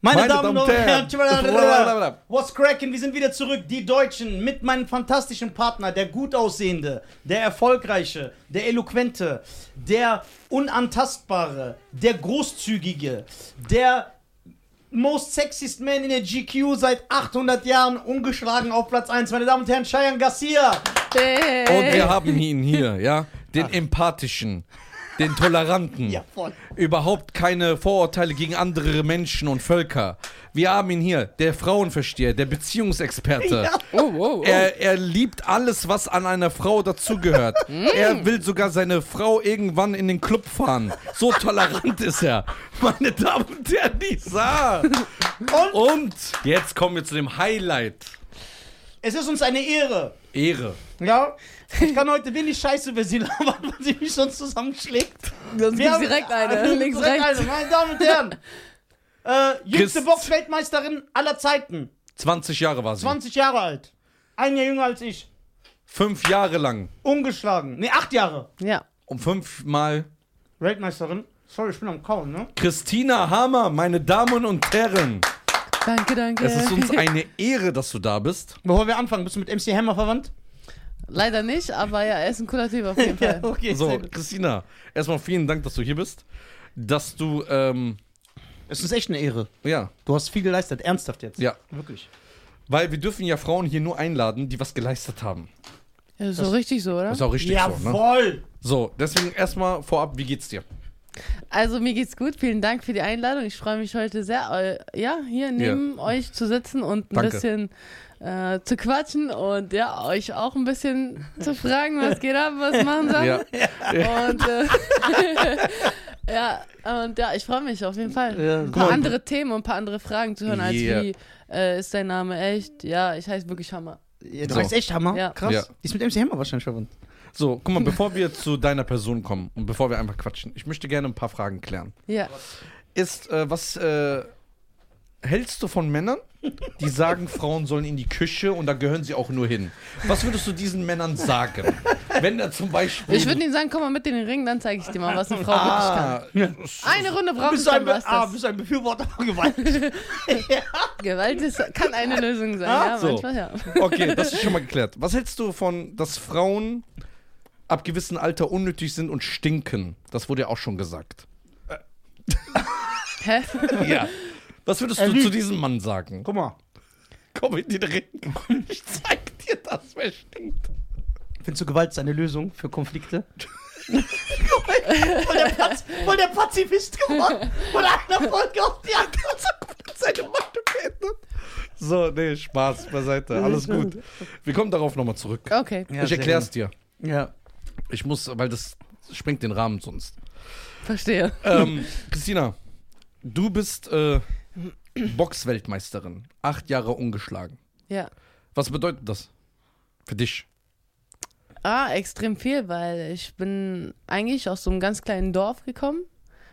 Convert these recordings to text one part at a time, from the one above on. Meine, Damen, und Herren, blablabla. what's cracking? Wir sind wieder zurück, die Deutschen, mit meinem fantastischen Partner, der gut aussehende, der erfolgreiche, der eloquente, der unantastbare, der großzügige, der most sexiest man in der GQ seit 800 Jahren, ungeschlagen auf Platz 1. Meine Damen und Herren, Cheyenne Garcia. Und wir haben ihn hier, ja? Den empathischen, den toleranten. Ah. Ja, voll. Überhaupt keine Vorurteile gegen andere Menschen und Völker. Wir haben ihn hier, der Frauenversteher, der Beziehungsexperte. Ja. Oh, oh, oh. Er, er liebt alles, was an einer Frau dazugehört. Mm. er will sogar seine Frau irgendwann in den Club fahren. So tolerant ist er. Meine Damen und Herren, Lisa. Und Und jetzt kommen wir zu dem Highlight. es ist uns eine Ehre. Ehre. Ja, ich kann heute wenig Scheiße über sie labern, weil sie mich sonst zusammenschlägt. Sonst Wir gibt's haben- direkt Wir eine. haben Links, direkt rechts. eine. Meine Damen und Herren, äh, jüngste Christ. Boxweltmeisterin aller Zeiten, 20 Jahre war sie. 20 Jahre alt, ein Jahr jünger als ich, Fünf Jahre lang. ungeschlagen, ne, acht Jahre, Ja. Um fünfmal. Weltmeisterin. Sorry, ich bin am Kauen, ne? Christina Hammer, meine Damen und Herren. Danke, danke. Es ist uns eine Ehre, dass du da bist. Bevor wir anfangen, bist du mit MC Hammer verwandt? Leider nicht, aber ja, er ist ein cooler Typ auf jeden Fall. okay. So, So. Christina, erstmal vielen Dank, dass du hier bist. Dass du, ähm, Es ist echt eine Ehre. ja, Du hast viel geleistet, ernsthaft jetzt. ja. Wirklich. Weil wir dürfen ja Frauen hier nur einladen, die was geleistet haben. Ja, ist doch richtig so, oder? Ist auch richtig so, ne? Jawoll! So, deswegen erstmal vorab, wie geht's dir? Also mir geht's gut. Vielen Dank für die Einladung. Ich freue mich heute sehr, eu- ja, hier neben euch zu sitzen und ein Danke. bisschen äh, zu quatschen und ja, euch auch ein bisschen zu fragen, was geht ab, was machen Sachen. Ja. Und äh, ja, und ja, ich freue mich auf jeden Fall. Ja, ein guck paar mal. andere Themen und ein paar andere Fragen zu hören, als Yeah. wie äh, ist dein Name echt? Ja, ich heiße wirklich Hammer. Ja, du So. heißt echt Hammer? Ja. Krass. Ja. Die ist mit MC Hammer wahrscheinlich verwandt. So, guck mal, bevor wir zu deiner Person kommen und bevor wir einfach quatschen, ich möchte gerne ein paar Fragen klären. Ja. Ist, äh, was äh, hältst du von Männern, die sagen, Frauen sollen in die Küche und da gehören sie auch nur hin? Was würdest du diesen Männern sagen? Wenn er zum Beispiel. Ich würde ihm sagen, komm mal mit in den Ring, dann zeige ich dir mal, was eine Frau wirklich kann. ah, Eine Runde braucht Bist es du ein, dann Be was ah, das. bist du ein Befürworter von Gewalt? Gewalt ist, kann eine Lösung sein, Ah, ja, so. manchmal ja. Okay, das ist schon mal geklärt. Was hältst du von, dass Frauen ab gewissem Alter unnötig sind und stinken? Das wurde ja auch schon gesagt. Hä? Ja. Was würdest Er du zu lügt. diesem Mann sagen? Guck mal. Komm in den Ring und ich zeig dir das, wer stinkt. Findest du Gewalt ist eine Lösung für Konflikte? voll, der Paz, voll der Pazifist geworden. Von einer Folge auf die andere. Seine Meinung geändert. So, nee, Spaß beiseite. Alles gut. Wir kommen darauf nochmal zurück. Okay. Ja, ich sehr erklär's dir. Ja. Ich muss, weil das sprengt den Rahmen sonst. Verstehe. Ähm, Christina, du bist äh, Boxweltmeisterin. Acht Jahre ungeschlagen. Ja. Was bedeutet das für dich? Ah, extrem viel, weil ich bin eigentlich aus so einem ganz kleinen Dorf gekommen.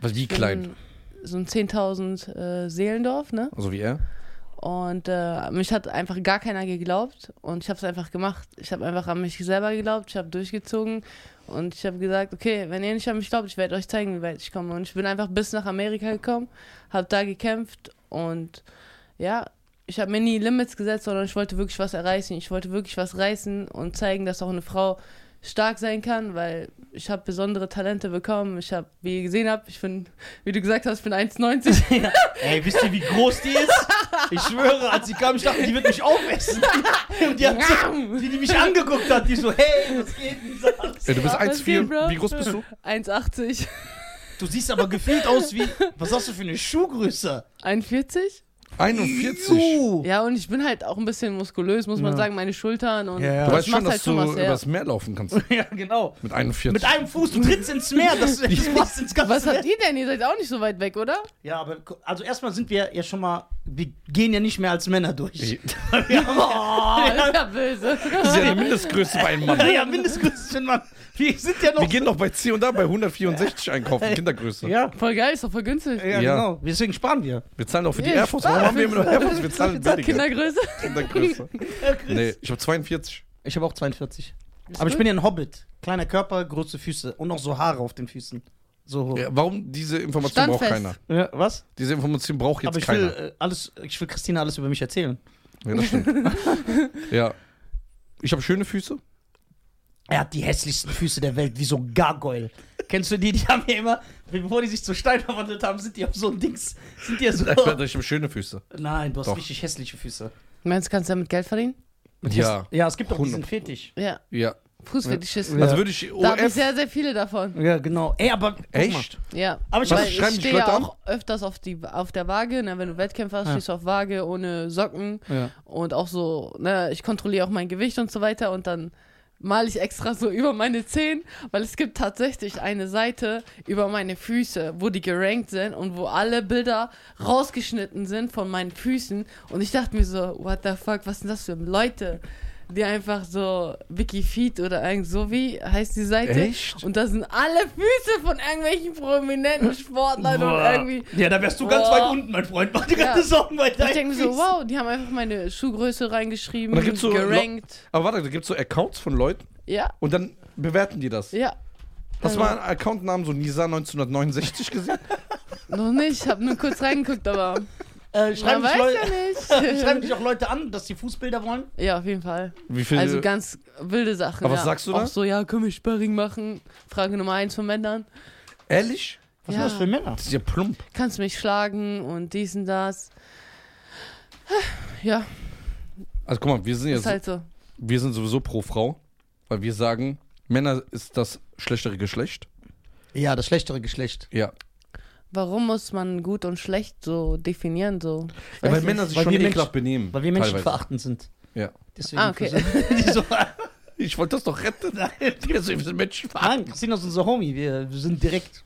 Was, wie Bin klein? So ein 10.000 äh, Seelendorf, ne? Also wie er? Und äh, mich hat einfach gar keiner geglaubt und ich habe es einfach gemacht. Ich habe einfach an mich selber geglaubt, ich habe durchgezogen und ich habe gesagt, okay, wenn ihr nicht an mich glaubt, ich werde euch zeigen, wie weit ich komme. Und ich bin einfach bis nach Amerika gekommen, habe da gekämpft und ja, ich habe mir nie Limits gesetzt, sondern ich wollte wirklich was erreichen. Ich wollte wirklich was reißen und zeigen, dass auch eine Frau stark sein kann, weil ich habe besondere Talente bekommen. Ich habe, wie ihr gesehen habt, ich bin, wie du gesagt hast, ich bin 1,90. Ey, wisst ihr, wie groß die ist? Ich schwöre, als sie kam, ich dachte, die wird mich aufessen. Und die, hat so, die, die mich angeguckt hat, die so, hey, was geht denn sonst? Äh, du bist Ja, was 1,4. geht, Bro? Wie groß bist du? 1,80. Du siehst aber gefühlt aus wie, was hast du für eine Schuhgröße? 41? 41. Ja, und ich bin halt auch ein bisschen muskulös, muss man Ja. sagen, meine Schultern und Ja, ja. Du das weißt schon, macht dass halt du schon was her. übers Meer laufen kannst. Ja, genau. Mit 41. Mit einem Fuß, du trittst ins Meer, das, das passt ins ganze Was Meer. habt ihr denn? Ihr seid auch nicht so weit weg, oder? Ja, aber gu- also erstmal sind wir ja schon mal, wir gehen ja nicht mehr als Männer durch. Ey, Wir haben Oh, ja, ist ja böse. das ist ja die Mindestgröße bei einem Mann. ja, mindestens schon mal. Wir sind ja Wir noch. gehen noch bei C und A bei 164 einkaufen, Kindergröße. Ja, Voll geil, ist doch voll günstig. ja, Ja. genau. Deswegen sparen wir. Wir zahlen auch für die Ja, Air Force. Spaß. Warum haben wir immer noch Air Force? Wir zahlen billiger. Kindergröße. Kindergröße. Nee, ich habe 42. Ich habe auch 42. Aber ich bin ja ein Hobbit. Kleiner Körper, große Füße und noch so Haare auf den Füßen. so hoch. Ja, warum diese Information Stand braucht fest. keiner? Ja, was? Diese Information braucht jetzt Aber ich keiner. will, äh, alles, ich will Christina alles über mich erzählen. Ja, das stimmt. ja. Ich habe schöne Füße. Er hat die hässlichsten Füße der Welt, wie so ein Gargoyle. Kennst du die? Die haben ja immer, bevor die sich zu Stein verwandelt haben, sind die auf so ein Dings. Sind die ja so. Ich habe schöne Füße. Nein, du hast Doch. richtig hässliche Füße. Meinst du, kannst du damit Geld verdienen? Mit Ja. häss- Ja, es gibt auch diesen Hundert- Fetisch. Ja. Ja. Fußfetischisten. Ja. Also würde ich Da habe ich OF. sehr, sehr viele davon. Ja, genau. Ey, aber. guck mal. Echt? Ja. Aber ich Was hab- Weil schreiben ich dich stehe ja Leute an? auch öfters auf, die, auf der Waage, ne? wenn du Wettkämpfer hast, Ja. stehst du auf Waage ohne Socken Ja. und auch so, ne, ich kontrolliere auch mein Gewicht und so weiter und dann male ich extra so über meine Zehen, weil es gibt tatsächlich eine Seite über meine Füße, wo die gerankt sind und wo alle Bilder rausgeschnitten sind von meinen Füßen und ich dachte mir so, what the fuck, was sind das für Leute? Die einfach so Wikifeed oder irgend so wie heißt die Seite. Echt? Und da sind alle Füße von irgendwelchen prominenten Sportlern und Boah. irgendwie. Ja, da wärst du ganz Boah. weit unten, mein Freund. Mach dir keine Ja. Sorgen bei Und deinen ich denke mir so, Füßen. wow, die haben einfach meine Schuhgröße reingeschrieben, Und da gibt's so gerankt. Aber warte, da gibt es so Accounts von Leuten Ja, und dann bewerten die das. ja. Hast du mal einen Accountnamen so Nisa 1969 gesehen? Also Noch nicht, ich habe nur kurz reingeguckt, aber Äh, man schreiben, dich weiß Leute, ja nicht. schreiben dich auch Leute an, dass die Fußbilder wollen? ja, auf jeden Fall. Wie viel? Also ganz wilde Sachen. Aber ja. was sagst du Auch da? so, ja, können wir Sparring machen? Frage Nummer eins von Männern. ehrlich? Was ja, sind das für Männer? Das ist ja plump. kannst du mich schlagen und dies und das. Ja, Also guck mal, wir sind ist jetzt, halt so. wir sind sowieso pro Frau, weil wir sagen, Männer ist das schlechtere Geschlecht. Ja, das schlechtere Geschlecht. Ja. Warum muss man gut und schlecht so definieren? So? Ich ja weiß weil nicht. Männer sich Weil schon wir Menschen- ekelhaft benehmen. Weil wir Menschen teilweise. verachtend sind. Ja. Deswegen Ah, okay. die so, Ich wollte das doch retten. Also, wir sind Menschen verachten. Nein, Christina ist unser Homie, wir, wir sind direkt.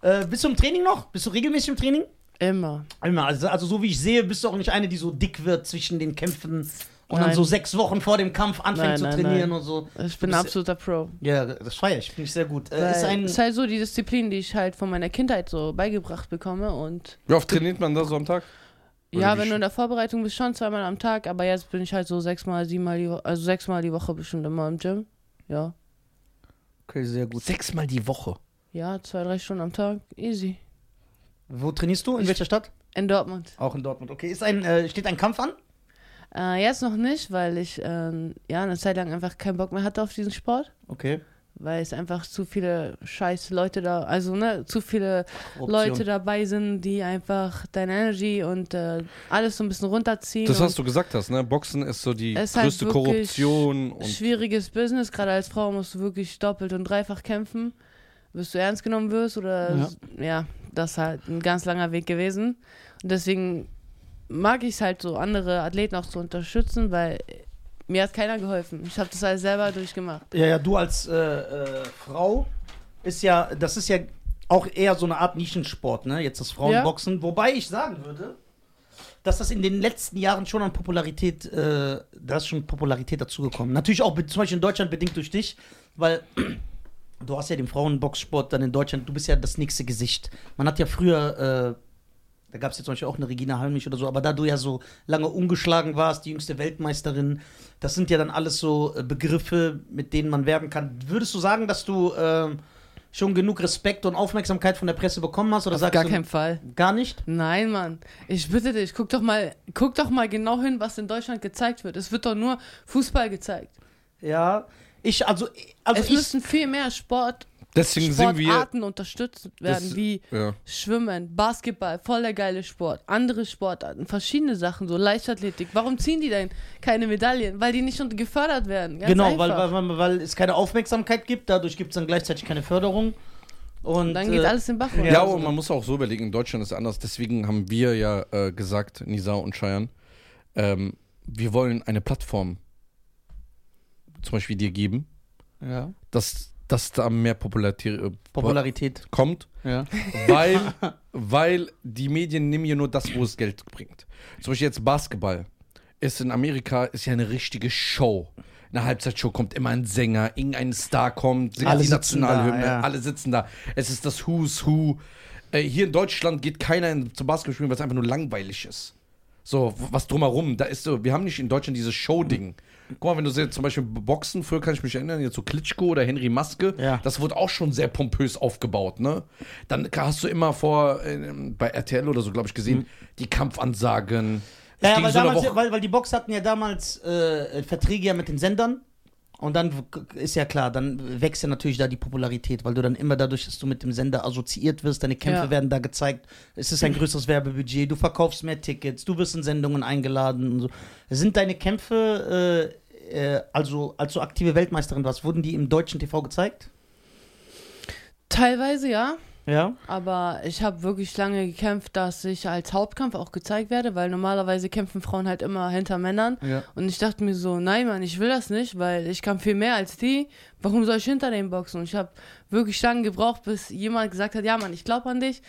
Äh, bist du im Training noch? Bist du regelmäßig im Training? Immer. Immer, also, also so wie ich sehe, bist du auch nicht eine, die so dick wird zwischen den Kämpfen und dann Nein. so sechs Wochen vor dem Kampf anfängt Nein, zu nein, trainieren nein. und so. Ich bin Bist- absoluter Pro. Ja, das feiere ich, finde ich sehr gut. Äh, Weil ist ein, es ist halt so die Disziplin, die ich halt von meiner Kindheit so beigebracht bekomme. Und Wie oft trainiert man da so am Tag? Oder ja, wie wenn du sch- in der Vorbereitung bist, schon zweimal am Tag. Aber jetzt bin ich halt so sechsmal, siebenmal, die Wo- also sechsmal die Woche bestimmt immer im Gym. Ja. okay, sehr gut. Sechsmal die Woche. Ja, zwei, drei Stunden am Tag. Easy. Wo trainierst du? In Ich- welcher Stadt? In Dortmund. Auch in Dortmund. Okay, ist ein, äh, steht ein Kampf an? Äh, jetzt noch nicht, weil ich ähm, ja eine Zeit lang einfach keinen Bock mehr hatte auf diesen Sport. Okay. Weil es einfach zu viele scheiß Leute da, also ne, zu viele Option. Leute dabei sind, die einfach deine Energy und äh, alles so ein bisschen runterziehen. Das, und was du gesagt hast, ne? Boxen ist so die Es ist halt größte wirklich Korruption und schwieriges Business. Gerade als Frau musst du wirklich doppelt und dreifach kämpfen, bis du ernst genommen wirst oder Ja. ja, das ist halt ein ganz langer Weg gewesen. Und deswegen mag ich es halt so, andere Athleten auch zu unterstützen, weil mir hat keiner geholfen. Ich habe das alles selber durchgemacht. Ja, ja, du als äh, äh, Frau ist ja, das ist ja auch eher so eine Art Nischensport, ne? Jetzt das Frauenboxen. Wobei ich sagen würde, dass das in den letzten Jahren schon an Popularität, äh, da ist schon Popularität dazugekommen. Natürlich auch be- zum Beispiel in Deutschland bedingt durch dich, weil du hast ja den Frauenboxsport dann in Deutschland, du bist ja das nächste Gesicht. Man hat ja früher, äh, da gab es jetzt zum Beispiel auch eine Regina Halmich oder so, aber da du ja so lange ungeschlagen warst, die jüngste Weltmeisterin, das sind ja dann alles so äh, Begriffe, mit denen man werben kann. Würdest du sagen, dass du ähm, schon genug Respekt und Aufmerksamkeit von der Presse bekommen hast oder Auf sagst gar du keinen Fall. gar nicht? Nein, Mann. Ich bitte dich, guck doch mal, guck doch mal genau hin, was in Deutschland gezeigt wird. Es wird doch nur Fußball gezeigt. Ja, ich also also es ich, müssen viel mehr Sport, deswegen sind wir. Sportarten unterstützt werden, Das, wie ja. Schwimmen, Basketball, voll der geile Sport. Andere Sportarten, verschiedene Sachen, so Leichtathletik. Warum ziehen die denn keine Medaillen? Weil die nicht unter- gefördert werden. Ganz genau, einfach. weil, weil, weil, weil es keine Aufmerksamkeit gibt, dadurch gibt es dann gleichzeitig keine Förderung. Und Und dann geht äh, alles in den Bach ja, runter. Ja, also- und man muss auch so überlegen, in Deutschland ist es anders. Deswegen haben wir ja äh, gesagt, Nisa und Cheyenne, ähm, wir wollen eine Plattform zum Beispiel dir geben, Ja. dass, dass da mehr Popularität Popular Popularität. kommt, Ja. weil, weil die Medien nehmen ja nur das, wo es Geld bringt. Zum Beispiel jetzt Basketball ist in Amerika ist ja eine richtige Show. In der Halbzeitshow kommt immer ein Sänger, irgendein Star kommt, singt Alle die sitzen Nationalhymne, da, ja. alle sitzen da. Es ist das Who's Who. Äh, hier in Deutschland geht keiner in, zum Basketball spielen, weil es einfach nur langweilig ist. So, was drumherum, da ist so, wir haben nicht in Deutschland dieses Show-Ding. Guck mal, wenn du jetzt zum Beispiel Boxen, früher kann ich mich erinnern, jetzt so Klitschko oder Henry Maske, Ja. das wurde auch schon sehr pompös aufgebaut, ne? Dann hast du immer vor, ähm, bei RTL oder so, glaube ich, gesehen, die Kampfansagen. Mhm. Es Ja, ging weil, so eine damals, Woche- weil, weil die Box hatten ja damals äh, Verträge ja mit den Sendern. Und dann w- ist ja klar, dann wächst ja natürlich da die Popularität, weil du dann immer dadurch, dass du mit dem Sender assoziiert wirst, deine Kämpfe Ja. werden da gezeigt, es ist ein größeres Werbebudget, du verkaufst mehr Tickets, du wirst in Sendungen eingeladen und so. Sind deine Kämpfe, äh, äh, also als du aktive Weltmeisterin warst, wurden die im deutschen TV gezeigt? Teilweise ja, Ja. aber ich habe wirklich lange gekämpft, dass ich als Hauptkampf auch gezeigt werde, weil normalerweise kämpfen Frauen halt immer hinter Männern. Ja. Und ich dachte mir so, nein, Mann, ich will das nicht, weil ich kann viel mehr als die. Warum soll ich hinter denen boxen? Und ich habe wirklich lange gebraucht, bis jemand gesagt hat, ja, Mann, ich glaube an dich.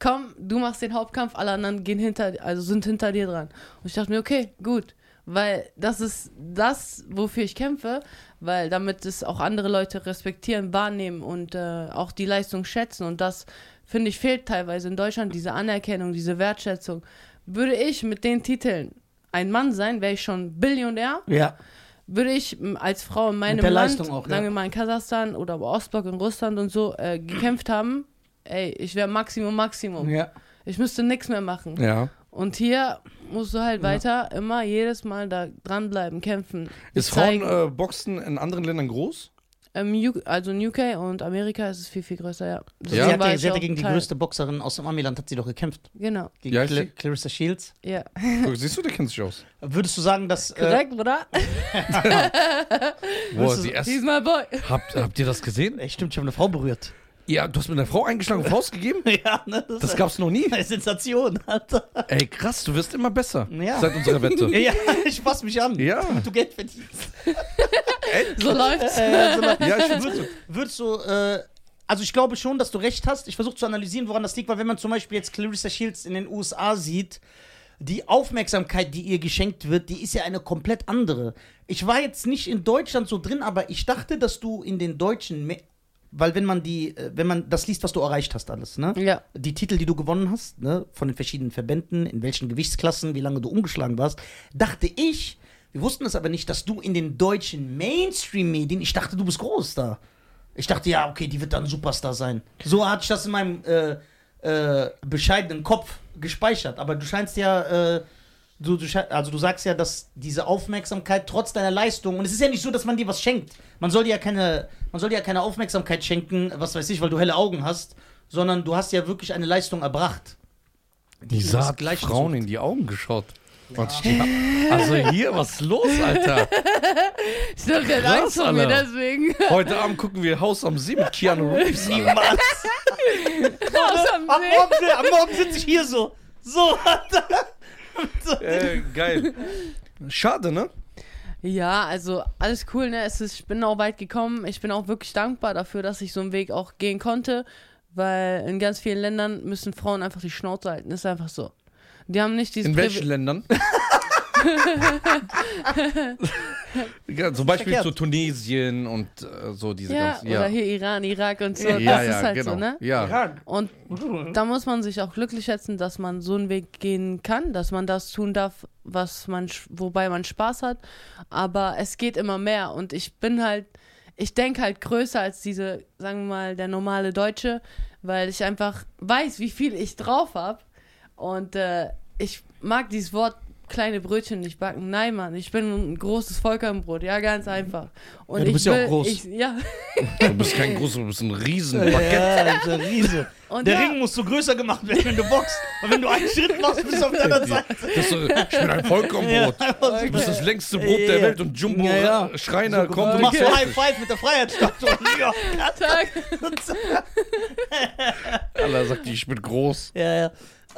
Komm, du machst den Hauptkampf, alle anderen gehen hinter, also sind hinter dir dran. Und ich dachte mir, okay, gut, weil das ist das, wofür ich kämpfe, weil damit es auch andere Leute respektieren, wahrnehmen und äh, auch die Leistung schätzen. Und das finde ich fehlt teilweise in Deutschland diese Anerkennung, diese Wertschätzung. Würde ich mit den Titeln ein Mann sein, wäre ich schon Billionär. Ja. Würde ich m, als Frau in meinem Mit der Land, Leistung auch, ja. lange mal in Kasachstan oder im Ostblock in Russland und so, äh, gekämpft haben, ey, ich wäre Maximum, Maximum. ja. Ich müsste nichts mehr machen. Ja. Und hier musst du halt weiter immer jedes Mal da dranbleiben, kämpfen. Ist zeigen. Frauenboxen in anderen Ländern groß? Im U- also in UK und Amerika ist es viel, viel größer, ja. So Ja. Sie war hatte, ich sie hatte auch gegen die Teil. größte Boxerin aus dem Amiland, hat sie doch gekämpft. Genau, Gegen Ja, ich Cla seh- Clarissa Shields. ja. Guck, Siehst du, der kennt sich aus. Würdest du sagen, dass. Äh, Korrekt, oder? Boah, du- die He's erste, my boy. habt, habt ihr das gesehen? ey, stimmt, ich habe eine Frau berührt. Ja, du hast mit einer Frau eingeschlagen und Faust gegeben? ja, ne? Das gab's noch nie. eine Sensation, Alter. Ey, krass, du wirst immer besser Ja. seit unserer Wette. Ja, ich fass mich an. Ja. Damit du Geld verdienst. So läuft's. Äh, so eine- Ja, ich find's würdest, würdest du. Äh, also ich glaube schon, dass du recht hast. Ich versuche zu analysieren, woran das liegt, weil wenn man zum Beispiel jetzt Clarissa Shields in den USA sieht, die Aufmerksamkeit, die ihr geschenkt wird, die ist ja eine komplett andere. Ich war jetzt nicht in Deutschland so drin, aber ich dachte, dass du in den deutschen, Me- weil wenn man die, äh, wenn man das liest, was du erreicht hast, alles, ne? Ja. die Titel, die du gewonnen hast, ne, von den verschiedenen Verbänden, in welchen Gewichtsklassen, wie lange du umgeschlagen warst, dachte ich, wir wussten es aber nicht, dass du in den deutschen Mainstream-Medien, ich dachte, du bist groß da. Ich dachte, ja, okay, die wird dann Superstar sein. So hatte ich das in meinem äh, äh, bescheidenen Kopf gespeichert. Aber du scheinst ja, äh, du, du schei- also du sagst ja, dass diese Aufmerksamkeit trotz deiner Leistung, und es ist ja nicht so, dass man dir was schenkt. Man soll dir ja keine, man soll dir ja keine Aufmerksamkeit schenken, was weiß ich, weil du helle Augen hast, sondern du hast ja wirklich eine Leistung erbracht. Die ist sah gleich Frauen gesucht. in die Augen geschaut. Und die hab- Also hier, was ist los, Alter? Ich glaube, der hat Krass, Angst vor mir, Alter. deswegen. Heute Abend gucken wir Haus am See mit Keanu Reeves. Alter. Niemals! Raus am am, See. Morgen, am Morgen sitze ich hier so. So, Äh, geil. Schade, ne? Ja, also alles cool, ne? Es ist, ich bin auch weit gekommen. Ich bin auch wirklich dankbar dafür, dass ich so einen Weg auch gehen konnte, weil in ganz vielen Ländern müssen Frauen einfach die Schnauze halten. Ist einfach so. Die haben nicht dieses In welchen Privileg. Ländern? ja, zum Beispiel verkehrt. zu Tunesien und äh, so diese Ja, ganzen. oder hier Iran, Irak und so. ja, das ja, ist halt genau. so, ne? Ja. Und Hm. da muss man sich auch glücklich schätzen, dass man so einen Weg gehen kann, dass man das tun darf, was man, sch- wobei man Spaß hat. Aber es geht immer mehr und ich bin halt, ich denke halt größer als diese, sagen wir mal, der normale Deutsche, weil ich einfach weiß, wie viel ich drauf habe. Und äh, ich mag dieses Wort kleine Brötchen nicht backen. Nein, Mann, ich bin ein großes Vollkornbrot. Ja, ganz einfach. Und Ja, du bist ich ja auch will, groß. Ich, ja. Du bist kein großer, du bist ein Riesenbaguette. Ja, so Riese. Und Äh, Der ja. Ring muss so größer gemacht werden, wenn du boxst. Und wenn du einen Schritt machst, bist du auf der anderen Seite. Das, äh, ich bin ein Vollkornbrot. Du bist das längste Brot der Ja. Welt und Jumbo Ja, äh, Schreiner kommt Du und machst so macht High Five mit der Freiheitsstatue. Ja, Tag. Alter, sagt die, ich bin groß. ja, ja.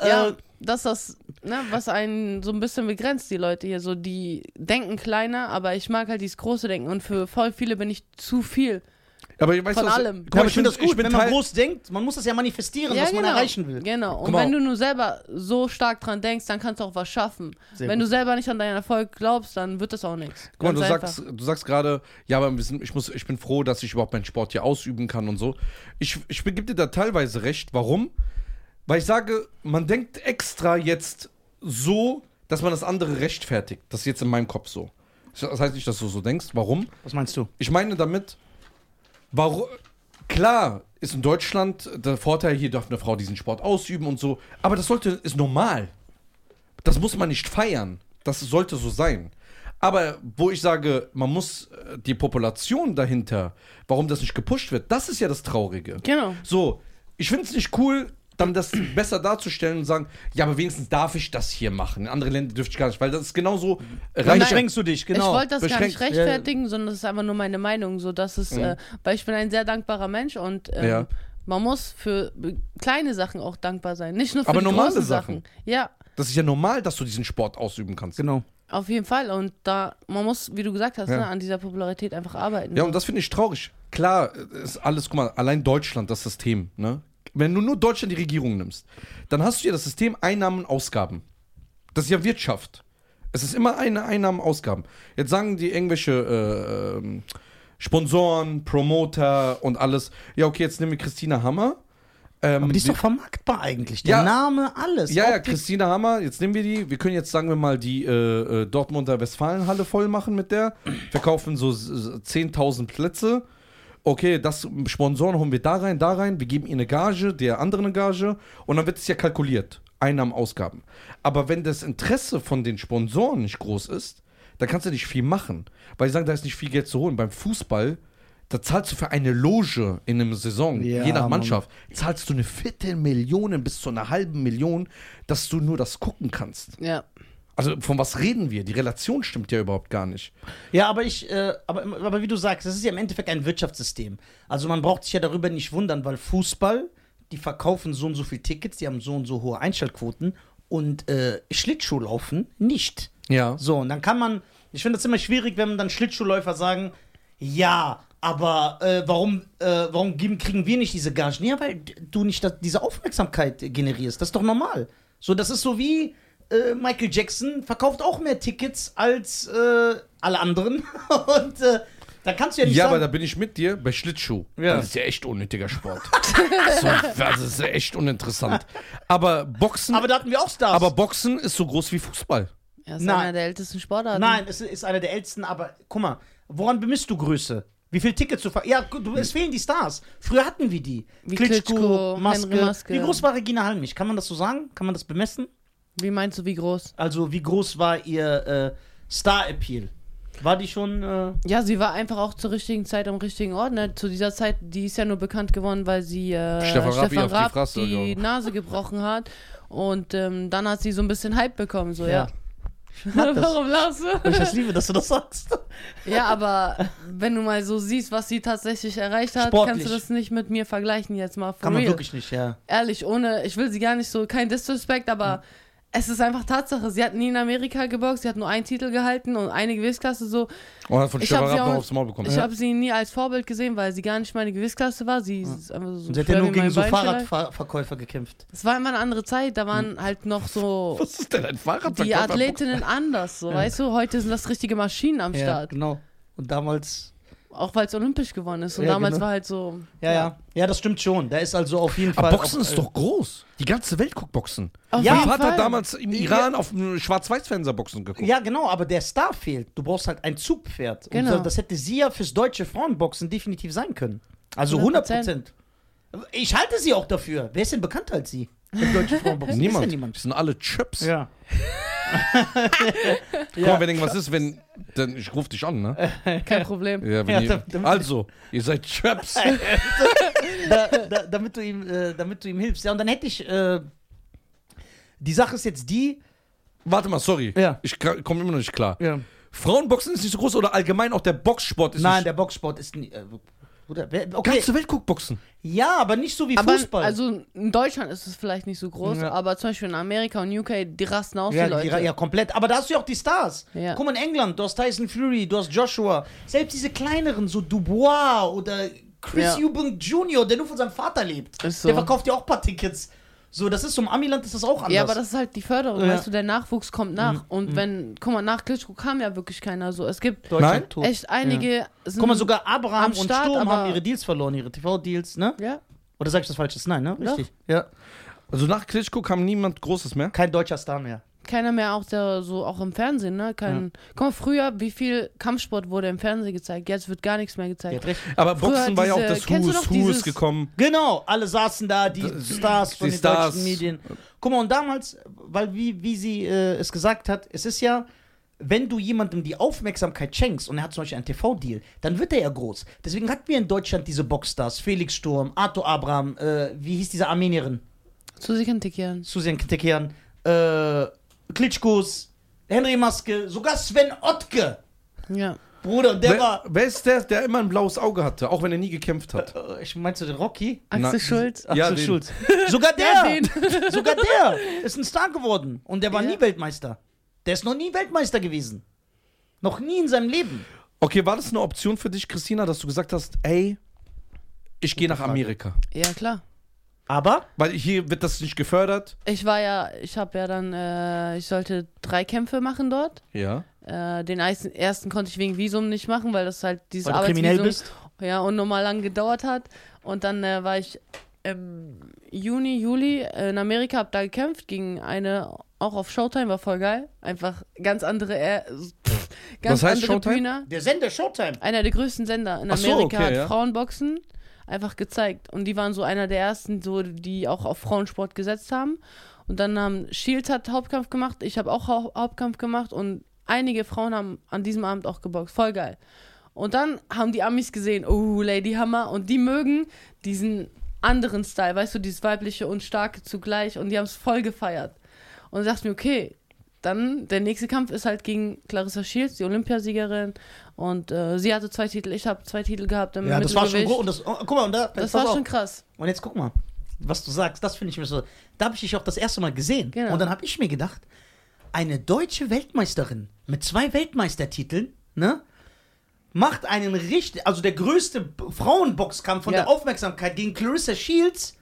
Ja, Äh, das ist das, ne, was einen so ein bisschen begrenzt, die Leute hier. So, die denken kleiner, aber ich mag halt dieses große Denken. Und für voll viele bin ich zu viel. Aber ich weiß Von was, allem. Guck ja, mal, aber ich finde das bin- gut, bin halt wenn man Teil- groß denkt. Man muss das ja manifestieren, was man erreichen will. Genau. Guck Und mal. wenn du nur selber so stark dran denkst, dann kannst du auch was schaffen. Sehr wenn gut. du selber nicht an deinen Erfolg glaubst, dann wird das auch nichts. Guck mal, du Ganz einfach. sagst, du sagst gerade, ja, aber wir sind, ich, muss, ich bin froh, dass ich überhaupt meinen Sport hier ausüben kann und so. Ich, ich gebe dir da teilweise recht. Warum? Weil ich sage, man denkt extra jetzt so, dass man das andere rechtfertigt. Das ist jetzt in meinem Kopf so. Das heißt nicht, dass du so denkst. Warum? Was meinst du? Ich meine damit, warum. Klar ist in Deutschland der Vorteil, hier darf eine Frau diesen Sport ausüben und so, aber das sollte, ist normal. Das muss man nicht feiern. Das sollte so sein. Aber wo ich sage, man muss äh, die Population dahinter, warum das nicht gepusht wird, das ist ja das Traurige. Genau. So, ich finde es nicht cool, dann das besser darzustellen und sagen, ja, aber wenigstens darf ich das hier machen. In anderen Ländern dürfte ich gar nicht, weil das ist genauso Mhm. Dann rein. sprengst du dich, ich genau. wollte das beschränkt. Mhm. gar nicht rechtfertigen, sondern das ist einfach nur meine Meinung. So, dass es, äh, weil ich bin ein sehr dankbarer Mensch und ähm, Ja. man muss für be- kleine Sachen auch dankbar sein. Nicht nur für Aber die normale großen Sachen. Sachen. Ja, Das ist ja normal, dass du diesen Sport ausüben kannst. Genau. auf jeden Fall. Und da, man muss, wie du gesagt hast, Ja. ne, an dieser Popularität einfach arbeiten. Ja, und das finde ich traurig. Klar, äh, ist alles, guck mal, allein Deutschland, das System, ne? Wenn du nur Deutschland die Regierung nimmst, dann hast du ja das System Einnahmen, Ausgaben. Das ist ja Wirtschaft. Es ist immer eine Einnahmen, Ausgaben. Jetzt sagen die irgendwelche äh, ähm, Sponsoren, Promoter und alles, ja, okay, jetzt nehmen wir Christina Hammer. Ähm, Aber die ist wir- doch vermarktbar eigentlich. Der Ja. Name, alles. ja, ja, Optik. Christina Hammer, jetzt nehmen wir die. Wir können jetzt, sagen wir mal, die äh, äh, Dortmunder Westfalenhalle voll machen mit der. Verkaufen so s- s- 10.000 Plätze. Okay, das Sponsoren holen wir da rein, da rein. Wir geben ihr eine Gage, der anderen eine Gage. Und dann wird es ja kalkuliert. Einnahmen, Ausgaben. Aber wenn das Interesse von den Sponsoren nicht groß ist, dann kannst du nicht viel machen. Weil sie sagen, da ist nicht viel Geld zu holen. Beim Fußball, da zahlst du für eine Loge in einem Saison, Ja, je nach Mann. Mannschaft zahlst du eine Viertelmillion bis zu einer halben Million, dass du nur das gucken kannst. Ja. Also von was reden wir? Die Relation stimmt ja überhaupt gar nicht. Ja, aber ich, äh, aber, aber wie du sagst, das ist ja im Endeffekt ein Wirtschaftssystem. Also man braucht sich ja darüber nicht wundern, weil Fußball, die verkaufen so und so viel Tickets, die haben so und so hohe Einschaltquoten und äh, Schlittschuhlaufen nicht. Ja. So, und dann kann man, ich finde das immer schwierig, wenn man dann Schlittschuhläufer sagen, ja, aber äh, warum, äh, warum geben, kriegen wir nicht diese Gagen? Ja, weil d- du nicht das, diese Aufmerksamkeit äh, generierst. Das ist doch normal. So, das ist so wie äh, Michael Jackson verkauft auch mehr Tickets als äh, alle anderen. Und äh, da kannst du ja nicht Ja, aber sagen, da bin ich mit dir bei Schlittschuh. Ja. Das ist ja echt unnötiger Sport. so, das ist ja echt uninteressant. Aber Boxen, aber da hatten wir auch Stars. aber Boxen ist so groß wie Fußball. Er ist Nein. einer der ältesten Sportarten. Nein, es ist einer der ältesten, aber guck mal, woran bemisst du Größe? Wie viel Tickets du ver Ja, gu- du, es fehlen die Stars. Früher hatten wir die. Hm. Wie Klitschko, Henry Maske. Wie groß war Regina Halmich? Kann man das so sagen? Kann man das bemessen? Wie meinst du, wie groß? Also, wie groß war ihr äh, Star-Appeal? War die schon. Äh, Ja, sie war einfach auch zur richtigen Zeit am richtigen Ort. Ne? Zu dieser Zeit, die ist ja nur bekannt geworden, weil sie äh, Stefan Stefan, Raab ihr auf die Raab die, Fresse gehauen. Nase gebrochen hat. Und ähm, dann hat sie so ein bisschen Hype bekommen, so Ja. ja. mag das. Warum lachst ich du? das liebe, dass du das sagst. ja, aber wenn du mal so siehst, was sie tatsächlich erreicht hat, Sportlich. kannst du das nicht mit mir vergleichen jetzt mal. For Kann man real. wirklich nicht, ja. Ehrlich, ohne, ich will sie gar nicht so, kein Disrespect, aber Hm. es ist einfach Tatsache. Sie hat nie in Amerika geboxt, sie hat nur einen Titel gehalten und eine Gewichtsklasse so. Und hat von Ich Stefan hab sie Raab auch- noch aufs Maul bekommen. Ich Ja. habe sie nie als Vorbild gesehen, weil sie gar nicht meine Gewichtsklasse war. Sie ist einfach so. Und sie hat schwer ja nur wie mein gegen so Bein vielleicht. Fahrradverkäufer gekämpft. Es war immer eine andere Zeit. Da waren Hm. halt noch so Was ist denn ein Fahrrad? die Athletinnen anders. So, weißt du, heute sind das richtige Maschinen am Ja, Start. genau. Und damals. Auch weil es olympisch gewonnen ist. Und Ja, damals genau. war halt so. Ja, ja. Ja, das stimmt schon. Da ist also auf jeden Fall. Aber Boxen auch, ist äh, doch groß. Die ganze Welt guckt Boxen. Auf Ja, mein jeden Vater Fall. hat damals im Iran auf dem Schwarz-Weiß-Fernseher Boxen geguckt. Ja, genau, aber der Star fehlt. Du brauchst halt ein Zugpferd. Genau. Und das hätte sie ja fürs deutsche Frauenboxen definitiv sein können. Also 100 100%. Prozent. Ich halte sie auch dafür. Wer ist denn bekannter als sie? Im deutschen Frauenboxen. Niemand. Ist ja niemand. Das sind alle Chips. Ja. Guck mal, wenn irgendwas ist, wenn. Dann, ich ruf dich an, ne? Kein Problem. Ja, Ja, wenn da- da- ihr, also, ihr seid Chaps. da, da, damit, du ihm, äh, damit du ihm hilfst. Ja, und dann hätte ich. Äh, die Sache ist jetzt die. Warte mal, sorry. Ja. Ich komme immer noch nicht klar. Frauenboxen ist nicht so groß oder allgemein auch der Boxsport ist Nein, nicht der Boxsport ist. nie- Äh, Bruder, wer, Die okay. ganze Welt guckt Boxen. Ja, aber nicht so wie Aber Fußball. also in Deutschland ist es vielleicht nicht so groß, Ja. aber zum Beispiel in Amerika und UK, die rasten aus, Ja, die Leute. Die, ja, komplett. Aber da hast du ja auch die Stars. Ja. Guck mal in England, du hast Tyson Fury, du hast Joshua. Selbst diese kleineren, so Dubois oder Chris Ja. Eubank Jr., der nur von seinem Vater lebt. Ist so. Der verkauft ja auch ein paar Tickets. So, das ist so im Amiland ist das auch anders. Ja, aber das ist halt die Förderung, Ja. Mhm, weißt du, der Nachwuchs kommt nach. Und wenn, guck mal, nach Klitschko kam ja wirklich keiner so. Es gibt Deutschland Nein? tot. echt einige. Sind, Guck mal, sogar Abraham Am und Start, Sturm aber- haben ihre Deals verloren, ihre TV-Deals, ne? Ja, Oder sag ich das Falsches? Nein, ne? Doch. Richtig. Ja. Also nach Klitschko kam niemand Großes mehr. Kein deutscher Star mehr. keiner mehr auch der so auch im Fernsehen, ne? Kein, Guck mal, früher, wie viel Kampfsport wurde im Fernsehen gezeigt? Jetzt wird gar nichts mehr Der gezeigt. hat recht. Aber Früher Boxen war ja auch diese- das kennst du Who's noch Who ist dieses- gekommen. Genau, alle saßen da, die Stars von die den Stars. deutschen Medien. Guck mal, und damals, weil wie, wie sie äh, es gesagt hat, es ist ja, wenn du jemandem die Aufmerksamkeit schenkst und er hat zum Beispiel einen TV-Deal, dann wird er ja groß. Deswegen hatten wir in Deutschland diese Boxstars, Felix Sturm, Arthur Abraham, äh, wie hieß diese Armenierin? Zu sich integrieren. Susan Kitekian, äh, Klitschkos, Henry Maske, sogar Sven Ottke. Ja. Bruder, der Wer, war. wer ist der, der immer ein blaues Auge hatte, auch wenn er nie gekämpft hat? Äh, ich meinst du den Rocky? Na, Axel Schulz. Axel Ja, den. Schulz. Sogar Ja, der, den. sogar der ist ein Star geworden. Und der war Ja. nie Weltmeister. Der ist noch nie Weltmeister gewesen. Noch nie in seinem Leben. Okay, war das eine Option für dich, Christina, dass du gesagt hast, ey, ich gehe nach Amerika? Ja, klar. Aber Weil hier wird das nicht gefördert. Ich war ja, ich habe ja dann, äh, ich sollte drei Kämpfe machen dort. Ja. Äh, den ersten- ersten konnte ich wegen Visum nicht machen, weil das halt dieses weil du kriminell Arbeitsvisum bist, ja, unnormal lang gedauert hat. Und dann äh, war ich im Juni, Juli in Amerika, hab da gekämpft gegen eine, auch auf Showtime, war voll geil. Einfach ganz andere, äh, pff, ganz Was heißt andere Showtime? Bühne. der Sender Showtime. Einer der größten Sender in Ach so, Amerika okay, hat ja. Frauenboxen einfach gezeigt. Und die waren so einer der ersten, so, die auch auf Frauensport gesetzt haben. Und dann haben Shield hat Hauptkampf gemacht, ich habe auch Hau Hauptkampf gemacht und einige Frauen haben an diesem Abend auch geboxt. Voll geil. Und dann haben die Amis gesehen, oh, Lady Hammer. Und die mögen diesen anderen Style, weißt du, dieses weibliche und starke zugleich. Und die haben es voll gefeiert. Und ich dachte mir, okay, dann der nächste Kampf ist halt gegen Clarissa Shields, die Olympiasiegerin. Und äh, sie hatte zwei Titel, ich habe zwei Titel gehabt im Ja, das war schon Mittelgewicht. groß. Und das, oh, guck mal, und da, das pass war auf. schon krass. Und jetzt guck mal, was du sagst, das finde ich mir so. Da habe ich dich auch das erste Mal gesehen. Genau. Und dann habe ich mir gedacht, eine deutsche Weltmeisterin mit zwei Weltmeistertiteln, ne? Macht einen richtig, also der größte B- Frauenboxkampf von Ja. der Aufmerksamkeit gegen Clarissa Shields.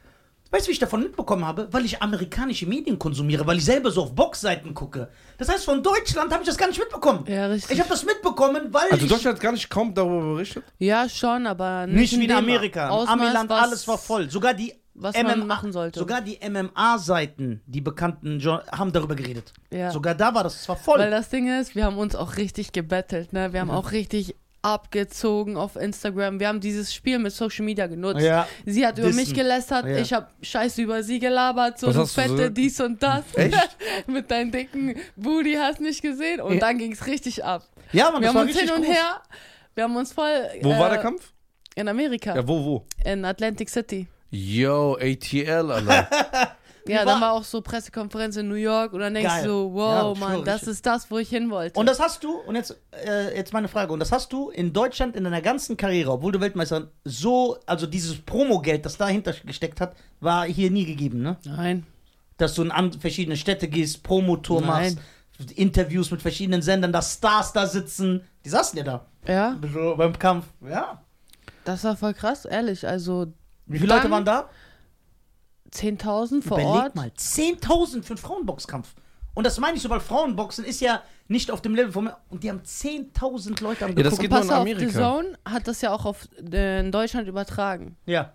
Weißt du, wie ich davon mitbekommen habe? Weil ich amerikanische Medien konsumiere, weil ich selber so auf Boxseiten gucke. Das heißt, von Deutschland habe ich das gar nicht mitbekommen. Ja, richtig. Ich habe das mitbekommen, weil Also ich Deutschland hat gar nicht kaum darüber berichtet. Ja, schon, aber nicht, nicht wie in dem Amerika. Ausmaß, In Amiland, was- alles war voll. Sogar die was MMA, man machen sollte. Sogar die MMA-Seiten, die bekannten, Jour- haben darüber geredet. Ja. Sogar da war das, es war voll. Weil das Ding ist, wir haben uns auch richtig gebettelt, ne? Wir haben auch richtig abgezogen auf Instagram. Wir haben dieses Spiel mit Social Media genutzt. Ja. Sie hat über Dissen. mich gelästert, Ja. ich habe Scheiße über sie gelabert, so Was du hast du so fette gesagt? dies und das. Echt? mit deinen dicken Booty hast nicht gesehen und Ja. dann ging's richtig ab. ja, man, Wir das haben war uns hin richtig und groß. her, wir haben uns voll Wo äh, war der Kampf? in Amerika, Ja, wo, wo? in Atlantic City. Yo, ATL, Alter. Ja, Wie dann war- war auch so Pressekonferenz in New York und dann denkst Geil. du so, Ja, wow, schwör Mann, ich. das ist das, wo ich hin wollte. Und das hast du, und jetzt, äh, jetzt meine Frage, und das hast du in Deutschland in deiner ganzen Karriere, obwohl du Weltmeisterin, so, also dieses Promogeld, das dahinter gesteckt hat, war hier nie gegeben, ne? Nein. Dass du in an verschiedene Städte gehst, Promotour Nein. machst, Interviews mit verschiedenen Sendern, dass Stars da sitzen. Die saßen ja da Ja, so beim Kampf. Ja. das war voll krass, ehrlich. Also Wie viele Dann- Leute waren da? 10.000 vor Überleg Ort. mal, 10.000 für einen Frauenboxkampf. Und das meine ich so, weil Frauenboxen ist ja nicht auf dem Level von mir. Und die haben 10.000 Leute am Ja, das geguckt. geht nur Pass in auf, The Amerika. Zone hat das ja auch auf, äh, in Deutschland übertragen. Ja,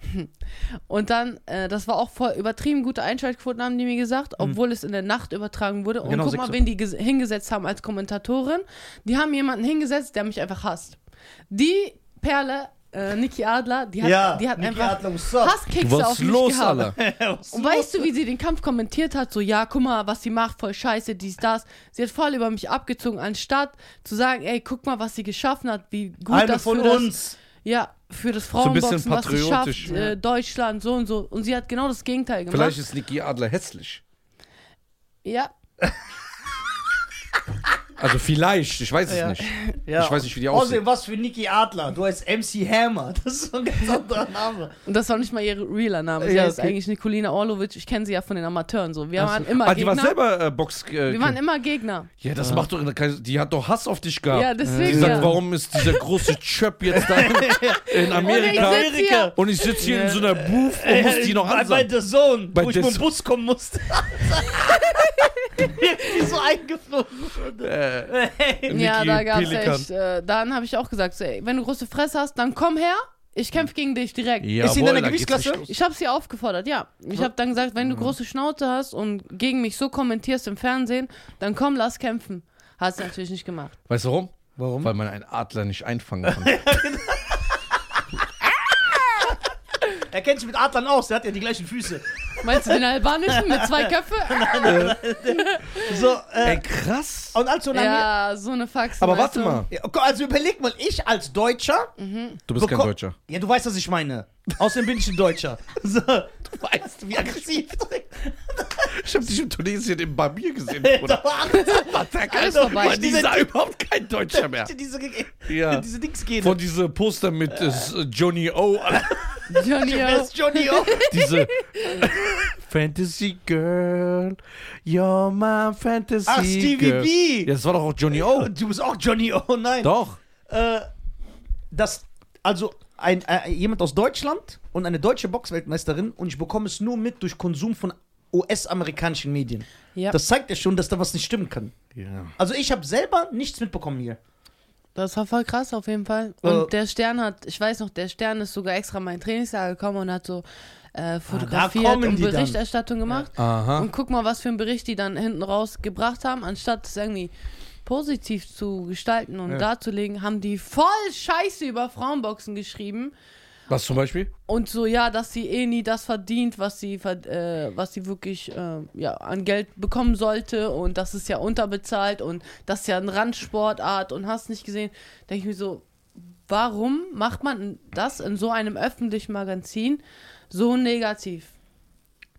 Und dann, äh, das war auch voll übertrieben gute Einschaltquoten, haben die mir gesagt, obwohl es in der Nacht übertragen wurde. Und Mhm. Genau, guck sechs mal, Uhr. wen die ges- hingesetzt haben als Kommentatorin. Die haben jemanden hingesetzt, der mich einfach hasst. Die Perle, äh, Niki Adler, die hat, ja. die hat Niki einfach Adler, what's up? Hasskicks Was auf mich los, gehabt. Alter? Was Und los? weißt du, wie sie den Kampf kommentiert hat? So, ja, guck mal, was sie macht, voll scheiße, dies, das. Sie hat voll über mich abgezogen, anstatt zu sagen, ey, guck mal, was sie geschaffen hat, wie gut Eine das von für das uns. ja, für das ein Frauenboxen, bisschen was sie patriotisch. schafft, äh, Deutschland, so und so. Und sie hat genau das Gegenteil gemacht. Vielleicht ist Niki Adler hässlich. Ja, Also vielleicht, ich weiß es Ja. nicht. Ja. Ich weiß nicht, wie die Außerdem, aussieht. was für Niki Adler. Du heißt MC Hammer. Das ist so ein ganz anderer Name. und das war nicht mal ihr realer Name. Sie Ja, heißt okay. eigentlich Nikolina Orlovic. Ich kenne sie ja von den Amateuren so. Wir Ach so. waren immer Ah, die Gegner. war selber äh, Box. Äh, wir waren immer Gegner. ja, das macht doch. in der Kreis- Die hat doch Hass auf dich gehabt. Ja, Die deswegen. sagt, ja. warum ist dieser große Chöp jetzt da in, in Und Amerika? ich sitz hier. Und ich sitze hier in so einer Booth und muss die noch bei, bei ansagen. The Zone, Bei wo ich The mit dem Zone. Bus kommen musste. Irgendwie so eingeflogen wurde. Äh, Ja, Niki da gab's Pelikan. echt. Äh, dann habe ich auch gesagt, so, ey, wenn du große Fresse hast, dann komm her Ich kämpfe gegen dich direkt. Ist sie in Jawohl, deiner Hm. da geht's Gewichtsklasse? Mhm. richtig los. Ich habe sie aufgefordert, ja. Ich habe dann gesagt, wenn du große Schnauze hast und gegen mich so kommentierst im Fernsehen, dann komm, lass kämpfen. Hast du natürlich nicht gemacht. Weißt du warum? Warum? Weil man einen Adler nicht einfangen kann. Er kennt sich mit Adlern aus, der hat ja die gleichen Füße. Meinst du den albanischen mit zwei Köpfe? So, äh, Ey, krass. und als Tsunami. ja, so eine Faxe. Aber weißt warte du? mal. Ja, okay, Also überleg mal, ich als Deutscher. Du bist kein beko- Deutscher. Ja, du weißt, was ich meine. Außerdem bin ich ein Deutscher. So, du weißt, wie aggressiv. Ich hab dich in Tunesien im Barbier gesehen, Da war Attack, Alles vorbei. Man, die Diese- sah überhaupt kein Deutscher mehr. diese, Ja. diese Dings gehen. Von diese Poster mit äh, s- Johnny O. Johnny, Wer ist Johnny O? Diese Fantasy Girl. You're my Fantasy Ach, Ah, Stevie Girl. B. Ja, das war doch auch Johnny O. Du bist auch Johnny O, nein. Doch. Äh, das, also ein, äh, jemand aus Deutschland und eine deutsche Boxweltmeisterin und ich bekomme es nur mit durch Konsum von US-amerikanischen Medien. ja, das, Das zeigt ja schon, dass da was nicht stimmen kann. Ja. Also ich habe selber nichts mitbekommen hier. war voll krass auf jeden Fall. Und Äh. der Stern hat, ich weiß noch, der Stern ist sogar extra in mein Trainingslager gekommen und hat so äh, fotografiert Ah, kommen und die dann. Berichterstattung gemacht. Aha. Und guck mal, was für einen Bericht die dann hinten rausgebracht haben, anstatt es irgendwie positiv zu gestalten und darzulegen, haben die voll Scheiße über Frauenboxen geschrieben Was zum Beispiel? und so ja, dass sie eh nie das verdient, was sie verd- äh, was sie wirklich äh, ja an Geld bekommen sollte und das ist ja unterbezahlt und das ist ja ein Randsportart und hast nicht gesehen, denke ich mir so, warum macht man das in so einem öffentlichen Magazin so negativ?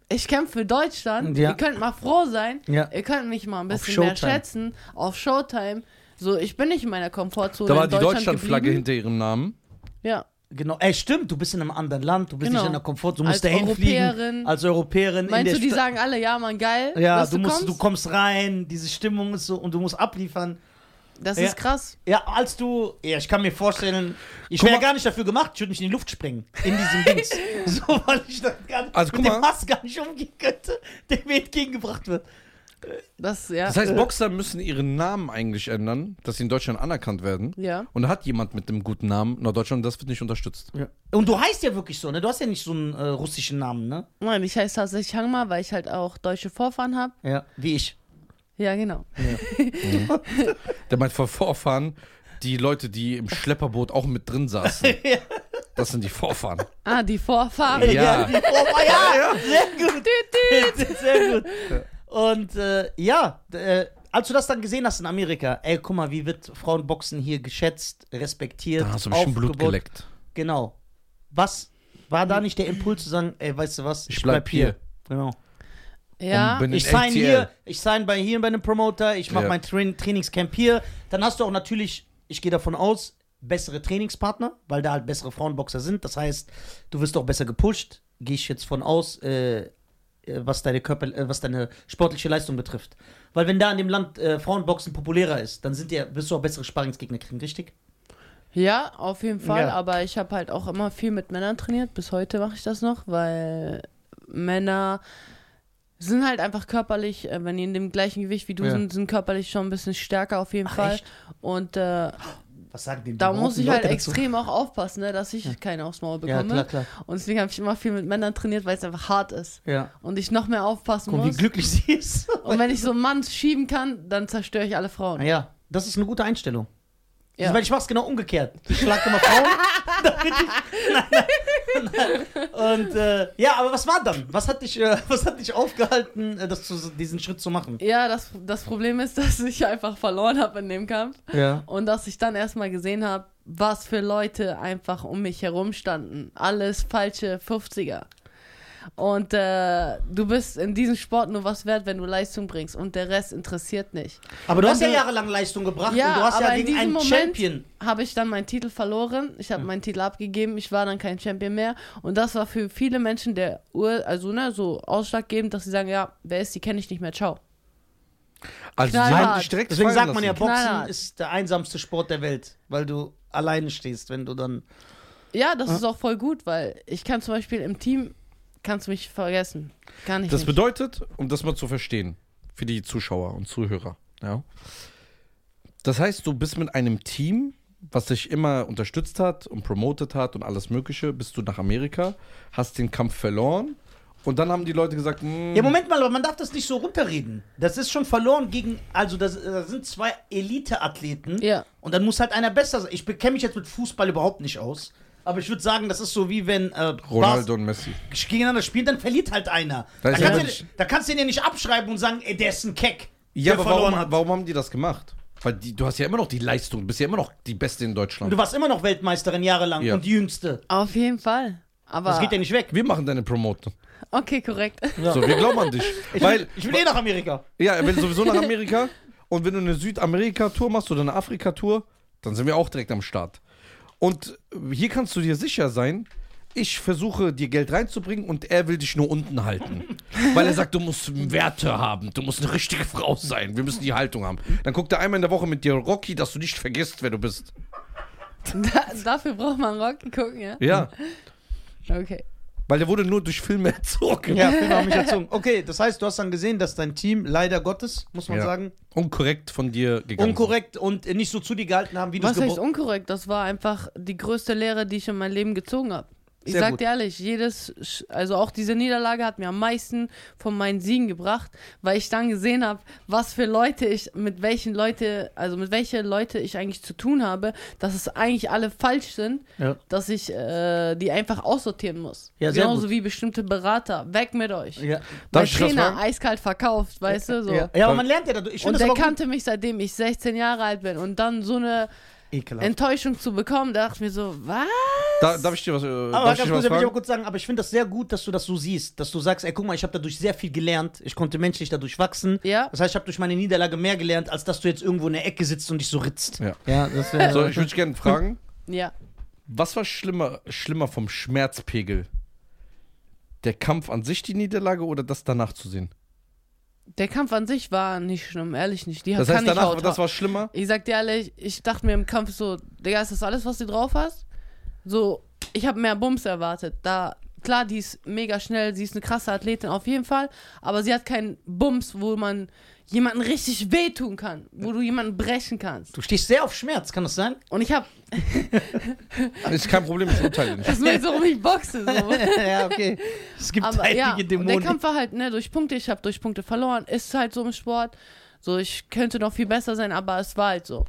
Ich kämpfe für Deutschland. Ja. Ihr könnt mal froh sein. Ja. Ihr könnt mich mal ein bisschen Showtime. mehr schätzen auf Showtime. So, ich bin nicht in meiner Komfortzone. Da war in die Deutschland Deutschlandflagge geblieben. hinter ihrem Namen. Ja. Genau, ey, stimmt, du bist in einem anderen Land, du bist Genau. nicht in der Komfort, du Als musst da hinfliegen. Europäerin. Als Europäerin. in Meinst der du, die Sta- sagen alle, ja, Mann, geil, Ja, dass du, du, musst, kommst? du kommst rein, diese Stimmung ist so und du musst abliefern. das Ja. ist krass. Ja, als du. Ja, ich kann mir vorstellen, ich Guck wäre mal- gar nicht dafür gemacht, ich würde mich in die Luft springen. In diesem Dings. So, weil ich dann gar nicht Also, guck mit dem mal. Hass gar nicht umgehen könnte, der mir entgegengebracht wird. Das, ja. Das heißt, Boxer müssen ihren Namen eigentlich ändern, dass sie in Deutschland anerkannt werden. ja. Und da hat jemand mit einem guten Namen nach Deutschland, das wird nicht unterstützt. Und du heißt ja wirklich so, ne? Du hast ja nicht so einen äh, russischen Namen, ne? Nein, ich heiße tatsächlich Hangma, weil ich halt auch deutsche Vorfahren habe. Ja. Wie ich. Ja, genau. Der meint vor Vorfahren, die Leute, die im Schlepperboot auch mit drin saßen. Das sind die Vorfahren. Ah, die Vorfahren. Ja. die- oh, ja, ja. Sehr gut. Sehr gut. Und äh, ja, d- äh, als du das dann gesehen hast in Amerika, ey, guck mal, wie wird Frauenboxen hier geschätzt, respektiert, Da hast du bestimmt Blut aufgebaut. geleckt. Genau. Was war da nicht der Impuls zu sagen, ey, weißt du was, Ich bleib hier. Genau. Ja. Und bin- In Ich sign LTL. hier, ich sign bei hier bei einem Promoter, ich mache Ja. mein Train Trainingscamp hier. Dann hast du auch natürlich, ich gehe davon aus, bessere Trainingspartner, weil da halt bessere Frauenboxer sind. Das heißt, du wirst auch besser gepusht, gehe ich jetzt von aus, äh, äh, was deine Körper, äh, was deine sportliche Leistung betrifft. Weil wenn da in dem Land äh, Frauenboxen populärer ist, dann sind ja, wirst du auch bessere Sparringsgegner kriegen, richtig? Ja, auf jeden Fall. Ja. Aber ich habe halt auch immer viel mit Männern trainiert. Bis heute mache ich das noch, weil Männer sind halt einfach körperlich, äh, wenn die in dem gleichen Gewicht wie du Ja. sind, sind körperlich schon ein bisschen stärker auf jeden Ach, Fall. echt? Und äh, Was sagen denn die da roten muss ich Leute halt dazu? extrem ne? auch aufpassen, ne, dass ich keinen aufs Maul bekomme. Ja, klar, klar. Und deswegen habe ich immer viel mit Männern trainiert, weil es einfach hart ist. Ja. Und ich noch mehr aufpassen Guck, mal, wie muss. glücklich sie ist. Und wenn ich so einen Mann schieben kann, dann zerstöre ich alle Frauen. Ah Ja, das ist eine gute Einstellung. Ja. Also, weil ich mach's genau umgekehrt. Ich schlag immer Frauen, damit ich. Nein, nein, nein. Und äh, ja, aber was war dann? Was hat dich, äh, was hat dich aufgehalten, äh, das zu, diesen Schritt zu machen? Ja, das, das Problem ist, dass ich einfach verloren habe in dem Kampf. Ja. Und dass ich dann erstmal gesehen habe, was für Leute einfach um mich herum standen. Alles falsche 50er. Und äh, du bist in diesem Sport nur was wert, wenn du Leistung bringst. Und der Rest interessiert nicht. Aber du Wenn hast ja du- jahrelang Leistung gebracht Ja, und du hast ja aber in gegen einen diesem Moment- Champion. Habe ich dann meinen Titel verloren. Ich habe meinen Titel abgegeben. Ich war dann kein Champion mehr. Und das war für viele Menschen der Ur, also ne, so ausschlaggebend, dass sie sagen, ja, wer ist die, kenne ich nicht mehr. Ciao. Also, die Knallhart. haben dich direkt Deswegen fallen sagt man ja, lassen. Boxen Knallhart. ist der einsamste Sport der Welt, weil du alleine stehst, wenn du dann. Ja, das ist auch voll gut, weil ich kann zum Beispiel im Team, kannst du mich vergessen. Kann ich Das nicht. bedeutet, um das mal zu verstehen, für die Zuschauer und Zuhörer, ja. Das heißt, du bist mit einem Team, was dich immer unterstützt hat und promotet hat und alles Mögliche, bist du nach Amerika, hast den Kampf verloren und dann haben die Leute gesagt, "Mm, Ja, Moment mal, aber man darf das nicht so runterreden. Das ist schon verloren gegen, also das, das sind zwei Elite-Athleten. Ja. Und dann muss halt einer besser sein. Ich bekenne mich jetzt mit Fußball überhaupt nicht aus. Aber ich würde sagen, das ist so wie wenn äh, Ronaldo und Messi. Bas- gegeneinander spielen, dann verliert halt einer. Da, Da ist ja kannst, du, nicht- da kannst du ihn ja nicht abschreiben und sagen, ey, der ist ein Keck. Ja, der aber verloren warum, hat. warum haben die das gemacht? Weil die, du hast ja immer noch die Leistung, du bist ja immer noch die Beste in Und du Deutschland. warst immer noch Weltmeisterin jahrelang Ja. und die Jüngste. Auf jeden Fall. Aber. Das geht ja nicht weg. Wir machen deine Promote. Okay, korrekt. So, wir glauben an dich. Weil, Ich will eh nach Amerika. ja, wenn sowieso nach Amerika und wenn du eine Südamerika-Tour machst oder eine Afrika-Tour, dann sind wir auch direkt am Start. Und hier kannst du dir sicher sein, ich versuche dir Geld reinzubringen und er will dich nur unten halten. Weil er sagt, du musst Werte haben, du musst eine richtige Frau sein, wir müssen die Haltung haben. Dann guckt er einmal in der Woche mit dir Rocky, dass du nicht vergisst, wer du bist. Da, dafür braucht man Rocky gucken, ja? Ja, Okay. weil der wurde nur durch Filme erzogen. Ja, Filme haben mich erzogen. Okay, das heißt, du hast dann gesehen, dass dein Team leider Gottes, muss man Ja. sagen, Unkorrekt von dir gegangen. sind. unkorrekt und nicht so zu dir gehalten haben, wie du es Was heißt gebo- unkorrekt? Das war einfach die größte Lehre, die ich in meinem Leben gezogen habe. Ich Sehr sag gut. dir ehrlich, jedes, Sch- also auch diese Niederlage hat mir am meisten von meinen Siegen gebracht, weil ich dann gesehen habe, was für Leute ich, mit welchen Leute, also mit welchen Leute ich eigentlich zu tun habe, dass es eigentlich alle falsch sind, Ja. dass ich äh, die einfach aussortieren muss. Ja, sehr Genauso gut. wie bestimmte Berater. Weg mit euch. Ja. Darf Mein ich was Trainer fragen? eiskalt verkauft, weißt du? So. Ja. ja, aber man lernt ja dadurch. Ich finde Und das der aber gut. kannte mich, seitdem ich 16 Jahre alt bin. Und dann so eine Ekelhaft. Enttäuschung zu bekommen, dachte ich mir so, was? Da, darf ich dir was, äh, darf Aber ganz ich kurz, dir was da will ich fragen? auch kurz sagen, aber ich finde das sehr gut, dass du das so siehst, dass du sagst, ey, guck mal, ich habe dadurch sehr viel gelernt, ich konnte menschlich dadurch wachsen. Ja. Das heißt, ich habe durch meine Niederlage mehr gelernt, als dass du jetzt irgendwo in der Ecke sitzt und dich so ritzt. Ja. das So, ich würde dich gerne fragen, Ja. was war schlimmer, schlimmer vom Schmerzpegel? Der Kampf an sich, die Niederlage oder das danach zu sehen? Der Kampf an sich war nicht schlimm, ehrlich nicht. Die Das kann heißt, ich danach, haut- das war schlimmer? Ich sag dir ehrlich, ich dachte mir im Kampf so, Digga, ist das alles, was du drauf hast? So, ich habe mehr Bums erwartet. Da, klar, die ist mega schnell, sie ist eine krasse Athletin auf jeden Fall, aber sie hat keinen Bums, wo man jemanden richtig wehtun kann, wo du jemanden brechen kannst. Du stehst sehr auf Schmerz, kann das sein? Und ich habe, Ist kein Problem, ich urteile nicht. das ist so um ich boxe, so. ja, okay. Es gibt Aber einige ja, und der Dämonen. Kampf war halt ne, durch Punkte. Ich habe durch Punkte verloren. Ist halt so im Sport. So, ich könnte noch viel besser sein, aber es war halt so.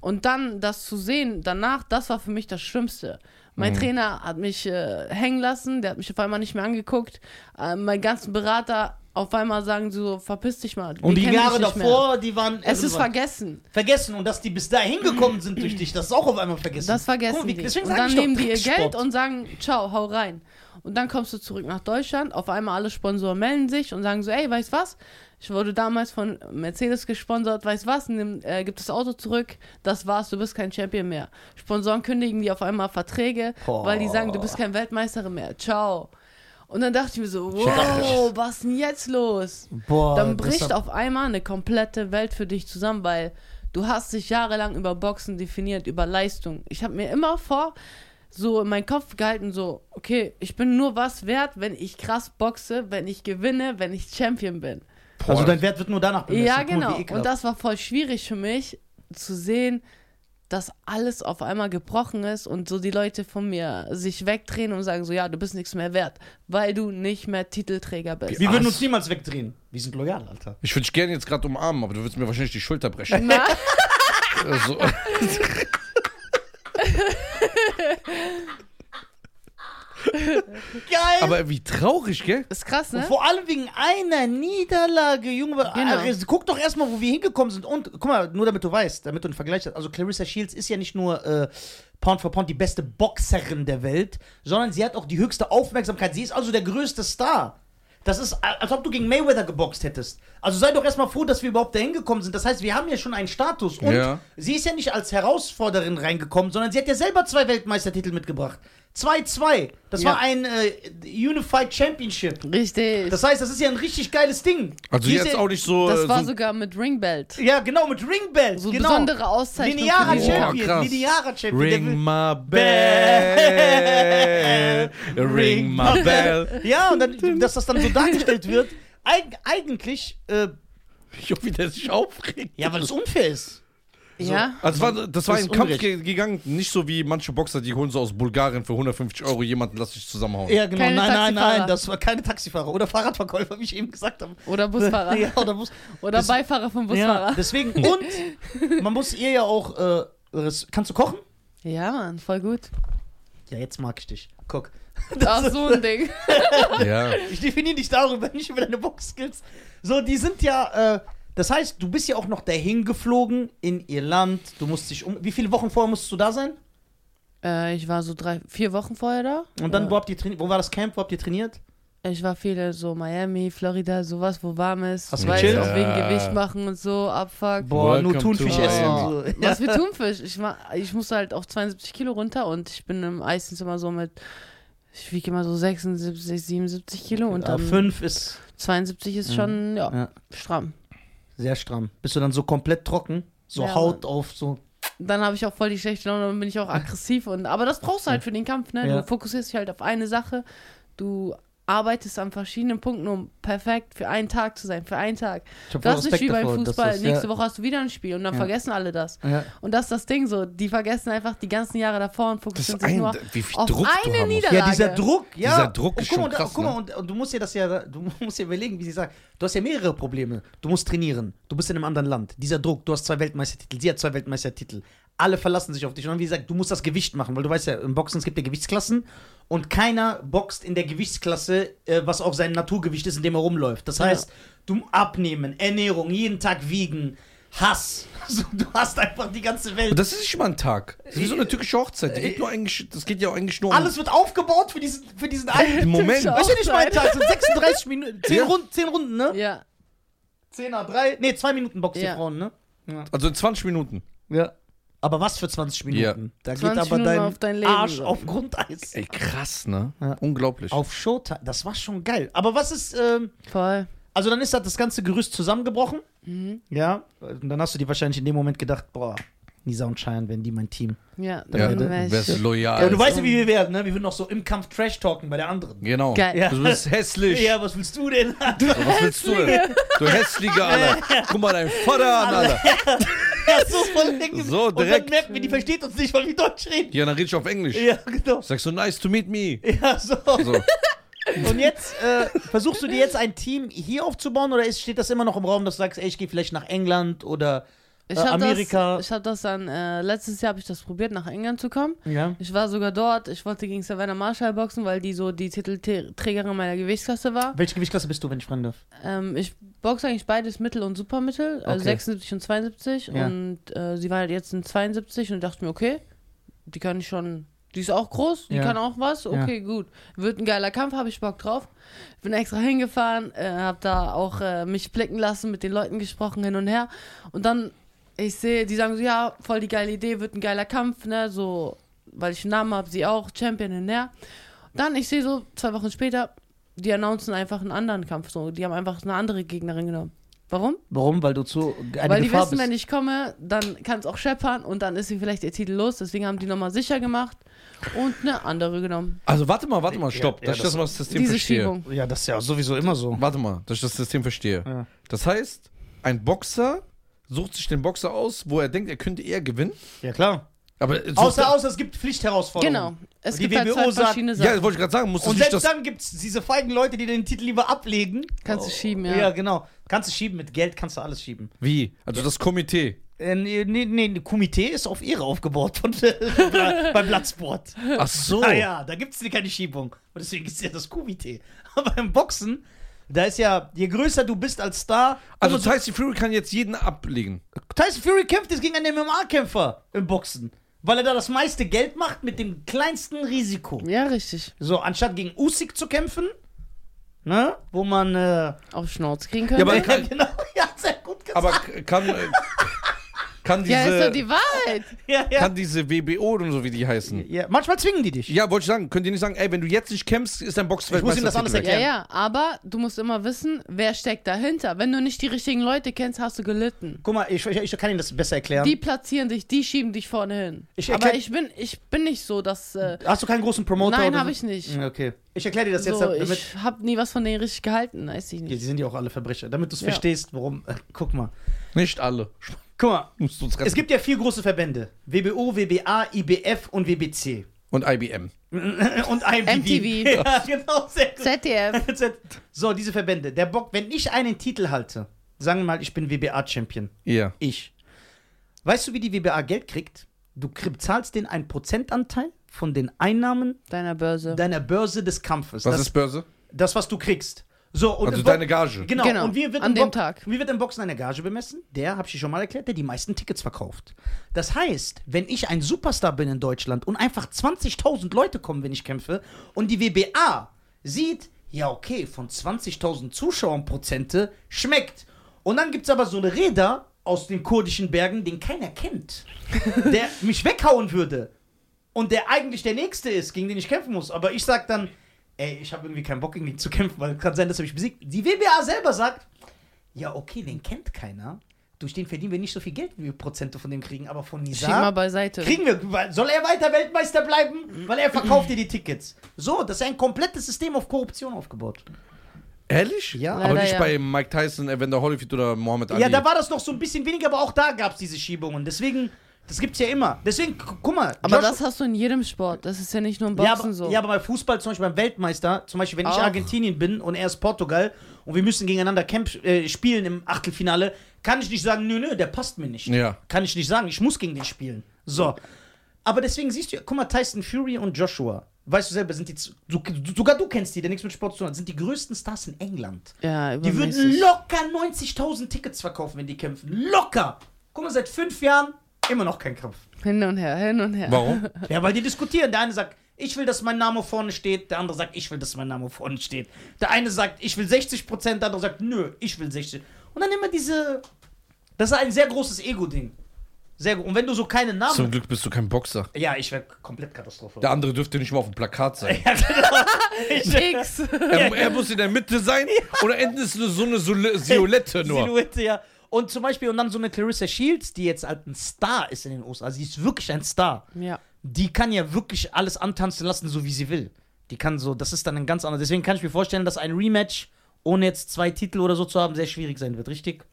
Und dann das zu sehen, danach, das war für mich das Schlimmste. Mhm. Mein Trainer hat mich äh, hängen lassen, der hat mich auf einmal nicht mehr angeguckt. Äh, mein ganzen Berater auf einmal sagen sie so, verpiss dich mal. wir und die kennen dich Jahre nicht mehr. davor, die waren Es ist irrelevant. vergessen. vergessen und dass die bis dahin gekommen sind durch dich, das ist auch auf einmal vergessen. Das vergessen Guck mal, wie- die. Deswegen Und sag dann ich doch, nehmen die ihr Drecksport. Geld und sagen, ciao, hau rein. Und dann kommst du zurück nach Deutschland, auf einmal alle Sponsoren melden sich und sagen so, ey, weißt was? Ich wurde damals von Mercedes gesponsert, weißt was? Nimm, äh, gib das Auto zurück, das war's, du bist kein Champion mehr. Sponsoren kündigen die auf einmal Verträge, Boah. weil die sagen, du bist kein Weltmeisterin mehr, ciao. Und dann dachte ich mir so, wow, was ist denn jetzt los? Boah, dann das bricht hat- auf einmal eine komplette Welt für dich zusammen, weil du hast dich jahrelang über Boxen definiert, über Leistung. Ich habe mir immer vor so in meinen Kopf gehalten, so, okay, ich bin nur was wert, wenn ich krass boxe, wenn ich gewinne, wenn ich Champion bin. Also dein Wert wird nur danach bemessen. Ja, Guck mal, genau. wie Und ekelhaft. das war voll schwierig für mich zu sehen, dass alles auf einmal gebrochen ist und so die Leute von mir sich wegdrehen und sagen so, ja, du bist nichts mehr wert, weil du nicht mehr Titelträger bist. wir würden Ass. uns niemals wegdrehen. Wir sind loyal, Alter. Ich würde dich gerne jetzt gerade umarmen, aber du würdest mir wahrscheinlich die Schulter brechen. Na? Also, Geil! aber wie traurig, gell? Ist krass, Und ne? vor allem wegen einer Niederlage, Junge. Ah, es- Guck doch erstmal, wo wir hingekommen sind. Und guck mal, nur damit du weißt, damit du einen Vergleich hast. Also Clarissa Shields ist ja nicht nur äh, Pound for Pound die beste Boxerin der Welt, sondern sie hat auch die höchste Aufmerksamkeit. Sie ist also der größte Star. Das ist, a- als ob du gegen Mayweather geboxt hättest. Also sei doch erstmal froh, dass wir überhaupt dahin gekommen sind. Das heißt, wir haben ja schon einen Status. Und Ja. sie ist ja nicht als Herausforderin reingekommen, sondern sie hat ja selber zwei Weltmeistertitel mitgebracht. 2-2. Das Ja. war ein äh, Unified Championship. Richtig. Das, Das heißt, das ist ja ein richtig geiles Ding. Also Die ist jetzt ja- auch nicht so. äh, war so sogar mit Ringbelt. Ja, genau, mit Ringbell. So genau. besondere Auszeichnung. Linearer für diesen Boah, Kampf. Champion. Oh, krass. Linearer Champion. Ring Der my bell. Ring my bell. will- ja, und dann, dass das dann so dargestellt wird. Eig eigentlich, äh, Ich hoffe, wie der sich aufregt. ja, weil es unfair ist. Ja? Also es war, das war Das ein ist Kampf Unrecht. ge- gegangen, nicht so wie manche Boxer, die holen so aus Bulgarien für 150 Euro jemanden, lass dich zusammenhauen. Ja, genau. Keine nein, nein, nein, Taxifahrer. das war keine Taxifahrer oder Fahrradverkäufer, wie ich eben gesagt habe. Oder Busfahrer. Ja, oder Bus. Oder Das- Beifahrer vom Ja, Busfahrer. deswegen. Und man muss ihr ja auch. Äh, res- kannst du kochen? Ja, Mann, voll gut. Ja, jetzt mag ich dich. Guck. Auch so ein Ding. Ja. Ich definiere dich darüber, nicht über deine Boxskills. So, die sind ja. Äh, das heißt, du bist ja auch noch dahin geflogen in ihr Land. Du musst dich um. Wie viele Wochen vorher musstest du da sein? Äh, ich war so drei, vier Wochen vorher da. Und dann, wo ja. habt ihr trainiert? Wo war das Camp? Wo habt ihr trainiert? Ich war viele so Miami, Florida, sowas, wo warm ist. Hast Hast du du weißt, gechillt? auch wegen Ja. Gewicht machen und so, Abfuck. Boah, Welcome nur Thunfisch to essen. Miami. und So. Was für Thunfisch? Ich, war, ich musste halt auf 72 Kilo runter und ich bin im Eisens immer so mit, ich wiege immer so 76, 77 Kilo und Ja, dann fünf ist 72 ist schon, ja, Ja. stramm. sehr stramm. Bist du dann so komplett trocken? So Ja, Haut auf, so. Dann habe ich auch voll die schlechte Laune und bin ich auch aggressiv. Und, aber das brauchst du halt für den Kampf, ne? Ja. Du fokussierst dich halt auf eine Sache. Du arbeitest an verschiedenen Punkten, um perfekt für einen Tag zu sein, für einen Tag. Ich hab Das ist nicht wie beim dass Fußball. das- Nächste ja. Woche hast du wieder ein Spiel und dann Ja. vergessen alle das. Ja. Und das ist das Ding so. Die vergessen einfach die ganzen Jahre davor und Das fokussieren ist sich ein, nur wie viel auf Druck du eine haben musst. Niederlage. Ja, dieser Druck, ja. Dieser Druck ist und guck mal, schon und, krass, Guck mal, ne? und, und du musst dir das ja, du musst dir überlegen, wie sie sagt. Du hast ja mehrere Probleme. Du musst trainieren. Du bist in einem anderen Land. Dieser Druck, du hast zwei Weltmeistertitel, sie hat zwei Weltmeistertitel. Alle verlassen sich auf dich. Und dann, wie gesagt, du musst das Gewicht machen, weil du weißt ja, im Boxen es gibt ja Gewichtsklassen und keiner boxt in der Gewichtsklasse, äh, was auch sein Naturgewicht ist, in dem er rumläuft. Das heißt, du abnehmen, Ernährung, jeden Tag wiegen, Hass. So, du hast einfach die ganze Welt. Und das ist nicht mal ein Tag. Das ist wie so eine türkische Hochzeit. Die geht nur eigentlich, das geht ja auch eigentlich nur Alles wird aufgebaut für diesen, für diesen einen im Moment. Türkische Weißt du nicht Hochzeit. mein Tag? Sind 36 Also Minuten. 10, Ja. Runden, 10 Runden, ne? Ja. 10 er 3. Ne, 2 Minuten Box die Ja. Frauen, ne? Also in 20 Minuten. Ja. Aber was für 20 Minuten? Da 20 geht aber Minuten dein, auf dein Leben Arsch so. auf Grundeis. Ey, krass, ne? Ja. Unglaublich. Auf Showtime. Das war schon geil. Aber was ist, ähm, Voll. also dann ist das, das ganze Gerüst zusammengebrochen. Mhm. Ja. Und dann hast du dir wahrscheinlich in dem Moment gedacht, boah, Nisa und Cheyenne wären die mein Team. Ja. ja, dann wär ich- wärst du loyal. Aber du weißt ja, wie wir werden, ne? Wir würden noch so im Kampf Trash-Talken bei der anderen. genau. Geil. Ja. Du bist hässlich. Ja, was willst du denn? Aber Was willst du denn? Du hässlicher, Alter. Guck mal deinen Vater an, Alter. Ja, so voll denken. So, Und dann direkt. merken wir, die versteht uns nicht, weil wir Deutsch reden. Ja, dann red ich auf Englisch. Ja, genau. Sagst du, nice to meet me. Ja, so. So. Und jetzt äh, versuchst du dir jetzt ein Team hier aufzubauen oder ist, steht das immer noch im Raum, dass du sagst, ey, ich gehe vielleicht nach England oder Ich Äh, hab Amerika. Das, ich habe das dann, äh, letztes Jahr habe ich das probiert, nach England zu kommen. ja. Ich war sogar dort. Ich wollte gegen Savannah Marshall boxen, weil die so die Titelträgerin meiner Gewichtsklasse war. Welche Gewichtsklasse bist du, wenn ich fragen darf? Ähm, ich boxe eigentlich beides Mittel- und Supermittel, also Okay. 76 und 72. Ja. Und äh, sie war halt jetzt in 72 und dachte mir, okay, die kann ich schon. Die ist auch groß, die Ja. kann auch was. Okay, gut. Wird ein geiler Kampf, habe ich Bock drauf. Bin extra hingefahren, äh, habe da auch äh, mich blicken lassen, mit den Leuten gesprochen, hin und her. Und dann, ich sehe, die sagen so, ja, voll die geile Idee, wird ein geiler Kampf, ne? So, weil ich einen Namen habe, sie auch, Champion hin und her. Dann, ich sehe so, zwei Wochen später, die announcen einfach einen anderen Kampf. So. Die haben einfach eine andere Gegnerin genommen. Warum? Warum? Weil du zu eine Weil die Gefahr wissen, bist. wenn ich komme, dann kann es auch scheppern und dann ist sie vielleicht ihr Titel los. Deswegen haben die nochmal sicher gemacht und eine andere genommen. Also warte mal, warte mal, stopp. Ja, dass ja, ich das mal das System Diese verstehe. Schiebung. ja, das ist ja sowieso immer so. Warte mal, dass ich das System verstehe. Ja. Das heißt, ein Boxer sucht sich den Boxer aus, wo er denkt, er könnte eher gewinnen. Ja, klar. Aber sucht Außer, er, außer es gibt Pflichtherausforderungen. Genau. Es Die gibt halt zwei WBO sagt- verschiedene Sachen. Ja, das wollte ich gerade sagen, muss das Und nicht selbst das. dann gibt es diese feigen Leute, die den Titel lieber ablegen. Kannst du schieben, Ja. ja. genau. Kannst du schieben, mit Geld kannst du alles schieben. Wie? Also das Komitee. Äh, nee, nee, nee, Komitee ist auf Ehre aufgebaut von, bei Blattsport. Ach so. Ah ja, da gibt es keine Schiebung. Und deswegen ist ja das Kumite. Aber im Boxen, da ist ja, je größer du bist als Star, Also umso- Tyson Fury kann jetzt jeden ablegen. Tyson Fury kämpft jetzt gegen einen MMA-Kämpfer im Boxen. Weil er da das meiste Geld macht mit dem kleinsten Risiko. Ja, richtig. So, anstatt gegen Usyk zu kämpfen, ne, wo man, äh, Auf Schnauz kriegen können. Ja, aber- Ja, ja, genau, ja, sehr gut gesagt. Aber k- kann äh, kann diese ist doch also die Wahrheit. ja, ja. kann diese WBO und so wie die heißen. ja, manchmal zwingen die dich. Ja, wollte ich sagen, könnt ihr nicht sagen, ey, wenn du jetzt nicht kämpfst, ist dein Boxer Ich muss ihm das alles Ja, erklären. ja, aber du musst immer wissen, wer steckt dahinter. Wenn du nicht die richtigen Leute kennst, hast du gelitten. Guck mal, ich, ich, ich kann Ihnen das besser erklären. Die platzieren dich, die schieben dich vorne hin. Ich aber erklär- ich bin, ich bin nicht so, dass. Äh, Hast du keinen großen Promoter? nein, oder habe so? ich nicht. Okay. Ich erkläre dir das jetzt, halt so, damit. ich habe nie was von denen richtig gehalten, weiß ich Ja, die nicht. sind ja auch alle Verbrecher. Damit du es Ja. verstehst, warum. äh, Guck mal. Nicht alle. Guck mal. Musst du uns retten. Es gibt ja vier große Verbände: WBO, WBA, IBF und WBC. Und IBM. Und IMDb. MTV. Ja, genau, sehr gut. ZDF. So, diese Verbände. Der Bock, wenn ich einen Titel halte, sagen wir mal, ich bin WBA-Champion. Ja. Ich. Weißt du, wie die WBA Geld kriegt? Du krie- zahlst denen einen Prozentanteil von den Einnahmen Deiner Börse. deiner Börse des Kampfes. Was das, ist Börse? das, was du kriegst. So, und Also im Bo- deine Gage. Genau. Genau, Und wie wird, an im dem Bo- Tag. wie wird im Boxen eine Gage bemessen? Der, hab ich dir schon mal erklärt, der die meisten Tickets verkauft. Das heißt, wenn ich ein Superstar bin in Deutschland und einfach 20.000 Leute kommen, wenn ich kämpfe und die WBA sieht, ja okay, von 20.000 Zuschauern Prozente schmeckt. Und dann gibt's aber so eine Räder aus den kurdischen Bergen, den keiner kennt, der mich weghauen würde und der eigentlich der Nächste ist, gegen den ich kämpfen muss. Aber ich sag dann, ey, ich habe irgendwie keinen Bock, gegen den zu kämpfen, weil kann sein, dass er mich besiegt. Die WBA selber sagt, ja, okay, den kennt keiner. Durch den verdienen wir nicht so viel Geld, wie wir Prozente von dem kriegen, aber von Schieb mal Nizar beiseite. kriegen wir. Soll er weiter Weltmeister bleiben? Weil er verkauft dir die Tickets. So, das ist ein komplettes System auf Korruption aufgebaut. Ehrlich? Ja. Aber Leider nicht ja. bei Mike Tyson, Evander Holyfield oder Mohammed Ali. Ja, da war das noch so ein bisschen weniger, aber auch da gab es diese Schiebungen. Deswegen, das gibt's ja immer. Deswegen, gu- guck mal. Aber Joshua- das hast du in jedem Sport. Das ist ja nicht nur im Boxen Ja aber, so. ja, aber bei Fußball, zum Beispiel beim Weltmeister, zum Beispiel, wenn ich Auch. Argentinien bin und er ist Portugal und wir müssen gegeneinander kämp äh, spielen im Achtelfinale, kann ich nicht sagen, nö, nö, der passt mir nicht. Ja. Kann ich nicht sagen, ich muss gegen den spielen. So. Aber deswegen siehst du, guck mal, Tyson Fury und Joshua, weißt du selber, sind die, z- du, du- sogar du kennst die, der nichts mit Sport zu tun hat, sind die größten Stars in England. ja Die würden übermäßig. locker 90.000 Tickets verkaufen, wenn die kämpfen. Locker! Guck mal, seit fünf Jahren immer noch kein Kampf. Hin und her, hin und her. Warum? Ja, weil die diskutieren. Der eine sagt, ich will, dass mein Name vorne steht. Der andere sagt, ich will, dass mein Name vorne steht. Der eine sagt, ich will 60 Prozent. Der andere sagt, nö, ich will 60. Und dann immer diese. Das ist ein sehr großes Ego-Ding. Sehr gut. Und wenn du so keinen Namen. Zum Glück bist du kein Boxer. ja, ich wäre komplett Katastrophe. Der andere dürfte nicht mal auf dem Plakat sein. X. Er, er muss in der Mitte sein oder enden ist nur so eine Sole- Silhouette nur. Silhouette, ja. Und zum Beispiel, und dann so eine Clarissa Shields, die jetzt halt ein Star ist in den USA. Sie ist wirklich ein Star. ja. die kann ja wirklich alles antanzen lassen, so wie sie will. Die kann so, das ist dann ein ganz anderes. Deswegen kann ich mir vorstellen, dass ein Rematch, ohne jetzt zwei Titel oder so zu haben, sehr schwierig sein wird, richtig?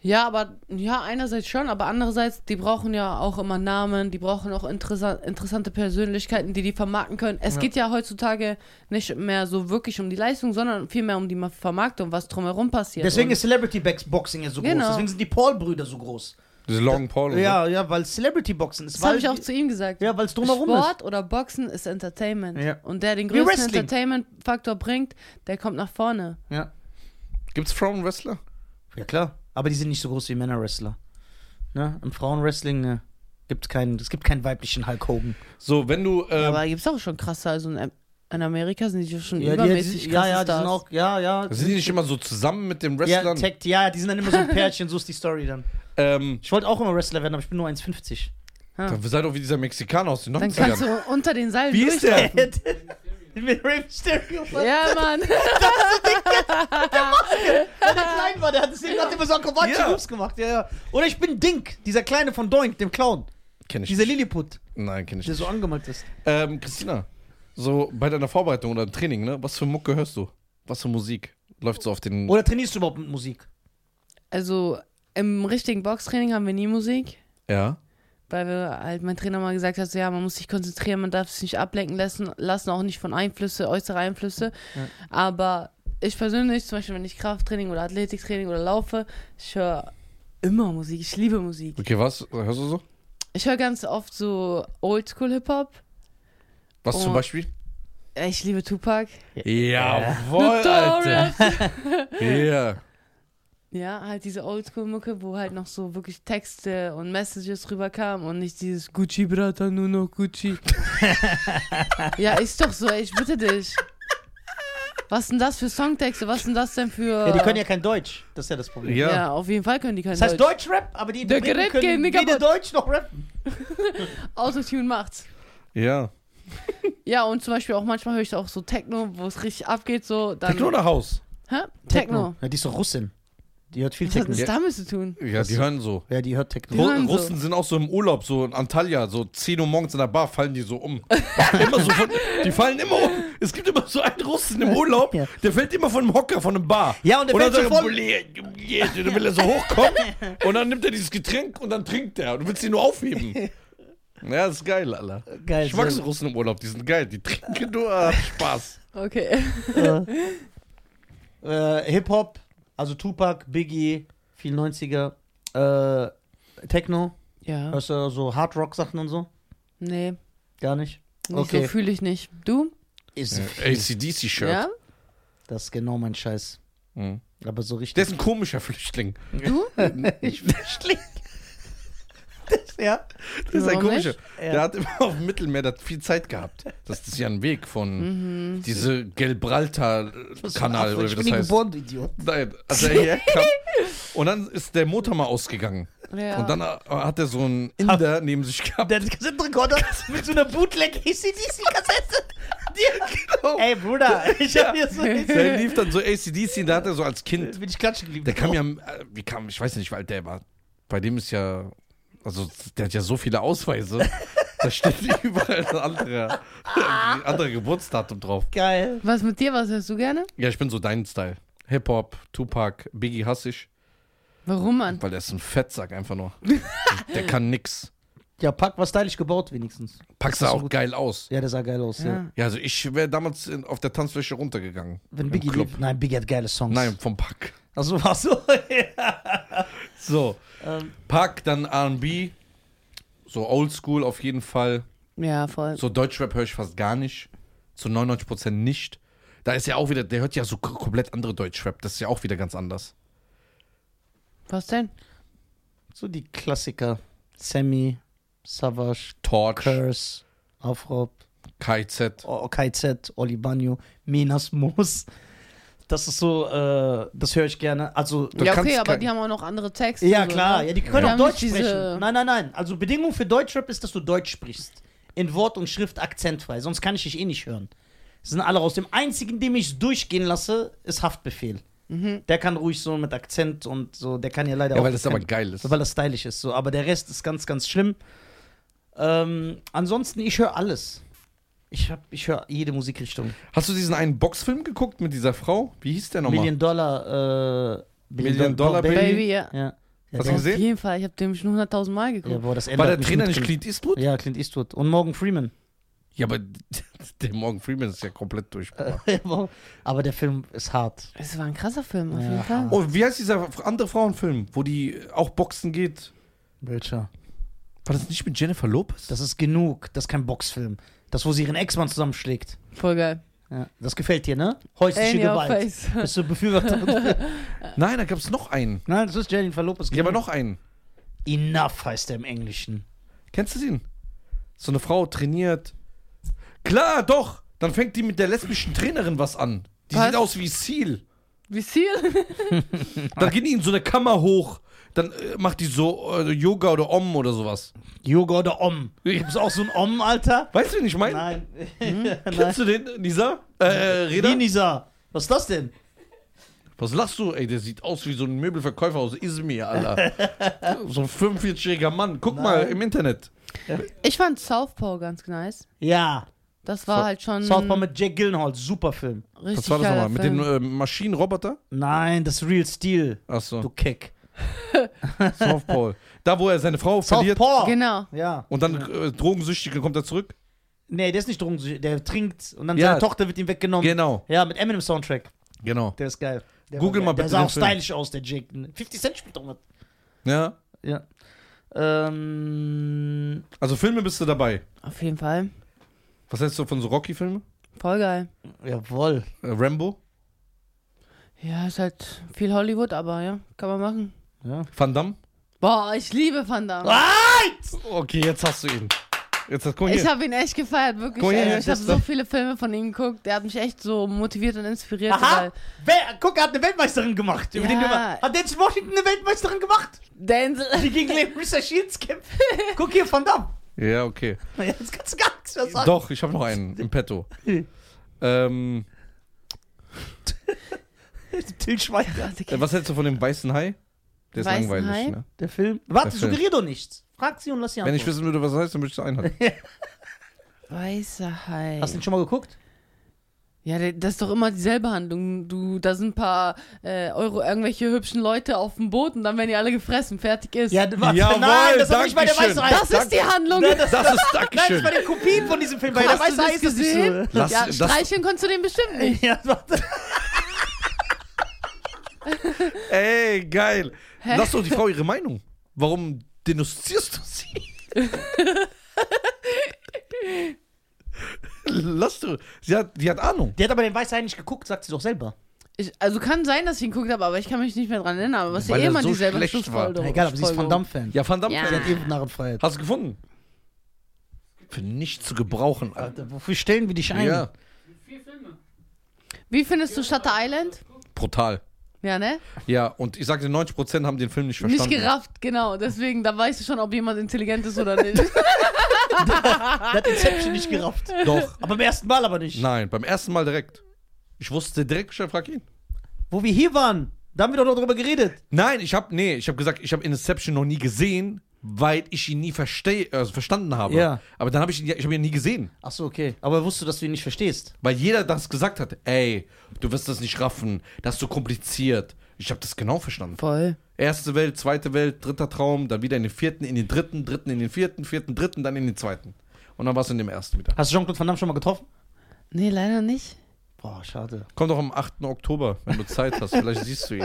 Ja, aber ja, einerseits schon, aber andererseits, die brauchen ja auch immer Namen, die brauchen auch interessa interessante Persönlichkeiten, die die vermarkten können. Es geht ja heutzutage nicht mehr so wirklich um die Leistung, sondern vielmehr um die Ma- Vermarktung, was drumherum passiert. Deswegen Und- ist Celebrity Box- Boxing ja so groß. Genau. Deswegen sind die Paul-Brüder so groß. Das Long Paul. und Ja, ja, weil Celebrity Boxen ist. das habe ich auch zu ihm gesagt. Ja, weil es drumherum Sport oder Boxen ist Entertainment. Ja. Und der den Wie größten Wrestling. Entertainment-Faktor bringt, der kommt nach vorne. ist. Ja. so. Gibt's Frauenwrestler? ja, klar. Aber die sind nicht so groß wie Männer-Wrestler. Ne? Im Frauen-Wrestling ne, gibt's keinen, es gibt keinen weiblichen Hulk Hogan. So, wenn du. ähm, aber da gibt es auch schon krasse, also in, in Amerika sind die schon Ja, die, übermäßig die, ja, krasse ja, die Stars. sind auch, ja, ja. sind die nicht immer so zusammen mit dem Ja, Wrestlern? Tag- ja, die sind dann immer so ein Pärchen, so ist die Story dann. ähm, Ich wollte auch immer Wrestler werden, aber ich bin nur 1,50. dann sei doch wie dieser Mexikaner aus den Dann kannst 90ern. du unter den Seilen Wie ist der? Mit Rey Mysterio. Ja. Ja, Mann. Der klein war, der hat deswegen hat immer so akrobatische Ja. Moves gemacht. Ja, ja. Oder ich bin Dink, dieser Kleine von Doink, dem Clown. Kenn ich. Dieser Nicht. Lilliput, Nein, kenn ich. der Nicht. so angemalt ist. Ähm, Christina, so bei deiner Vorbereitung oder im Training, ne? Was für Mucke hörst du? Was für Musik? Läuft so auf den. Oder trainierst du überhaupt mit Musik? Also im richtigen Boxtraining haben wir nie Musik, ja. weil wir halt mein Trainer mal gesagt hat, so, ja, man muss sich konzentrieren, man darf sich nicht ablenken lassen, lassen auch nicht von Einflüsse, äußere Einflüsse. Aber ich persönlich, zum Beispiel, wenn ich Krafttraining oder Athletiktraining oder laufe, ich höre immer Musik, ich liebe Musik. Okay, was hörst du so? Ich höre ganz oft so Oldschool-Hip-Hop. Was zum Oh. Beispiel? Ich liebe Tupac. Jawohl, Notorious. Ja. Ja, halt diese Oldschool-Mucke, wo halt noch so wirklich Texte und Messages rüberkamen und nicht dieses Gucci, Brata, nur noch Gucci. ja, ist doch so, ey, ich bitte dich. Was denn das für Songtexte? Was denn das denn für. Ja, die können ja kein Deutsch. Das ist ja das Problem. Ja. Ja, auf jeden Fall können die kein Das heißt Deutschrap, aber die Der Interpreten Gerät können geht nicht weder kaputt. Deutsch noch rappen. Autotune macht's. Ja. Ja, und zum Beispiel auch manchmal höre ich auch so Techno, wo es richtig abgeht, so. Dann, Techno oder Haus? Hä? Techno. Ja, die ist doch Russin. Die hört viel Was hat denn Techno. das damit zu tun? Ja, die hören so. Ja, die hört Techno. Ru hören so. Russen sind auch so im Urlaub, so in Antalya, so 10 Uhr morgens in der Bar fallen die so um. immer so von, die fallen immer um. Es gibt immer so einen Russen im Urlaub, Ja. der fällt immer von einem Hocker, von einem Bar. Ja, und der dann fällt so sagt er, voll- "Bulli, Bulli", und dann will er so hochkommen und dann nimmt er dieses Getränk und dann trinkt er. Du willst ihn nur aufheben. Ja, das ist geil, Alter. Geil, ich mag sehr so Russen im Urlaub, die sind geil. Die trinken nur äh, Spaß. Okay. äh, äh, Hip-Hop, also Tupac, Biggie, viel 90er. Äh, Techno, Ja. hörst du so Hard-Rock-Sachen und so? Nee, Gar nicht? nicht Okay. so fühle ich nicht. Du? Ist ACDC-Shirt. Ja? Das ist genau mein Scheiß. Mhm. Aber so richtig. Der ist ein komischer Flüchtling. Du? ich verstehe. Das- Ja. Das ist ein Warum komischer. nicht? Ja. Der hat immer auf dem Mittelmeer da viel Zeit gehabt. Das ist ja ein Weg von diese Gibraltar-Kanal oder Mhm. ich wie bin das nie heißt. geboren, du Idiot. Nein, als er hierher kam. Und dann ist der Motor mal ausgegangen. Ja. Und dann äh, hat er so einen Inder neben sich gehabt. Der Kassettenrekorder mit so einer Bootleg-ACDC-Kassette. Genau. Ey, Bruder, ich hab hier so. Der lief dann so ACDC, da hat er so als Kind. Bin ich klatschen geblieben. Der kam ja, äh, wie kam, ich weiß nicht, weil der war. Bei dem ist ja, also der hat ja so viele Ausweise. Da steht überall ein anderer, ein anderer Geburtsdatum drauf. Geil. Was mit dir? Was hörst du gerne? Ja, ich bin so dein Style. Hip-Hop, Tupac, Biggie hasse ich, Warum, Mann? weil der ist ein Fettsack einfach nur. der kann nix. Ja, Pack war stylisch gebaut wenigstens. Packt Das er ist auch gut. geil aus. Ja, der sah geil aus. Ja. Ja. Ja, also ich wäre damals in, auf der Tanzfläche runtergegangen. Wenn Im Biggie Club. lief. Nein, Biggie hat geile Songs. Nein, vom Pack. Also war so. So, Ähm. Pack, dann R&B, so Oldschool auf jeden Fall. Ja, voll. So Deutschrap höre ich fast gar nicht. Zu 99% nicht. Da ist ja auch wieder, der hört ja so k- komplett andere Deutschrap. Das ist ja auch wieder ganz anders. Was denn? so die Klassiker. Sammy, Savage, Torch, Curse, Afrop, KZ. O- KZ, Oli Banyo, Minas Moos. Das ist so, äh, das höre ich gerne. Also, Du ja, kannst okay, aber kein- die haben auch noch andere Texte. ja so, klar, ne? ja, die können Die auch haben Deutsch nicht diese- sprechen. Nein, nein, nein. Also Bedingung für Deutschrap ist, dass du Deutsch sprichst. In Wort und Schrift akzentfrei, sonst kann ich dich eh nicht hören. Sind alle raus. Dem einzigen, dem ich es durchgehen lasse, ist Haftbefehl. Mhm. Der kann ruhig so mit Akzent und so, der kann ja leider Ja, auch. weil das kein- aber geil ist. weil das stylisch ist. So. Aber der Rest ist ganz, ganz schlimm. Ähm, ansonsten, ich höre alles. Ich, hab- ich höre jede Musikrichtung. Hast du diesen einen Boxfilm geguckt mit dieser Frau? Wie hieß der nochmal? Million Dollar, äh, Million Dollar Baby. Baby. Baby, ja. Ja. Ja, Hast du ja. Auf gesehen? jeden Fall, ich habe den schon hunderttausend Mal ja, geguckt. boah, das War ändert der mich Trainer mit nicht Clint- Clint Eastwood? Ja, Clint Eastwood. Und Morgan Freeman. Ja, aber der Morgan Freeman ist ja komplett durch. Äh. Aber der Film ist hart. Es war ein krasser Film, auf Ja. jeden Fall. Oh, wie heißt dieser andere Frauenfilm, wo die auch boxen geht? Welcher? War das nicht mit Jennifer Lopez? Das ist genug. Das ist kein Boxfilm. Das, wo sie ihren Ex-Mann zusammenschlägt. Voll geil. Ja. Das gefällt dir, ne? Häusliche In your Gewalt. face. Bist du Befürworter? Nein, da gab es noch einen. Nein, das ist Jennifer Lopez. Ja, aber noch einen. Enough heißt er im Englischen. Kennst du den? So eine Frau trainiert. Klar, doch. Dann fängt die mit der lesbischen Trainerin was an. Die Was? sieht aus wie Seal. Wie viel? Dann geht die in so eine Kammer hoch. Dann äh, macht die so äh, Yoga oder Om oder sowas. Yoga oder Om? Gibt's auch so ein Om, Alter? Weißt du, wen ich meine? Nein. Kennst du den, Nisa? Äh, äh, Reda? Denisa. Was ist das denn? Was lachst du? Ey, der sieht aus wie so ein Möbelverkäufer aus Izmir, Alter. so ein 45-jähriger Mann. Guck mal Nein. im Internet. Ich fand Southpaw ganz nice. Ja. Das war So- halt schon Southpaw mit Jack Gyllenhaal, super Film. richtig Was war das geiler nochmal? Mit Film. dem äh, Maschinenroboter? Nein, das ist Real Steel, du Achso, Keck. Southpaw. Da, wo er seine Frau verliert Southpaw. Genau. Ja. und dann äh, drogensüchtig und kommt er zurück. Nee, der ist nicht drogensüchtig, der trinkt und dann Ja. seine Tochter wird ihm weggenommen. Genau, Ja, mit Eminem Soundtrack. genau. Der ist geil. Der Google war mal geil. Der bitte sah den auch Film. stylisch aus, der Jake. 50 Cent spielt doch mit. Ja. Ja. Ähm, Also Filme bist du dabei. Auf jeden Fall. Was hältst du von so Rocky-Filmen? Voll geil. jawohl. Äh, Rambo? Ja, ist halt viel Hollywood, aber ja, kann man machen. Ja. Van Damme? Boah, ich liebe Van Damme. Okay, jetzt hast du ihn. Jetzt hast, Ah, guck Ich hier. habe ihn echt gefeiert, wirklich. Guck her, also, ich das habe ist so doch- viele Filme von ihm geguckt. Der hat mich echt so motiviert und inspiriert. Aha! Weil Wer, guck, er hat eine Weltmeisterin gemacht. Über Ja. den du immer, hat Denzel Washington eine Weltmeisterin gemacht? Denzel. Die gegen Larissa Shields kämpft. Guck hier, Van Damme. Ja, okay. Jetzt kannst du gar nichts mehr sagen. Doch, ich habe noch einen im Petto. ähm, Till Schweiger. Äh, Was hältst du von dem weißen Hai? Der ist Weißen langweilig, Hai? ne? Der Film. Warte, Der Film. suggerier doch nichts. Frag sie und lass sie Wenn ich antworten. wissen würde, was er heißt, dann würde ich es einhalten. Weißer Hai. Hast du den schon mal geguckt? halt. Ja, der- das ist doch immer dieselbe Handlung. Du, da sind ein paar äh, Euro, irgendwelche hübschen Leute auf dem Boot und dann werden die alle gefressen. Fertig ist. d- warte, Jawohl, nein, das war nicht bei der Dankeschön. Weißrei. das ist die Handlung. Nein, das, Das ist nein, das Dankeschön. war die Kopie von diesem Film. Bei der Hast du Weißrei das ist das nicht gesehen? so. Lass- ja, das- streicheln konntest du den bestimmt nicht. Ja, warte. Ey, geil. Lass doch die Frau ihre Meinung. Warum denunzierst du sie? Lass du. Sie hat, die hat Ahnung. Der hat aber den Weißrei nicht geguckt, sagt sie doch selber. Ich, also kann sein, dass ich ihn geguckt habe, aber ich kann mich nicht mehr dran erinnern. Aber es ist ja Weil eh er immer so dieselbe schlecht war. Schlussfolgerung. Egal, aber sie ist Van Damme-Fan. Ja, Van Damme. Ja. Sie hat eben Narrenfreiheit. Hast du gefunden? Für nicht zu gebrauchen, Alter. Alter, wofür stellen wir dich ein? Ja, Wie findest du Shutter Island? brutal. Ja, ne? Ja, und ich sagte, 90% haben den Film nicht verstanden. Nicht gerafft, genau. Deswegen, da weißt du schon, ob jemand intelligent ist oder nicht. Der hat Inception nicht gerafft. Doch. Aber beim ersten Mal aber nicht. Nein, beim ersten Mal direkt. Ich wusste direkt, ich frag ihn. Wo wir hier waren, da haben wir doch noch drüber geredet. Nein, ich habe nee, ich habe gesagt, ich habe Inception noch nie gesehen, weil ich ihn nie versteh, also verstanden habe. Ja. Aber dann habe ich ihn, ja- ich habe ihn nie gesehen, Ach so, okay. Aber wusstest du, dass du ihn nicht verstehst? weil jeder das gesagt hat. Ey, du wirst das nicht raffen, das ist so kompliziert. Ich habe das genau verstanden. Voll. Erste Welt, zweite Welt, dritter Traum, dann wieder in den vierten, in den dritten, dritten in den vierten, vierten, dritten, dann in den zweiten. Und dann warst du in dem ersten wieder. Hast du Jean-Claude Van Damme schon mal getroffen? Nee, leider nicht. Boah, schade. Komm doch am 8. Oktober, wenn du Zeit hast, vielleicht siehst du ihn.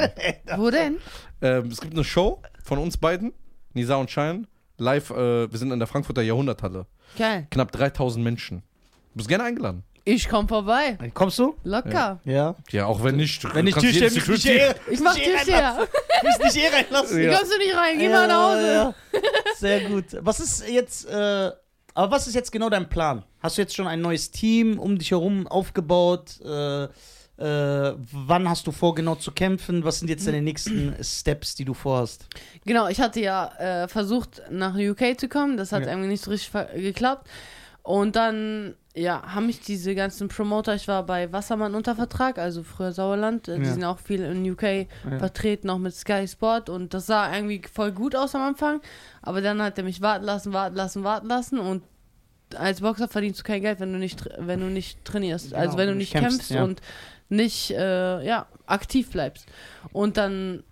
Wo denn? Ähm, es gibt eine Show von uns beiden, Nisa und Schein, live, äh, wir sind in der Frankfurter Jahrhunderthalle. Geil. knapp 3000 Menschen. Du bist gerne eingeladen. Ich komm vorbei. Kommst du? Locker. Ja. Ja, auch wenn nicht. Wenn ich Türsteher mich nicht Security. ehre. Ich mach dich her. Mich nicht ehre lassen. Wie Ja. kommst du nicht rein? Geh mal nach Hause. Sehr gut. Was ist jetzt, äh, aber was ist jetzt genau dein Plan? Hast du jetzt schon ein neues Team um dich herum aufgebaut? Äh, äh, wann hast du vor, genau zu kämpfen? Was sind jetzt deine nächsten Steps, die du vorhast? Genau, ich hatte ja äh, versucht, nach UK zu kommen. Das hat Ja. irgendwie nicht so richtig ver- geklappt. Und dann, ja, haben mich diese ganzen Promoter, ich war bei Wassermann unter Vertrag, also früher Sauerland, äh, die Ja. sind auch viel in UK vertreten, auch mit Sky Sport und das sah irgendwie voll gut aus am Anfang, aber dann hat er mich warten lassen, warten lassen, warten lassen und als Boxer verdienst du kein Geld, wenn du nicht, tra- wenn du nicht trainierst, Genau, also wenn du nicht kämpfst, ja. und nicht, äh, ja, aktiv bleibst. Und dann,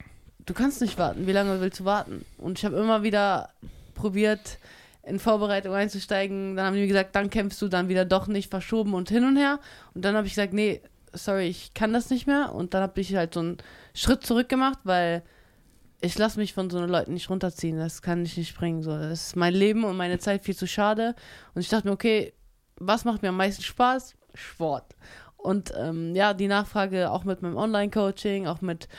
du kannst nicht warten, wie lange willst du warten? Und ich habe immer wieder probiert, in Vorbereitung einzusteigen. Dann haben die mir gesagt, dann kämpfst du, dann wieder doch nicht, verschoben und hin und her. Und dann habe ich gesagt, nee, sorry, ich kann das nicht mehr. Und dann habe ich halt so einen Schritt zurück gemacht, weil ich lasse mich von so einen Leuten nicht runterziehen. Das kann ich nicht bringen. So, das ist mein Leben und meine Zeit viel zu schade. Und ich dachte mir, okay, was macht mir am meisten Spaß? Sport. Und ähm, ja, die Nachfrage auch mit meinem Online-Coaching, auch mit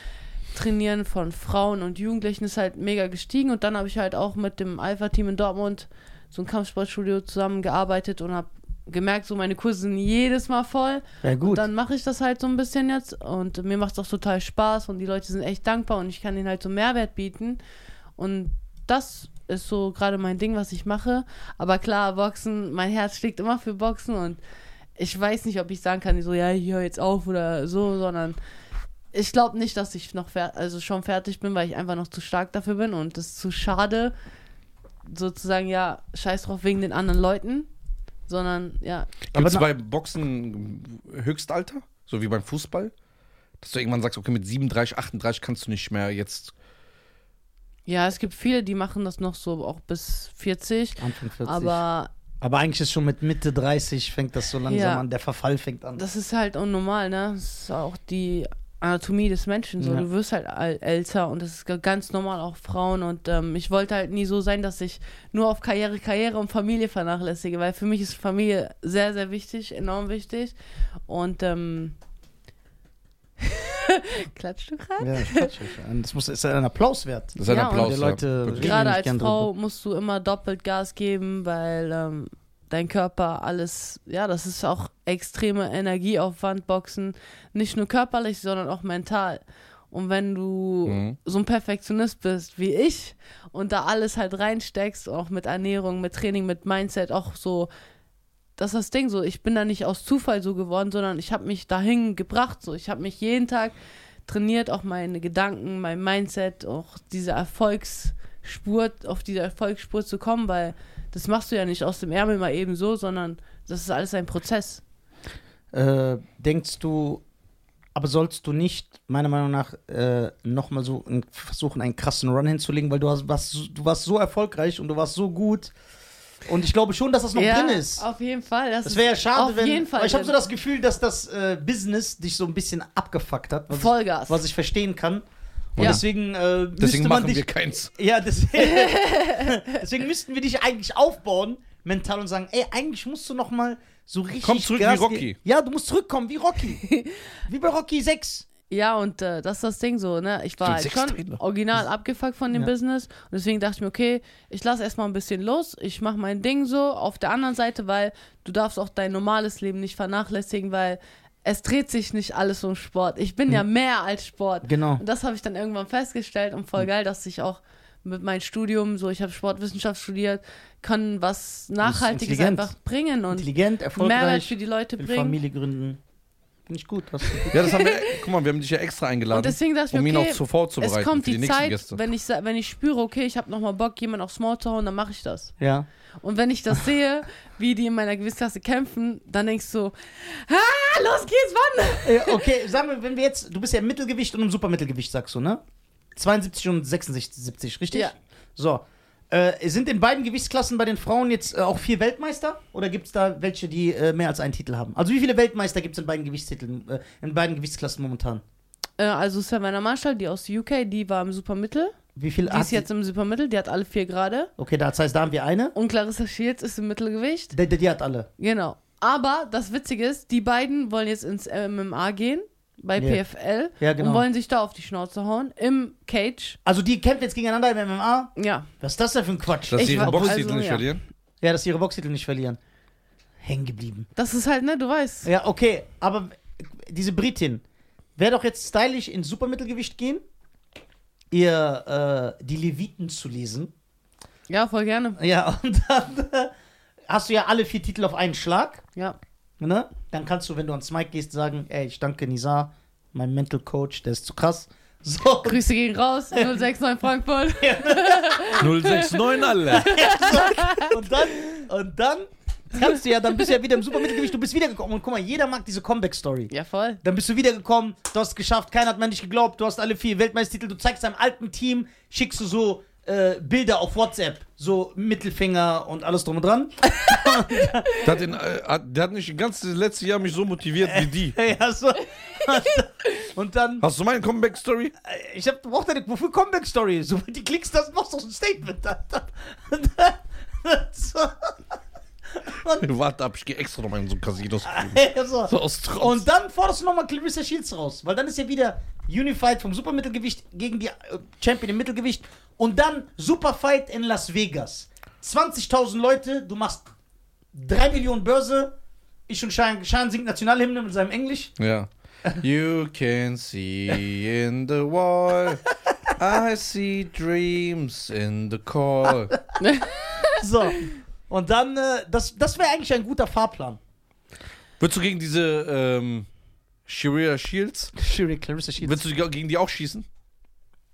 Trainieren von Frauen und Jugendlichen ist halt mega gestiegen. Und dann habe ich halt auch mit dem Alpha-Team in Dortmund so ein Kampfsportstudio zusammengearbeitet und habe gemerkt, so meine Kurse sind jedes Mal voll. Ja, Und gut. dann mache ich das halt so ein bisschen jetzt und mir macht es auch total Spaß und die Leute sind echt dankbar und ich kann ihnen halt so Mehrwert bieten. Und das ist so gerade mein Ding, was ich mache. Aber klar, Boxen, mein Herz schlägt immer für Boxen und ich weiß nicht, ob ich sagen kann, so, ja, ich höre jetzt auf oder so, sondern ich glaube nicht, dass ich noch fer also schon fertig bin, weil ich einfach noch zu stark dafür bin und es ist zu schade, sozusagen, ja, scheiß drauf wegen den anderen Leuten, sondern, ja, Gibt's na- bei Boxen Höchstalter? So wie beim Fußball? Dass du irgendwann sagst, okay, mit 37, 38 kannst du nicht mehr jetzt. Ja, es gibt viele, die machen das noch so auch bis 40. Anfang 40. Aber aber eigentlich ist schon mit Mitte 30 fängt das so langsam Ja. an. Der Verfall fängt an. das ist halt unnormal, ne? Das ist auch die Anatomie des Menschen. So. Ja. Du wirst halt al- älter und das ist g- ganz normal, auch Frauen. Und ähm, ich wollte halt nie so sein, dass ich nur auf Karriere, Karriere und Familie vernachlässige, weil für mich ist Familie sehr, sehr wichtig, enorm wichtig. Und ähm, klatscht du gerade? ja, ich quatsch euch an. das muss, ist ein Applaus wert. Das ist ein Ja, und Applaus. die Leute- ja, wirklich. Reden wir Gerade nicht als gern Frau musst du immer doppelt Gas geben, weil ähm, dein Körper alles, ja, das ist auch extreme Energieaufwand, Boxen. Nicht nur körperlich, sondern auch mental. Und wenn du Mhm. so ein Perfektionist bist wie ich und da alles halt reinsteckst, auch mit Ernährung, mit Training, mit Mindset, auch so, das ist das Ding so. Ich bin da nicht aus Zufall so geworden, sondern ich habe mich dahin gebracht so. Ich habe mich jeden Tag trainiert auch meine Gedanken, mein Mindset, auch diese Erfolgsspur, auf diese Erfolgsspur zu kommen, weil das machst du ja nicht aus dem Ärmel mal eben so, sondern das ist alles ein Prozess. Äh, denkst du, aber sollst du nicht, meiner Meinung nach, äh, nochmal so ein, versuchen, einen krassen Run hinzulegen, weil du, hast, warst, so- du warst so erfolgreich und du warst so gut. Und ich glaube schon, dass das noch ja, drin ist. Auf jeden Fall. Das, Das ist- wäre ja schade, auf wenn. Jeden Fall weil ich habe so drin. das Gefühl, dass das äh, Business dich so ein bisschen abgefuckt hat. Was Vollgas. Ich, was ich verstehen kann. Und Ja. deswegen, äh, müsste Deswegen man machen dich. wir keins. Ja, deswegen, deswegen müssten wir dich eigentlich aufbauen, mental und sagen, ey, eigentlich musst du noch mal so richtig Komm zurück wie Rocky. geben. Ja, du musst zurückkommen wie Rocky. wie bei Rocky 6. Ja, und äh, das ist das Ding so, ne? Ich war Stimmt, halt sechs schon Trainer. original abgefuckt von dem Ja. Business und deswegen dachte ich mir, okay, ich lasse erstmal ein bisschen los, ich mache mein Ding so auf der anderen Seite, weil du darfst auch dein normales Leben nicht vernachlässigen, weil es dreht sich nicht alles um Sport. Ich bin ja mehr als Sport. Mhm. Genau. Mhm. Und das habe ich dann irgendwann festgestellt und voll geil, dass ich auch mit meinem Studium, so ich habe Sportwissenschaft studiert, kann was Nachhaltiges intelligent. einfach bringen und Intelligent, Mehrwert für erfolgreich, die Leute will bringen. Familie gründen. Finde ich gut. Hast du gut. Ja, das haben wir. Guck mal, wir haben dich ja extra eingeladen, Und deswegen dachte ich um mir, ihn okay, auch zuvor zu bereiten es kommt für die, die nächsten Zeit, Gäste. wenn ich sa- wenn ich spüre, okay, ich habe nochmal Bock, jemanden aufs Maul zu hauen, dann mache ich das. Ja. Und wenn ich das sehe, wie die in meiner Gewichtsklasse kämpfen, dann denkst du, ah, los geht's, wann? Äh, okay, sagen wir, wenn wir jetzt, du bist ja im Mittelgewicht und im Supermittelgewicht, sagst du, ne? 72 und 66, 70, richtig? Ja. So. Äh, sind in beiden Gewichtsklassen bei den Frauen jetzt äh, auch vier Weltmeister? Oder gibt es da welche, die äh, mehr als einen Titel haben? Also wie viele Weltmeister gibt es in beiden Gewichtstiteln, äh, in beiden Gewichtsklassen momentan? Äh, also Savannah Marshall, die aus UK, die war im Supermittel. Wie viele Die ist jetzt im Supermittel, die hat alle vier gerade. Okay, das heißt, da haben wir eine. Und Clarissa Shields ist im Mittelgewicht. Die, die, die hat alle. Genau. Aber das Witzige ist, die beiden wollen jetzt ins MMA gehen, bei Ja. PFL. Ja, genau. Und wollen sich da auf die Schnauze hauen, im Cage. Also die kämpfen jetzt gegeneinander im MMA. Ja. Was ist das denn für ein Quatsch? dass Ich sie ihren war- Boxtitel also, nicht ja. verlieren. ja, dass sie ihre Boxtitel nicht verlieren. Hängen geblieben. Das ist halt, ne, du weißt. Ja, okay, aber diese Britin, wäre doch jetzt stylisch ins Supermittelgewicht gehen, ihr äh, die Leviten zu lesen. Ja, voll gerne. Ja, und dann äh, hast du ja alle vier Titel auf einen Schlag. Ja. Ne? Dann kannst du, wenn du ans Mike gehst, sagen, ey, ich danke Nizar, mein Mental Coach, der ist zu krass. So, ne? Grüße gehen raus, 069 Frankfurt. 069 alle. und dann, und dann kannst du ja, dann bist du ja wieder im Supermittelgewicht, du bist wiedergekommen. Und guck mal, jeder mag diese Comeback-Story. Ja, voll. Dann bist du wiedergekommen, du hast es geschafft, keiner hat mehr an dich geglaubt, du hast alle vier Weltmeistertitel, du zeigst deinem alten Team, schickst du so äh, Bilder auf WhatsApp, so Mittelfinger und alles drum und dran. Der hat, den, äh, hat- der hat nicht das ganze letzte Jahr mich so motiviert wie die. ja, so. Und dann, Hast du meine Comeback-Story? äh, ich hab, brauch deine, wofür Comeback-Story? So, wenn du klickst, das machst du doch so ein Statement. so. Warte ab, ich gehe extra nochmal in so ein Casino. Ja, so. So aus Trotz. Und dann forderst du nochmal Clarissa Shields raus, weil dann ist ja wieder Unified vom Supermittelgewicht gegen die äh, Champion im Mittelgewicht und dann Superfight in Las Vegas. 20.000 Leute, du machst 3 Millionen Börse. Ich und Schein, Schein singt Nationalhymne mit seinem Englisch. ja. You can see in the wall. I see dreams in the call. So. Und dann, äh, das, das wäre eigentlich ein guter Fahrplan. Würdest du gegen diese ähm, Shiria Shields, Shiri, Clarissa Shields. würdest du die- gegen die auch schießen?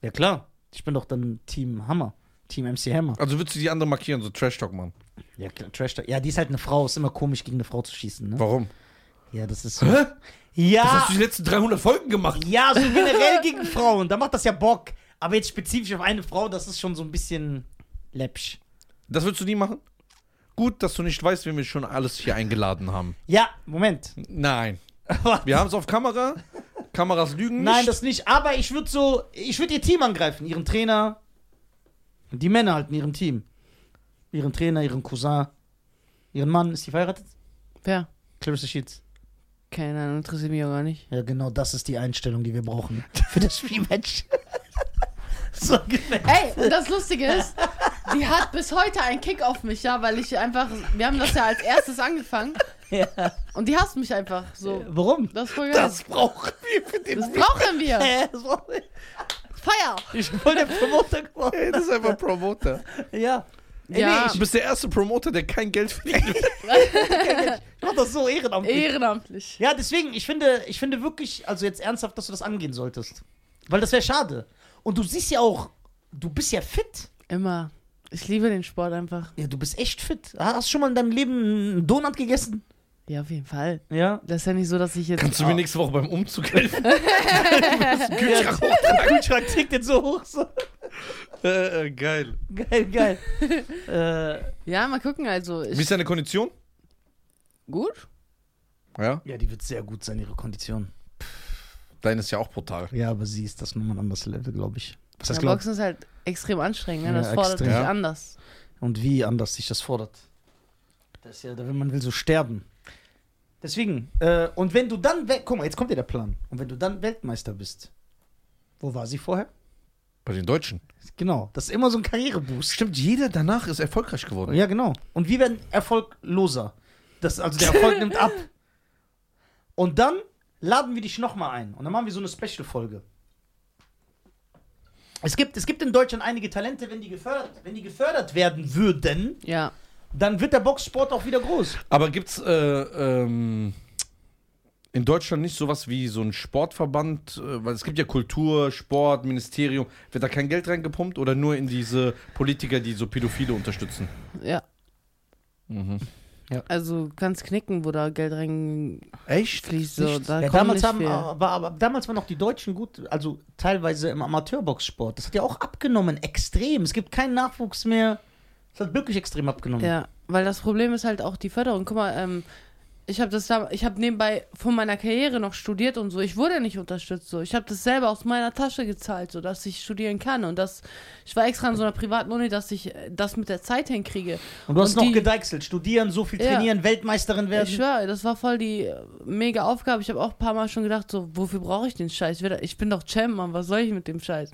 Ja, klar. Ich bin doch dann Team Hammer. Team MC Hammer. Also würdest du die andere markieren, so Trash Talk, Mann. Ja, klar, Trash Talk. Ja, die ist halt eine Frau. Ist immer komisch, gegen eine Frau zu schießen, ne? Warum? Ja, das ist so. Hä? Ja. Das hast du die letzten 300 Folgen gemacht. Ja, so generell gegen Frauen, da macht das ja Bock. Aber jetzt spezifisch auf eine Frau, das ist schon so ein bisschen läppsch. Das würdest du nie machen? Gut, dass du nicht weißt, wen wir schon alles hier eingeladen haben. Ja, Moment. Nein. Aber- Wir haben es auf Kamera. Kameras lügen nicht. Nein, das nicht. Aber ich würde so, ich würde ihr Team angreifen, ihren Trainer. Und Die Männer halt in ihrem Team. Ihren Trainer, ihren Cousin, ihren Mann. Ist die verheiratet? Wer? Clarissa Sheets. Keine Ahnung, interessiert mich auch gar nicht. Ja, genau das ist die Einstellung, die wir brauchen für das Rematch. so gefällt. Ey, und das Lustige ist, die hat bis heute einen Kick auf mich, ja, weil ich einfach, wir haben das ja als erstes angefangen Ja. und die hasst mich einfach so. Warum? Das ist voll geil. Das, Das brauchen wir für den brauchen wir. Äh, so. Feier. Ich wollte der Promoter geworden. Das ist einfach Promoter. Ja. Ja. Nee, du bist der erste Promoter, der kein Geld verdient. Ich mach das so ehrenamtlich. Ehrenamtlich. Ja, deswegen, ich finde, ich finde wirklich, also jetzt ernsthaft, dass du das angehen solltest. Weil das wäre schade. Und du siehst ja auch, du bist ja fit. Immer. Ich liebe den Sport einfach. Ja, du bist echt fit. Hast du schon mal in deinem Leben einen Donut gegessen? Ja, auf jeden Fall. Ja. Das ist ja nicht so, dass ich jetzt. Kannst du mir nächste Woche beim Umzug helfen? ja der Kühlschrank tickt jetzt so hoch. So. äh, äh, geil. Geil, geil. äh, Ja, mal gucken. Also, Wie ich. ist deine Kondition? Gut? Ja. ja, die wird sehr gut sein, ihre Kondition. Deine ist ja auch brutal. Ja, aber sie ist das nochmal ein anderes Level, glaube ich. Was Ja, heißt glaub? Boxen ist halt extrem anstrengend. Ne? Ja, Das fordert extrem. dich Ja. anders. Und wie anders sich das fordert. Das ist ja, wenn man will, so sterben. Deswegen, äh, und wenn du dann, We- guck mal, jetzt kommt ja der Plan. Und wenn du dann Weltmeister bist, wo war sie vorher? Bei den Deutschen. Genau, das ist immer so ein Karriereboost. Stimmt, jeder danach ist erfolgreich geworden. Ja, genau. Und wir werden erfolgloser. Das, also der Erfolg nimmt ab. Und dann laden wir dich nochmal ein. Und dann machen wir so eine Special-Folge. Es gibt, es gibt in Deutschland einige Talente, wenn die, gefördert, wenn die gefördert werden würden, Ja. dann wird der Boxsport auch wieder groß. Aber gibt's äh, ähm, in Deutschland nicht sowas wie so ein Sportverband? Äh, Weil es gibt ja Kultur, Sport, Ministerium. Wird da kein Geld reingepumpt oder nur in diese Politiker, die so Pädophile unterstützen? Ja. Also kannst knicken, wo da Geld reinfließt. Echt? So, da Ja, kommt Äh, damals, nicht haben, viel. aber, aber damals waren auch die Deutschen gut, also teilweise im Amateurboxsport. Das hat ja auch abgenommen, extrem. Es gibt keinen Nachwuchs mehr. Das hat wirklich extrem abgenommen. Ja, weil das Problem ist halt auch die Förderung. Guck mal, ähm, ich habe das da, ich habe nebenbei von meiner Karriere noch studiert und so. Ich wurde nicht unterstützt so. Ich habe das selber aus meiner Tasche gezahlt, so dass ich studieren kann und das. Ich war extra in so einer privaten Uni, dass ich äh, das mit der Zeit hinkriege. Und du hast noch die- gedeichselt, studieren, so viel Ja. trainieren, Weltmeisterin werden. Ich schwöre, das war voll die äh, mega Aufgabe. Ich habe auch ein paar Mal schon gedacht, so, wofür brauche ich den Scheiß? Ich werd- Ich bin doch Champ, Mann, was soll ich mit dem Scheiß?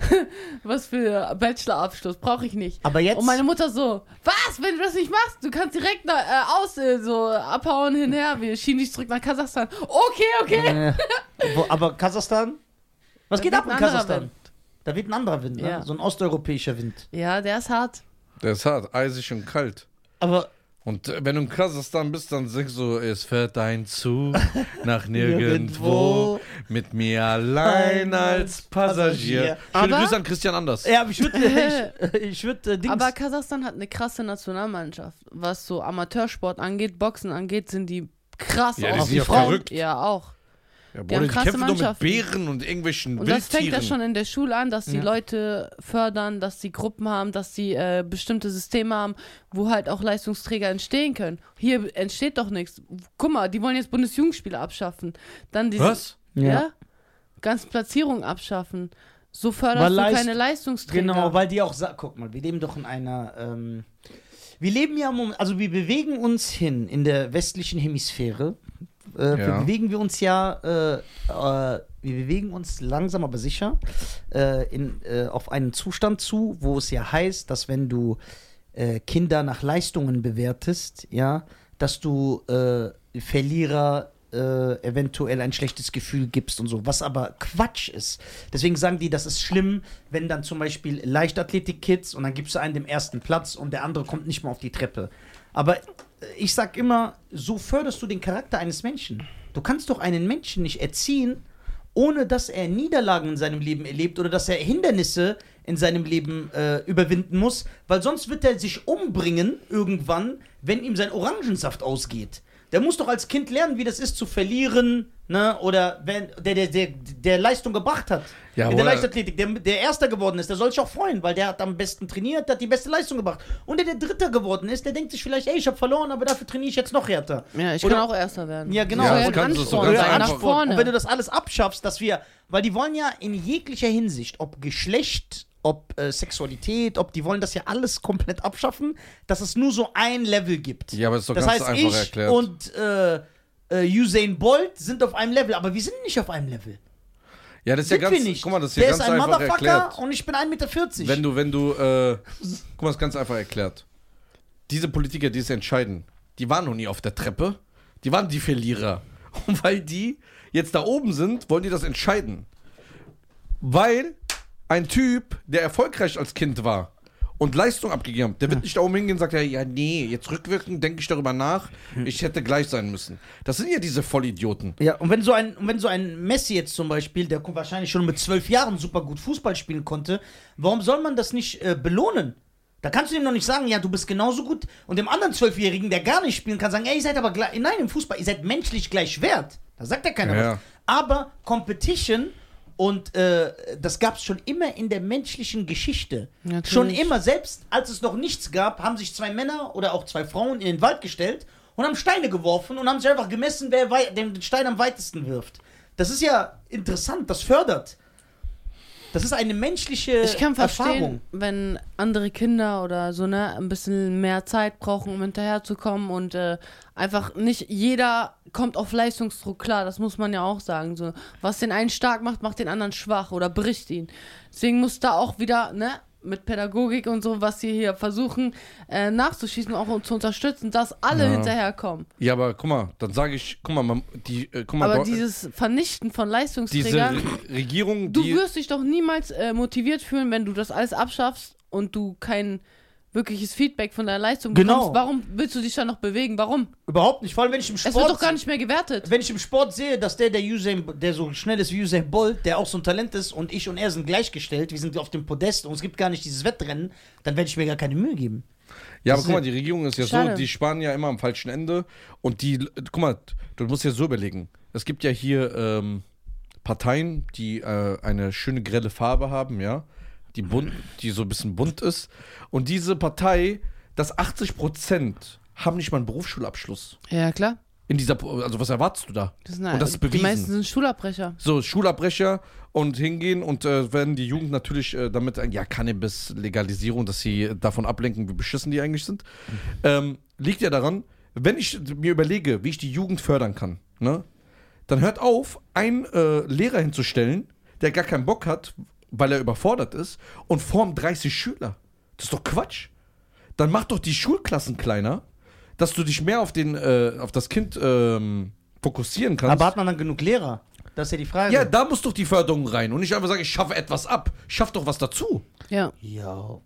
was für Bachelorabschluss brauche ich nicht. Aber jetzt- Und Oh, meine Mutter so, was, wenn du das nicht machst? Du kannst direkt nach, äh, aus, äh, so abhauen, hinher. Wir schieben dich zurück nach Kasachstan. Okay, okay. Äh, wo, aber Kasachstan? Was Da geht weht ab in ein anderer Kasachstan? Wind. Da weht ein anderer Wind, ne? Ja. so ein osteuropäischer Wind. Ja, der ist hart. Der ist hart, eisig und kalt. Aber Und äh, wenn du in Kasachstan bist, dann singst du, es fährt ein Zug nach nirgendwo, Nirgendwo. mit mir allein als Passagier. Schöne Aber- Grüße an Christian Anders. ja, aber ich würde ich, ich würd, äh, Dings. Aber Kasachstan hat eine krasse Nationalmannschaft. Was so Amateursport angeht, Boxen angeht, sind die krass Ja, die auch sind ja Frauen. verrückt. Ja, auch. Ja, Die haben Bruder, die krasse kämpfen doch mit Mannschaften. Bären und irgendwelchen Und das fängt Wildtieren. ja schon in der Schule an, dass die Ja. Leute fördern, dass die Gruppen haben, dass die äh, bestimmte Systeme haben, wo halt auch Leistungsträger entstehen können. Hier entsteht doch nichts. Guck mal, die wollen jetzt Bundesjugendspiele abschaffen. Dann diese, Was? Ja. ja. Ganz Platzierung abschaffen. So förderst Weil du Leist- keine Leistungsträger. Genau, weil die auch sagen, guck mal, wir leben doch in einer, ähm, wir leben ja, im Moment, also wir bewegen uns hin in der westlichen Hemisphäre, äh, wir Ja. bewegen wir uns ja, äh, äh, wir bewegen uns langsam aber sicher äh, in, äh, auf einen Zustand zu, wo es ja heißt, dass wenn du äh, Kinder nach Leistungen bewertest, ja, dass du äh, Verlierer äh, eventuell ein schlechtes Gefühl gibst und so, was aber Quatsch ist. Deswegen sagen die, das ist schlimm, wenn dann zum Beispiel Leichtathletik-Kids und dann gibst du einen dem ersten Platz und der andere kommt nicht mal auf die Treppe. Aber äh, ich sag immer, so förderst du den Charakter eines Menschen. Du kannst doch einen Menschen nicht erziehen, ohne dass er Niederlagen in seinem Leben erlebt oder dass er Hindernisse in seinem Leben äh, überwinden muss, weil sonst wird er sich umbringen irgendwann, wenn ihm sein Orangensaft ausgeht. Der muss doch als Kind lernen, wie das ist zu verlieren, ne? Oder wenn der der, der, der Leistung gebracht hat Ja, in der oder- Leichtathletik, der, der Erster geworden ist, der soll sich auch freuen, weil der hat am besten trainiert, der hat die beste Leistung gebracht. Und der, der Dritter geworden ist, der denkt sich vielleicht, ey, ich habe verloren, aber dafür trainiere ich jetzt noch härter. Ja, ich Oder- kann auch Erster werden. Ja, genau. Ja, Soll das ein kannst du so Ansporn ganz sein, einfach- nach vorne. Und wenn du das alles abschaffst, dass wir, weil die wollen ja in jeglicher Hinsicht, ob Geschlecht, ob äh, Sexualität, ob die wollen das ja alles komplett abschaffen, dass es nur so ein Level gibt. Ja, aber das ist doch das ganz heißt, einfach ich erklärt. und äh, äh, Usain Bolt sind auf einem Level, aber wir sind nicht auf einem Level. Ja, das ist ja Sind ganz, wir nicht. guck mal, das ist ja Der ist ganz ein einfach Motherfucker erklärt. und ich bin 1,40 Meter. Wenn du, wenn du, äh, guck mal, das ist ganz einfach erklärt. Diese Politiker, die es entscheiden, die waren noch nie auf der Treppe, die waren die Verlierer. Und weil die jetzt da oben sind, wollen die das entscheiden. Weil ein Typ, der erfolgreich als Kind war und Leistung abgegeben haben. Der wird nicht da oben hingehen und sagt, ja, ja, nee, jetzt rückwirkend denke ich darüber nach, Hm. ich hätte gleich sein müssen. Das sind ja diese Vollidioten. Ja, und wenn so ein, und wenn so ein Messi jetzt zum Beispiel, der wahrscheinlich schon mit zwölf Jahren super gut Fußball spielen konnte, warum soll man das nicht äh, belohnen? Da kannst du ihm noch nicht sagen, ja, du bist genauso gut. Und dem anderen Zwölfjährigen, der gar nicht spielen kann, sagen, ey, ihr seid aber gleich, nein, im Fußball, ihr seid menschlich gleich wert. Da sagt ja keiner Ja. was. Aber Competition und äh, das gab es schon immer in der menschlichen Geschichte. Natürlich. Schon immer, selbst als es noch nichts gab, haben sich zwei Männer oder auch zwei Frauen in den Wald gestellt und haben Steine geworfen und haben sich einfach gemessen, wer wei- den Stein am weitesten wirft. Das ist ja interessant, das fördert. Das ist eine menschliche Ich kann Äh, verstehen, Erfahrung. wenn andere Kinder oder so, ne, ein bisschen mehr Zeit brauchen, um hinterherzukommen und äh, einfach nicht jeder kommt auf Leistungsdruck klar, das muss man ja auch sagen. So, was den einen stark macht, macht den anderen schwach oder bricht ihn. Deswegen muss da auch wieder, ne, mit Pädagogik und so, was sie hier versuchen, äh, nachzuschießen, auch zu unterstützen, dass alle Ja. hinterherkommen. Ja, aber guck mal, dann sage ich, guck mal, man, die, äh, guck mal, Aber Deu- dieses Vernichten von diese Leistungsträgern. Re Regierung, Du die, wirst dich doch niemals äh, motiviert fühlen, wenn du das alles abschaffst und du kein wirkliches Feedback von deiner Leistung Genau. bekommst. Warum willst du dich dann noch bewegen? Warum? Überhaupt nicht, vor allem wenn ich im Sport Es wird doch gar nicht mehr gewertet. wenn ich im Sport sehe, dass der, der Usain, der so schnell ist wie Usain Bolt, der auch so ein Talent ist und ich und er sind gleichgestellt, wir sind auf dem Podest und es gibt gar nicht dieses Wettrennen, dann werde ich mir gar keine Mühe geben. ja, aber guck mal, die Regierung ist ja Schade. so, die sparen ja immer am falschen Ende und die, äh, guck mal, du musst ja so überlegen, es gibt ja hier ähm, Parteien, die äh, eine schöne grelle Farbe haben, ja, die bunt, die so ein bisschen bunt ist und diese Partei, das 80 Prozent haben nicht mal einen Berufsschulabschluss. Ja, klar. In dieser, also was erwartest du da? Das und das ist bewiesen. Die meisten sind Schulabbrecher. So, Schulabbrecher und hingehen und äh, werden die Jugend natürlich äh, damit, ein- ja, Cannabis-Legalisierung, dass sie davon ablenken, wie beschissen die eigentlich sind. Ähm, liegt ja daran, wenn ich mir überlege, wie ich die Jugend fördern kann, ne, dann hört auf, einen äh, Lehrer hinzustellen, der gar keinen Bock hat, weil er überfordert ist, und formt 30 Schüler. Das ist doch Quatsch. Dann mach doch die Schulklassen kleiner, dass du dich mehr auf, den, äh, auf das Kind ähm, fokussieren kannst. Aber hat man dann genug Lehrer? Das ist ja die Frage. Ja, da muss doch die Förderung rein und nicht einfach sagen, ich schaffe etwas ab. Schaff doch was dazu. Ja. ja.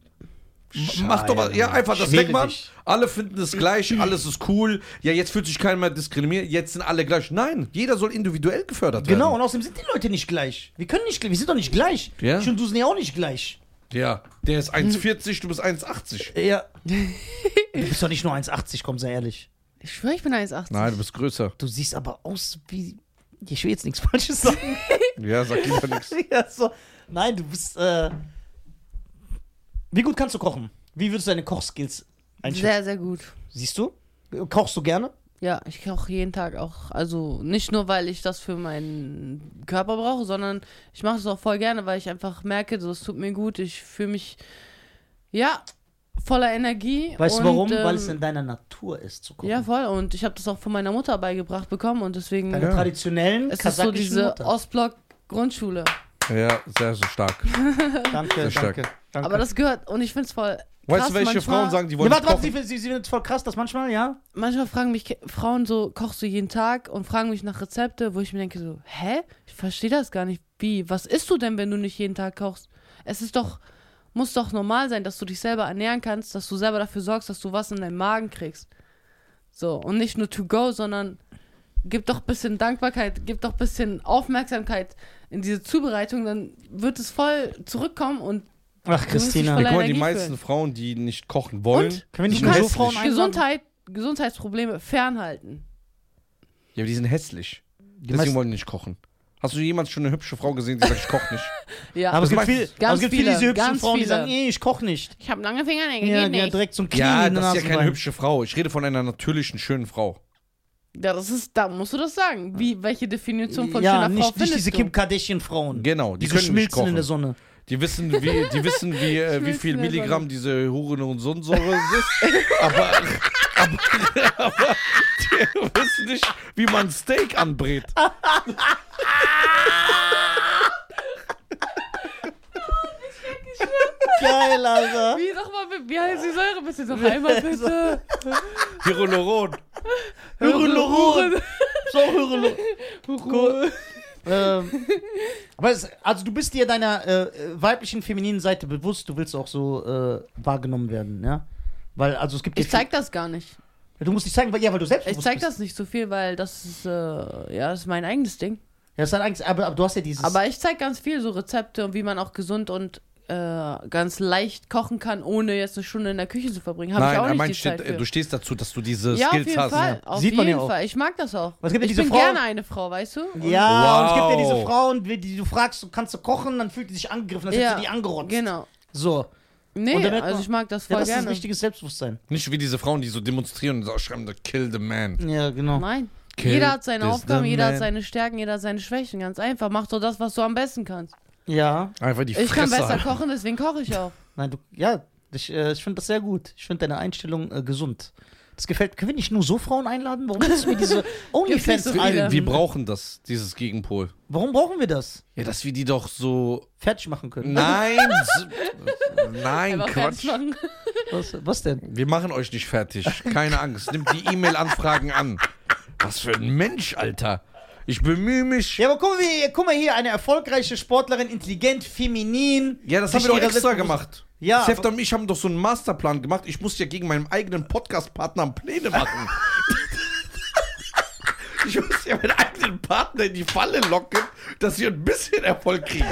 M- Mach doch was, ja, einfach das Schwede weg, Mann. dich. Alle finden es gleich, alles ist cool. Ja, jetzt fühlt sich keiner mehr diskriminiert, jetzt sind alle gleich. Nein, jeder soll individuell gefördert Genau, werden. und außerdem sind die Leute nicht gleich. Wir können nicht gleich, wir sind doch nicht gleich. Ja. Ich und du sind ja auch nicht gleich. Äh, Genau. Ja, der ist 1,40, du bist 1,80. Ja. du bist doch nicht nur 1,80, komm, sei ehrlich. Ich schwöre, ich bin 1,80. Nein, du bist größer. Du siehst aber aus wie. Ich will jetzt nichts Falsches sagen. Ja, sag lieber nichts. ja, so. Nein, du bist. Äh, wie gut kannst du kochen? Wie würdest du deine Kochskills einschätzen? Sehr, sehr gut. Siehst du? Kochst du gerne? Ja, ich koche jeden Tag auch. Also nicht nur, weil ich das für meinen Körper brauche, sondern ich mache es auch voll gerne, weil ich einfach merke, so, es tut mir gut. Ich fühle mich, ja, voller Energie. Weißt und, du warum? ähm, Weil es in deiner Natur ist zu kochen. Ja, voll. Und ich habe das auch von meiner Mutter beigebracht bekommen und deswegen Deine Ja. traditionellen es ist so kasachischen diese Mutter. Ostblock-Grundschule. Ja, sehr, sehr stark. danke, Sehr stark. danke, danke. Aber das gehört, und ich finde es voll. Krass, Weißt du, welche manchmal, Frauen sagen, die ja, wollen warte, warte, kochen? sie, sie, sie findet voll krass, das manchmal, ja? Manchmal fragen mich Ke- Frauen so, kochst du jeden Tag und fragen mich nach Rezepte, wo ich mir denke so, hä? Ich verstehe das gar nicht. Wie? Was isst du denn, wenn du nicht jeden Tag kochst? Es ist doch, muss doch normal sein, dass du dich selber ernähren kannst, dass du selber dafür sorgst, dass du was in deinen Magen kriegst. So, und nicht nur to go, sondern gib doch ein bisschen Dankbarkeit, gib doch ein bisschen Aufmerksamkeit in diese Zubereitung, dann wird es voll zurückkommen und Ach, Du musst dich Christina. voll Guck mal, die Energie meisten fühlen. Frauen, die nicht kochen wollen, Und? Können wir nicht sind nur so hässlich. Frauen ein- Gesundheit, Gesundheitsprobleme fernhalten. Ja, aber die sind hässlich. meisten- Deswegen wollen die nicht kochen. Hast du jemals schon eine hübsche Frau gesehen, die sagt, ich koche nicht? Ja. Aber es gibt, meistens- viel, Ganz aber es gibt viele viele, diese hübschen ganz Frauen, die viele. sagen, nee, ich koch nicht. Ich habe lange Fingernägel, Ja, geht ja, nicht. direkt zum Knie Ja, in den das ist ja keine Nasenbein. hübsche Frau. Ich rede von einer natürlichen, schönen Frau. Ja, das ist, da musst du das sagen. Wie, welche Definition von Ja, schöner Frau nicht, nicht findest diese du? Kim Kardashian-Frauen. Genau, die die so können nicht schmilzen in kochen. der Sonne. Die wissen, wie, die wissen, wie, äh, wie Schmilzt viel in der Milligramm Sonne. diese Huren und Sonnensäure ist. aber, aber, aber die wissen nicht, wie man Steak anbrät. Geil, Alter. Wie, sag mal, wie heißt die Säure? Bist du noch einmal bitte? Hyaluron. Hyrelorun. So Hyrelorun. Hurul. Ähm, aber es, also du bist dir deiner äh, weiblichen, femininen Seite bewusst, du willst auch so äh, wahrgenommen werden, ja? Weil, also es gibt Ich zeig das gar nicht. viel- Du musst dich zeigen, weil, ja, weil du selbst Ich zeig das nicht so viel, weil das ist, äh, ja, das ist mein eigenes Ding. Ja, das ist halt eigentlich, aber, aber du hast ja dieses. Aber ich zeig ganz viel so Rezepte und wie man auch gesund und äh, ganz leicht kochen kann, ohne jetzt eine Stunde in der Küche zu verbringen. Habe ich Nein, auch er nicht meint, die Zeit steht, äh, für. du stehst dazu, dass du diese ja, auf Skills jeden hast. ne? Fall. Auf ne? Sieht jeden man ja auch. Fall. Ich mag das auch. Was gibt denn ich diese bin Frau- gerne eine Frau, weißt du? Und- ja, und es gibt ja Wow. diese Frauen, die, die du fragst, du kannst du kochen, dann fühlt die sich angegriffen, dann ja, ja, hättest du die angerotzt. Genau. So. Und Nee, dann merkt also man- ich mag das voll Ja, das ist ein gerne. richtiges Selbstbewusstsein. Nicht wie diese Frauen, die so demonstrieren und so schreiben, kill the man. Ja, genau. Nein. Kill jeder hat seine this Aufgaben, the jeder hat man. seine Stärken, jeder hat seine Schwächen. Ganz einfach. Mach doch das, was du am besten kannst. Ja. Einfach die Ich kann Fresse. besser halten. kochen, deswegen koche ich auch. Nein, du, ja, ich, äh, ich finde das sehr gut. Ich finde deine Einstellung äh, gesund. Das gefällt. Können wir nicht nur so Frauen einladen? Warum müssen wir diese Gibt's nicht Onlyfans so viele. einladen? Wir brauchen das, dieses Gegenpol. Warum brauchen wir das? Ja, dass wir die doch so. Fertig machen können. Nein! so- Nein, Einfach fertig Quatsch. machen. Was, was denn? Wir machen euch nicht fertig. Keine Angst. Nimmt die E-Mail-Anfragen an. Was für ein Mensch, Alter. Ich bemühe mich. Ja, aber guck mal, hier- guck mal hier, eine erfolgreiche Sportlerin, intelligent, feminin. Ja, das Sich haben wir doch ihrer extra selbstbewusst- gemacht. Ja, Seft aber- und ich haben doch so einen Masterplan gemacht. Ich muss ja gegen meinen eigenen Podcast-Partner Pläne machen. ich muss ja meinen eigenen Partner in die Falle locken, dass wir ein bisschen Erfolg kriegen.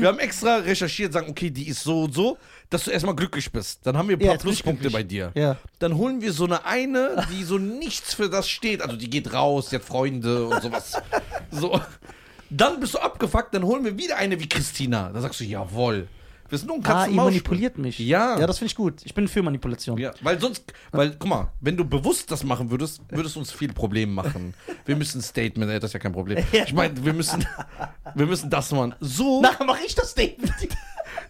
Wir haben extra recherchiert, sagen, okay, die ist so und so, dass du erstmal glücklich bist. Dann haben wir ein Ja, paar jetzt bin ich Pluspunkte bei dir. Ja. Dann holen wir so eine eine, die so nichts für das steht. Also die geht raus, die hat Freunde und sowas. So. Dann bist du abgefuckt, dann holen wir wieder eine wie Christina. Dann sagst du, jawohl. Wir sind nur ein Ah, ihr Katzenmaus. manipuliert mich. Ja. Ja, das finde ich gut. Ich bin für Manipulation. ja, weil sonst, weil, guck mal, wenn du bewusst das machen würdest, würdest du uns viel Problem machen. Wir müssen Statement, äh, das ist ja kein Problem. Ich meine, wir müssen, wir müssen das machen. So, Nachher mache ich das Statement. Dann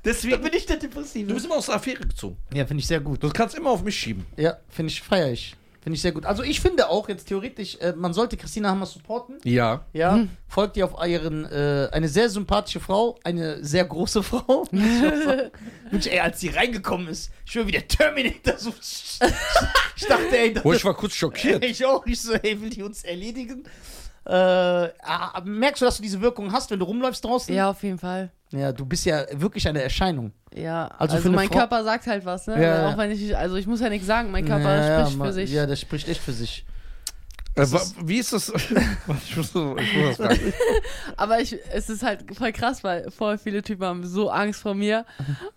deswegen, bin ich der du Depressive. bist immer aus der Affäre gezogen. Ja, finde ich sehr gut. Du kannst immer auf mich schieben. Ja, finde ich, feier ich. Finde ich sehr gut. Also ich finde auch jetzt theoretisch, äh, man sollte Christina Hammer supporten. Ja. Ja, folgt ihr auf ihren, äh, eine sehr sympathische Frau, eine sehr große Frau. muss ich auch sagen. Mensch, ey, als sie reingekommen ist, ich höre wie der Terminator so. ich dachte, ey, das Wo Oh, ich war kurz schockiert. ich auch nicht so, ey, will die uns erledigen? Äh, ah, merkst du, dass du diese Wirkung hast, wenn du rumläufst draußen? Ja, auf jeden Fall. Ja, du bist ja wirklich eine Erscheinung. Ja, Also also, für eine mein Frau- Körper sagt halt was, ne? Ja, ja. Auch wenn ich, nicht- also ich muss ja nichts sagen, mein Körper Ja, spricht ja, für sich. Ja, der spricht echt für sich. Äh, wa- wie ist das? ich muss, ich muss das fragen. Aber ich, es ist halt voll krass, weil voll viele Typen haben so Angst vor mir.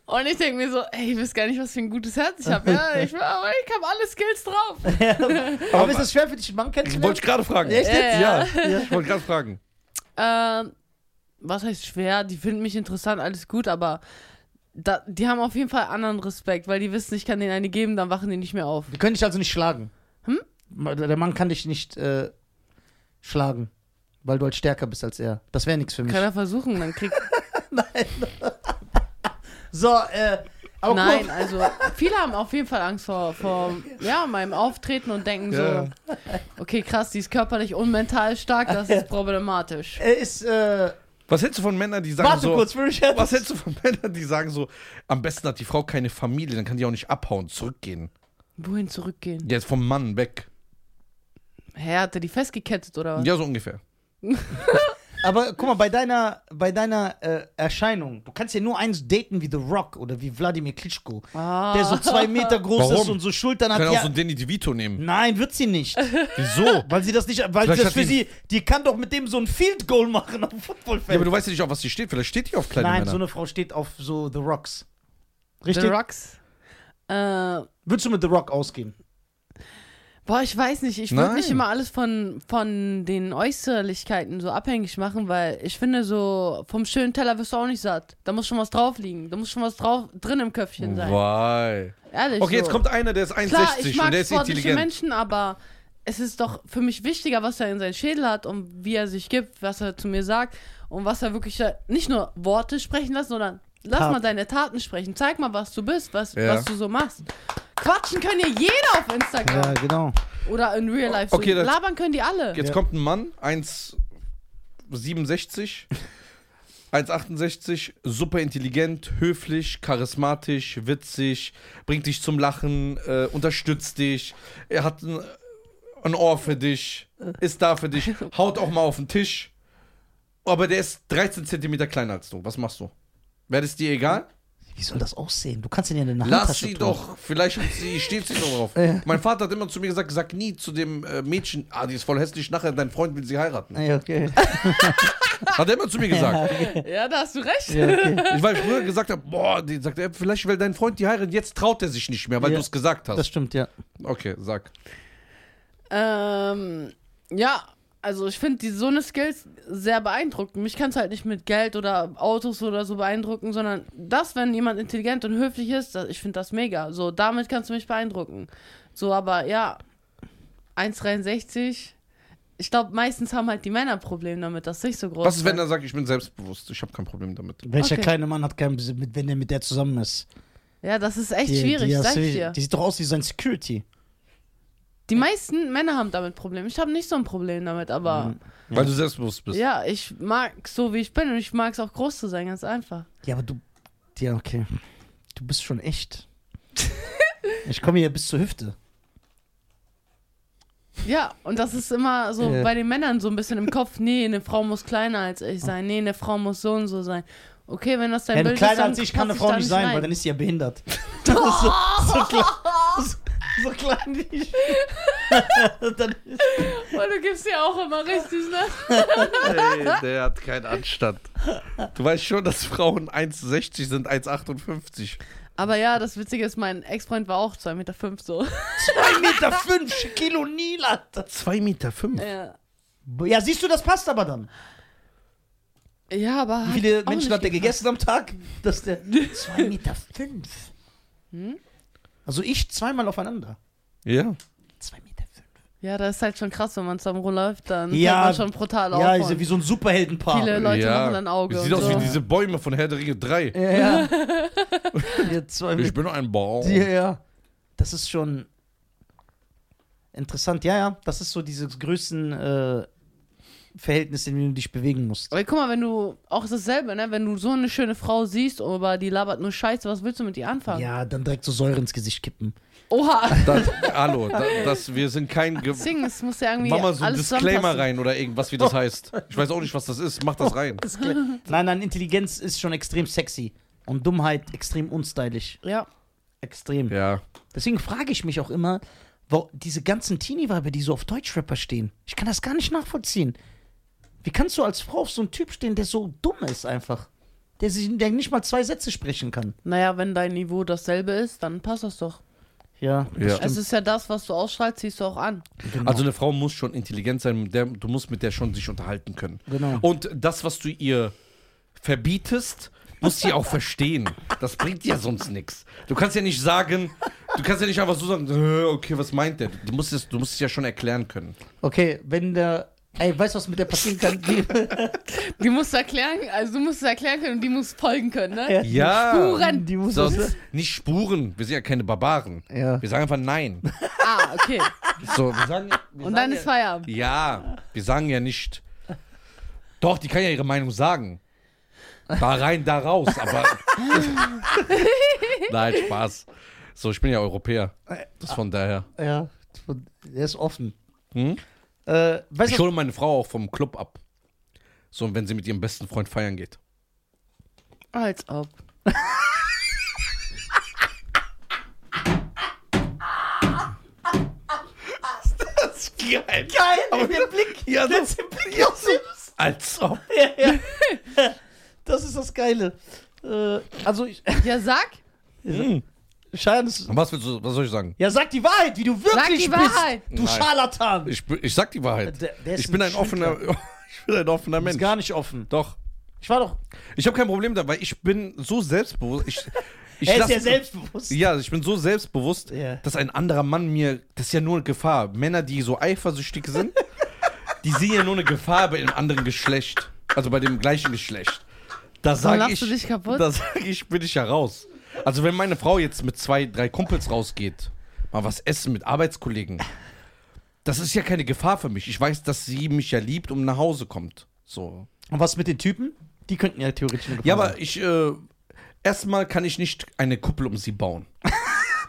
Und ich denke mir so, ey, ihr wisst gar nicht, was für ein gutes Herz ich habe. Ja, ich, aber ich habe alle Skills drauf. Aber ist es schwer für dich, einen Mann Wollte kennenzulernen? ich gerade fragen. Echt jetzt? Ja. ich wollte gerade fragen. Ähm, was heißt schwer? Die finden mich interessant, alles gut, aber da, die haben auf jeden Fall anderen Respekt, weil die wissen, ich kann denen eine geben, dann wachen die nicht mehr auf. Wir können dich also nicht schlagen. Hm? Der Mann kann dich nicht äh, schlagen, weil du halt stärker bist als er. Das wäre nichts für mich. Kann er versuchen, dann kriegt. So, äh, Oh aber guck Nein, mal, also viele haben auf jeden Fall Angst vor, vor ja, meinem Auftreten und denken Ja. so, okay, krass, die ist körperlich und mental stark, das ist problematisch. er ist, äh, Was hältst du von Männern, die sagen warte so. kurz, Richard. Was hältst du von Männern, die sagen so, am besten hat die Frau keine Familie, dann kann die auch nicht abhauen, zurückgehen. Wohin zurückgehen? Der ist vom Mann weg. Hä, hat er die festgekettet oder was? Ja, so ungefähr. Aber guck mal, bei deiner, bei deiner äh, Erscheinung, du kannst ja nur eins daten wie The Rock oder wie Wladimir Klitschko, Ah. der so zwei Meter groß ist Warum? und so Schultern hat. Kann Ja, auch so einen Danny DeVito nehmen. Nein, wird sie nicht. Wieso? Weil sie das nicht, weil Vielleicht das hat für die- sie, die kann doch mit dem so ein Field Goal machen auf dem Ja, aber Footballfeld. du weißt ja nicht, auf was die steht. Vielleicht steht die auf kleine Nein, Männer. so eine Frau steht auf so The Rocks. The Richtig? Rocks. Äh, Würdest du mit The Rock ausgehen? boah, ich weiß nicht, ich würde Nein. nicht immer alles von, von den Äußerlichkeiten so abhängig machen, weil ich finde so, vom schönen Teller wirst du auch nicht satt. Da muss schon was drauf liegen, da muss schon was drauf drin im Köpfchen sein. Why? Ehrlich. Okay, so. jetzt kommt einer, der ist Klar, ich 1,60 mag und der ist sportliche intelligent. Menschen, aber es ist doch für mich wichtiger, was er in seinen Schädel hat und wie er sich gibt, was er zu mir sagt und was er wirklich äh, nicht nur Worte sprechen lässt, sondern lass Tat. mal deine Taten sprechen. Zeig mal, was du bist, was, Ja. was du so machst. Quatschen kann ja jeder auf Instagram genau. oder in Real Life. Okay, so. das- Labern können die alle. Jetzt Ja. kommt ein Mann, 1,67, 1,68, super intelligent, höflich, charismatisch, witzig, bringt dich zum Lachen, äh, unterstützt dich, er hat ein, ein Ohr für dich, ist da für dich, haut auch mal auf den Tisch. Aber der ist 13 Zentimeter kleiner als du. Was machst du? Wäre es dir egal? Wie soll das aussehen? Du kannst ihn ja in eine Lass sie Handtasche tun. doch. Vielleicht hat sie, steht sie noch drauf. Ja. Mein Vater hat immer zu mir gesagt, sag nie zu dem äh, Mädchen, ah, die ist voll hässlich, nachher dein Freund will sie heiraten. Ah, Ja, okay. Hat er immer zu mir gesagt. Ja, da hast du recht. Ja, okay. Ich, weil ich früher gesagt habe, boah, die sagt, er, vielleicht will dein Freund die heiraten, jetzt traut er sich nicht mehr, weil Ja. du es gesagt Das hast. stimmt, ja. Okay, sag. Ähm, ja, also ich finde die- so eine Skills sehr beeindruckend. Mich kann es halt nicht mit Geld oder Autos oder so beeindrucken, sondern das, wenn jemand intelligent und höflich ist, das, ich finde das mega. So, damit kannst du mich beeindrucken. So, aber ja, 1,63. Ich glaube, meistens haben halt die Männer ein Problem damit, dass nicht so groß Was ist, wenn sind. er sagt, ich bin selbstbewusst, ich habe kein Problem damit? Welcher Okay. kleine Mann hat keinen, Bes- mit- wenn der mit der zusammen ist? Ja, das ist echt Die- schwierig, die, sag hast du- ich dir. die sieht doch aus wie sein Security. Die meisten Männer haben damit Probleme. Ich habe nicht so ein Problem damit, Mhm. aber Weil du selbstbewusst bist. ja, ich mag so, wie ich bin und ich mag es auch groß zu sein, ganz einfach. Ja, aber du. Ja, okay. Du bist schon echt. ich komme hier bis zur Hüfte. Ja, und das ist immer so Ja. bei den Männern so ein bisschen im Kopf, nee, eine Frau muss kleiner als ich sein, nee, eine Frau muss so und so sein. Okay, wenn das Ah. dein Wenn Bild ist, kleiner dann als ich kann eine passe Frau da nicht sein, rein. weil dann ist sie ja behindert. so, so, so, klein, so, so klein wie ich. dann, Weil du gibst ja auch immer richtig, ne? Hey, der hat keinen Anstand. Du weißt schon, dass Frauen 1,60 sind, 1,58. Aber ja, das Witzige ist, mein Ex-Freund war auch 2,5 Meter fünf, so. 2,5 Meter fünf, Kilo Nilat. 2,5 Meter. Fünf. Ja, Ja, siehst du, das passt aber dann. ja aber. Wie viele auch Menschen nicht hat der gepasst. gegessen am Tag? Dass der 2,5 Meter. Fünf. Hm? Also ich zweimal aufeinander. Ja. 2,5 Meter. Fünf. Ja, das ist halt schon krass, wenn man zusammen rumläuft, dann Ja. ja, man schon brutal auf. Ja, Ja, ist wie so ein Superheldenpaar. Viele Leute machen dann Auge. Sieht und aus so. wie diese Bäume von Herr der Ringe 3. Ja, ja. ja, zwei Ich bin ein Baum. Ja, ja. Das ist schon interessant. Ja, ja. Das ist so dieses größten äh, Verhältnis, in dem du dich bewegen musst. Aber guck mal, wenn du. Auch dasselbe, ne? Wenn du so eine schöne Frau siehst, aber die labert nur Scheiße, was willst du mit ihr anfangen? Ja, dann direkt so Säure ins Gesicht kippen. Oha! Das, hallo, da- das, wir sind kein... Ge Deswegen, es muss ja irgendwie Mach mal so ein alles Disclaimer zusammenpassen. rein oder irgendwas, wie das heißt. Ich weiß auch nicht, was das ist. Mach das rein. Nein, nein, Intelligenz ist schon extrem sexy. Und Dummheit extrem unstylisch. Ja. Extrem. Ja. Deswegen frage ich mich auch immer, wo diese ganzen Teenie-Weiber, die so auf Deutschrapper stehen, ich kann das gar nicht nachvollziehen. Wie kannst du als Frau auf so einen Typ stehen, der so dumm ist einfach? Der, sich, der nicht mal zwei Sätze sprechen kann. Naja, wenn dein Niveau dasselbe ist, dann passt das doch. Ja, Ja. das Es stimmt. ist ja das, was du ausstrahlst, ziehst du auch an. Genau. Also eine Frau muss schon intelligent sein, mit der, du musst mit der schon sich unterhalten können. Genau. Und das, was du ihr verbietest, muss sie auch verstehen. Das bringt ja sonst nichts. Du kannst ja nicht sagen, du kannst ja nicht einfach so sagen, "Äh, okay, was meint der? Du musst es, du musst es ja schon erklären können. Okay, wenn der. Ey, weißt du, was mit der passieren kann? Die, Die musst du erklären, also du musst es erklären können und die muss folgen können, ne? Ja. Ja. Spuren. die muss Sonst nicht Spuren. Wir sind ja keine Barbaren. Ja. Wir sagen einfach nein. Ah, okay. So, wir sagen, wir sagen Und dann ist Feierabend. Ja, wir sagen ja nicht. Doch, die kann ja ihre Meinung sagen. Da rein, da raus, aber. Nein, Spaß. So, ich bin ja Europäer. Das von daher. Ja, der ist offen. Hm? Äh, weißt Ich du, hole meine Frau auch vom Club ab. So, wenn sie mit ihrem besten Freund feiern geht. Als ob. Das ist geil. geil, aber der Blick. Ja, der das, Blick aus dem- als ob. ja, ja. Das ist das Geile. Äh, also, ich, Ja, sag. Hm. Schein ist. Und was, willst du, was soll ich sagen? Ja, sag die Wahrheit, wie du wirklich die bist. Wahrheit. Du Nein. Scharlatan. Ich, bin- ich sag die Wahrheit. Der- der ist ich bin ein ein offener. Ich bin ein offener Ist Mensch. gar nicht offen. Doch. Ich war doch. Ich habe kein Problem dabei. Ich bin so selbstbewusst. Ich, ich er ist lass- ja selbstbewusst. Ja, also ich bin so selbstbewusst, Ja. dass ein anderer Mann mir. Das ist ja nur eine Gefahr. Männer, die so eifersüchtig sind, die sehen ja nur eine Gefahr bei dem anderen Geschlecht. Also bei dem gleichen Geschlecht. Da sage lachst ich. du dich kaputt? Da sage ich, bin ich ja raus. Also wenn meine Frau jetzt mit zwei, drei Kumpels rausgeht, mal was essen mit Arbeitskollegen, das ist ja keine Gefahr für mich. Ich weiß, dass sie mich ja liebt und nach Hause kommt. So. Und was mit den Typen? Die könnten ja theoretisch. eine Ja, Gefahr aber ich, äh, erstmal kann ich nicht eine Kuppel um sie bauen. sein.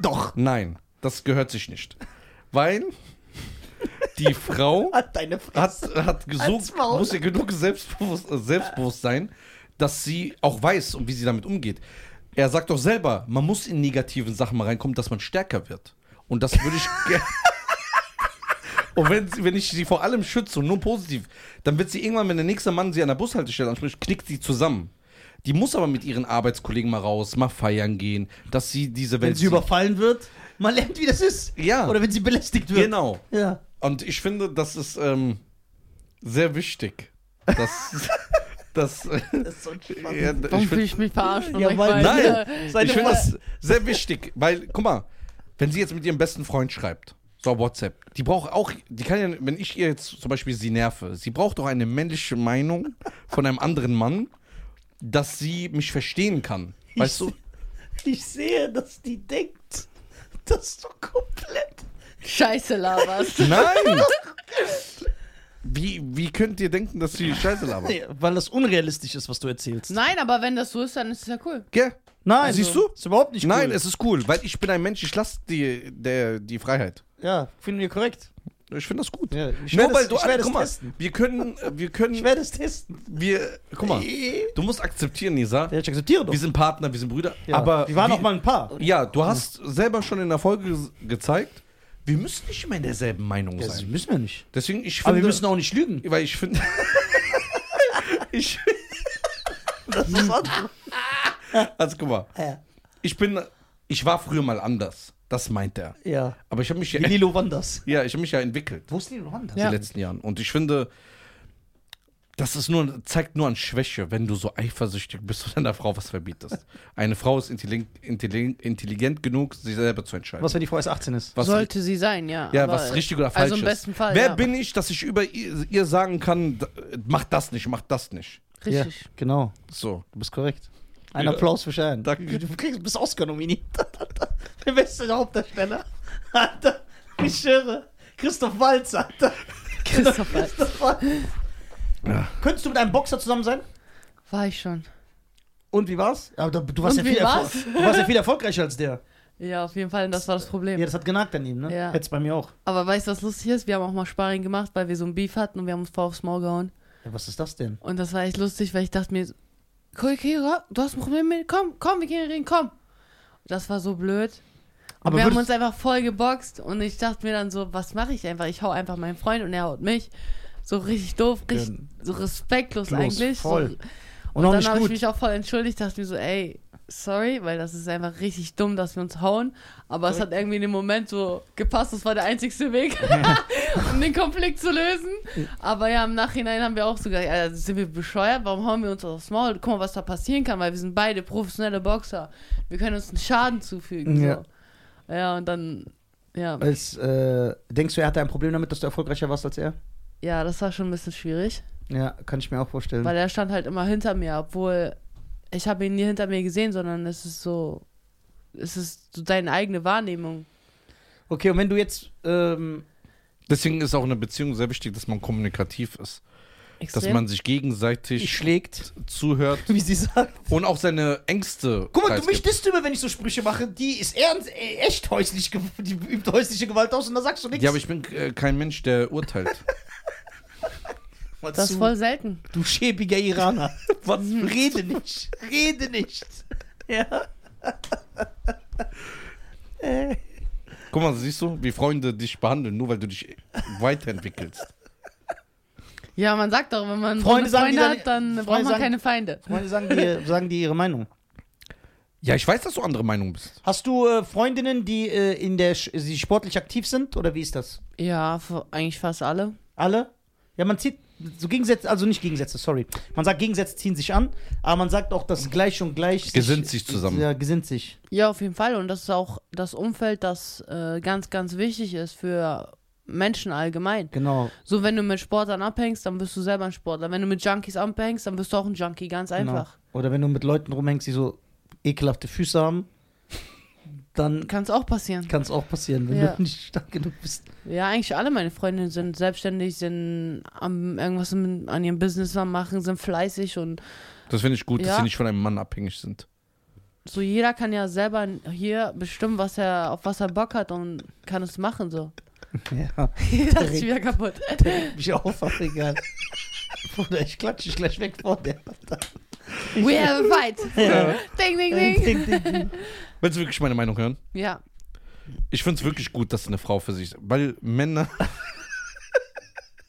Doch. Nein, das gehört sich nicht. Weil Die Frau Hat deine hat, Fresse. hat Halt's gesucht, Maul. muss ihr genug Selbstbewusst, äh, Selbstbewusstsein, dass sie auch weiß und wie sie damit umgeht. Er sagt doch selber, man muss in negativen Sachen mal reinkommen, dass man stärker wird. Und das würde ich gerne. Und wenn, sie- wenn ich sie vor allem schütze und nur positiv, dann wird sie irgendwann, wenn der nächste Mann sie an der Bushaltestelle anspricht, knickt sie zusammen. Die muss aber mit ihren Arbeitskollegen mal raus, mal feiern gehen, dass sie diese Welt. Wenn sie sieht. überfallen wird, man lernt, wie das ist. Ja. Oder wenn sie belästigt wird. Genau. Ja. Und ich finde, das ist ähm, sehr wichtig. Dass, dass, äh, Das ist so spannend. ja, Warum ich fühle find, ich mich verarscht? von Ja, euch weil- beiden? nein, Seine ich finde Frau- das sehr wichtig, weil, guck mal, wenn sie jetzt mit ihrem besten Freund schreibt, so auf WhatsApp, die braucht auch, die kann ja, wenn ich ihr jetzt zum Beispiel sie nerve, sie braucht doch eine männliche Meinung von einem anderen Mann, dass sie mich verstehen kann. Weißt du? Ich sehe, dass die denkt, dass du komplett. Scheiße laberst. Nein! Wie, wie könnt ihr denken, dass sie Scheiße labert? Nee, weil das unrealistisch ist, was du erzählst. Nein, aber wenn das so ist, dann ist es ja cool. Gell? Nein. Ah, also, Siehst du? Ist überhaupt nicht cool. Nein, es ist cool, weil ich bin ein Mensch, ich lasse die, der, die Freiheit. Ja, finden wir korrekt. Ich finde das gut. Ja, ich Nur werde weil es- du ich werde alle, es guck mal, testen. wir können, äh, wir Ich Äh. können, werde es testen. wir, guck mal, Ja, du musst akzeptieren, Nisa. ich akzeptiere doch. Wir sind Partner, wir sind Brüder, ja. aber. Oh, wir waren wir- auch mal ein Paar. Ja, du hast selber schon in der Folge ges- gezeigt, wir müssen nicht immer in derselben Meinung Das sein. müssen wir nicht. Deswegen, ich finde. Aber wir müssen auch nicht lügen. Weil ich finde. ich, Das ist andere. also guck mal, ja. ich bin, ich war früher mal anders. Das meint er. ja. Aber ich habe mich ja, Wie Lilo Wanders. ja, ich habe mich ja entwickelt. Wo ist Lilo Wanders? in Ja. den letzten Jahren. Und ich finde, das ist nur, zeigt nur an Schwäche, wenn du so eifersüchtig bist und einer Frau was verbietest. Eine Frau ist intelligent, intelligent, intelligent genug, sich selber zu entscheiden. Was, wenn die Frau erst 18 ist? Was- Sollte sie sein, ja. ja, aber- was richtig oder falsch Also im besten ist. Fall. Wer ja. bin ich, dass ich über ihr, ihr sagen kann, d- mach das nicht, mach das nicht. Richtig. Ja, genau. So. Du bist korrekt. Ein Ja. Applaus für Schein. Danke. Du kriegst, bist Oscar nominiert. Der beste Hauptdarsteller. Alter, ich schwöre. Christoph Walz, Alter. Christoph Waltz. Christoph Walz. Ja. Könntest du mit einem Boxer zusammen sein? War ich schon. Und wie war's? Ja, da- du, warst ja Und viel wie erfol- war's? du warst ja viel erfolgreicher als der. Ja, auf jeden Fall, das war das Problem. Ja, das hat genagt an ihm, ne? Ja. Hätt's bei mir auch. Aber weißt du, was lustig ist? Wir haben auch mal Sparring gemacht, weil wir so ein Beef hatten und wir haben uns voll aufs Maul gehauen. Ja, was ist das denn? Und das war echt lustig, weil ich dachte mir, okay, okay, Ra- du hast ein Problem mit, komm, komm, wir gehen reden, komm. Das war so blöd. Und Aber wir haben uns würdest- einfach voll geboxt und ich dachte mir dann so, was mache ich einfach? Ich hau einfach meinen Freund und er haut mich. So richtig doof, richtig, so respektlos Los, eigentlich. voll. So, Und, und auch dann nicht habe ich gut. mich auch voll entschuldigt, dachte mir so, ey, sorry, weil das ist einfach richtig dumm, dass wir uns hauen. Aber es hat irgendwie in dem Moment so gepasst, das war der einzigste Weg, um den Konflikt zu lösen. Aber ja, im Nachhinein haben wir auch so gesagt, Alter, sind wir bescheuert, warum hauen wir uns aufs Maul? Guck mal, was da passieren kann, weil wir sind beide professionelle Boxer. Wir können uns einen Schaden zufügen. Ja. So. ja und dann, ja. Als, äh, denkst du, er hatte ein Problem damit, dass du erfolgreicher warst als er? ja, das war schon ein bisschen schwierig. Ja, kann ich mir auch vorstellen. Weil er stand halt immer hinter mir, obwohl ich habe ihn nie hinter mir gesehen, sondern es ist so, es ist so deine eigene Wahrnehmung. okay, und wenn du jetzt, ähm, Deswegen ist auch in einer Beziehung sehr wichtig, dass man kommunikativ ist. Extrem. Dass man sich gegenseitig schlägt, zuhört wie sie sagt. und auch seine Ängste. Guck mal, du preisgibt. mich disst immer, wenn ich so Sprüche mache. Die ist ernst, äh, echt häuslich, ge- die übt häusliche Gewalt aus und da sagst du nichts. Ja, aber ich bin äh, kein Mensch, der urteilt. Mal das ist zu, voll selten. Du schäbiger Iraner. Was? Rede nicht, rede nicht. Ja. Äh, Guck mal, siehst du, wie Freunde dich behandeln, nur weil du dich weiterentwickelst. Ja, man sagt doch, wenn man Freunde Freunde, sagen, die dann- Freunde hat, dann Freunde braucht man sagen- keine Feinde. Freunde sagen dir, sagen dir ihre Meinung. Ja, ich weiß, dass du andere Meinung bist. Hast du äh, Freundinnen, die äh, in der Sch- sie sportlich aktiv sind oder wie ist das? Ja, f- eigentlich fast alle. Alle? Ja, man zieht so Gegensätze, also nicht Gegensätze, sorry. Man sagt Gegensätze ziehen sich an, aber man sagt auch, dass gleich und gleich Mhm. Gesinnt sich zusammen. Ja, gesinnt sich. Ja, auf jeden Fall. Und das ist auch das Umfeld, das äh, ganz, ganz wichtig ist für Menschen allgemein. Genau. So, wenn du mit Sportlern abhängst, dann bist du selber ein Sportler. Wenn du mit Junkies abhängst, dann bist du auch ein Junkie, ganz einfach. Genau. Oder wenn du mit Leuten rumhängst, die so ekelhafte Füße haben, dann Kann es auch passieren. kann es auch passieren, wenn Ja. du nicht stark genug bist. Ja, eigentlich alle meine Freundinnen sind selbstständig, sind am irgendwas im- an ihrem Business am machen, sind fleißig und Das finde ich gut, dass Ja. sie nicht von einem Mann abhängig sind. so jeder kann ja selber hier bestimmen, was er auf was er Bock hat und kann es machen so. Ja, Das ist wieder kaputt. mich auf, aber egal. Bruder, ich klatsche dich gleich weg vor der Partei. We have a fight. Ja. Ding, ding, ding. Ding, ding, ding. Willst du wirklich meine Meinung hören? Ja. Ich find's wirklich gut, dass eine Frau für sich, weil Männer.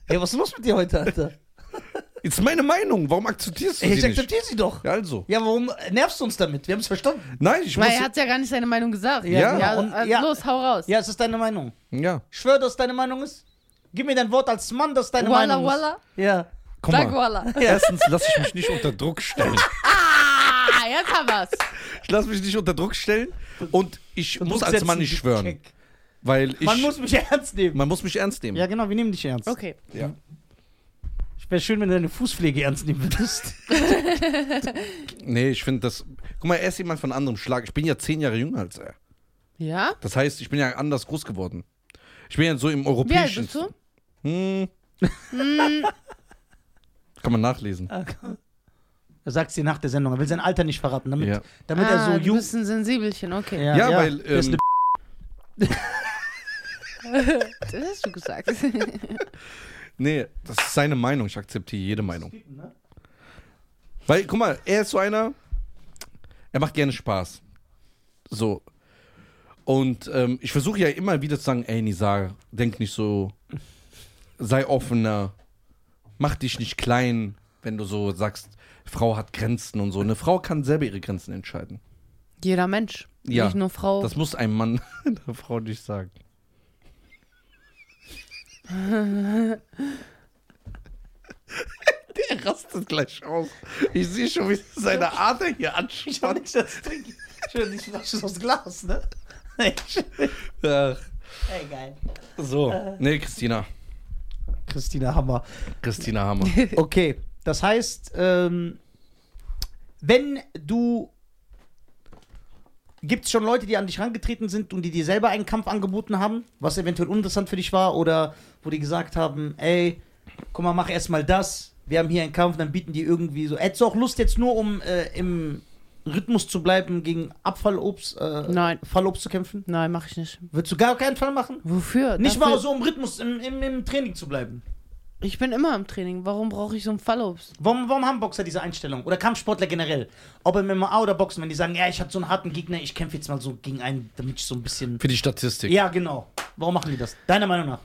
Ey, was ist los mit dir heute, Alter? Ist meine Meinung. Warum akzeptierst du Ey, ich sie nicht? akzeptiere sie doch. Ja, also. Ja, warum nervst du uns damit? Wir haben es verstanden. Nein, ich Weil muss. er hat ja gar nicht seine Meinung gesagt. Ja. ja, Und- also ja. Los, hau raus. Ja, es ist deine Meinung. Ja, Ich schwöre, dass es deine Meinung ist. Gib mir dein Wort als Mann, dass es deine Walla, Meinung walla. ist. Ja. guck Sag mal. Walla. Erstens lasse ich mich nicht unter Druck stellen. Ah, jetzt haben wir's. Ich lasse mich nicht unter Druck stellen und ich Du muss musst als setzen, Mann nicht du schwören. Check. Weil ich. Man muss mich ernst nehmen. man muss mich ernst nehmen. Ja, genau, wir nehmen dich ernst. Okay. Ja. Ich wäre schön, wenn du deine Fußpflege ernst nehmen würdest. Nee, ich finde das. Guck mal, er ist jemand von anderem Schlag. Ich bin ja zehn Jahre jünger als er. Ja? Das heißt, ich bin ja anders groß geworden. Ich bin ja so im Wie alt europäischen. bist du? Hm. Hm. Kann man nachlesen. Ah. Er sagt dir nach der Sendung. Er will sein Alter nicht verraten, damit, Ja. damit er so ah, du jung bist ein Sensibelchen, okay. Ja, weil, der ist ähm, eine Das hast du gesagt. Nee, das ist seine Meinung. Ich akzeptiere jede Meinung. Typen, ne? Weil, guck mal, er ist so einer, er macht gerne Spaß. So. Und ähm, ich versuche ja immer wieder zu sagen, ey, Nisa, denk nicht so, sei offener, mach dich nicht klein, wenn du so sagst, Frau hat Grenzen und so. Eine Frau kann selber ihre Grenzen entscheiden. Jeder Mensch. Ja. Nicht nur Frau. Das muss ein Mann einer Frau nicht sagen. Der rastet gleich aus. Ich sehe schon, wie seine Ader hier Ich hab anspannt. nichts dazu trinken. Schön, die Flasche ist aus Glas, ne? Ey, Ach, geil. so. Nee, Christina. Christina Hammer. Christina Hammer. Okay, das heißt, ähm, wenn du. Gibt es schon Leute, die an dich herangetreten sind und die dir selber einen Kampf angeboten haben, was eventuell uninteressant für dich war oder wo die gesagt haben, ey, guck mal, mach erstmal das, wir haben hier einen Kampf, dann bieten die irgendwie so. Hättest du auch Lust jetzt nur, um äh, im Rhythmus zu bleiben, gegen Abfallobst, äh, Nein. Fallobst zu kämpfen? Nein, mach ich nicht. Würdest du gar keinen Fall machen? Wofür? Nicht Dafür- mal so im Rhythmus, im, im, im Training zu bleiben. Ich bin immer im Training. Warum brauche ich so einen Fallobst? Warum, warum haben Boxer diese Einstellung? Oder Kampfsportler generell? Ob im MMA oder Boxen, wenn die sagen, ja, ich hatte so einen harten Gegner, ich kämpfe jetzt mal so gegen einen, damit ich so ein bisschen. Für die Statistik. Ja, genau. Warum machen die das? Deiner Meinung nach?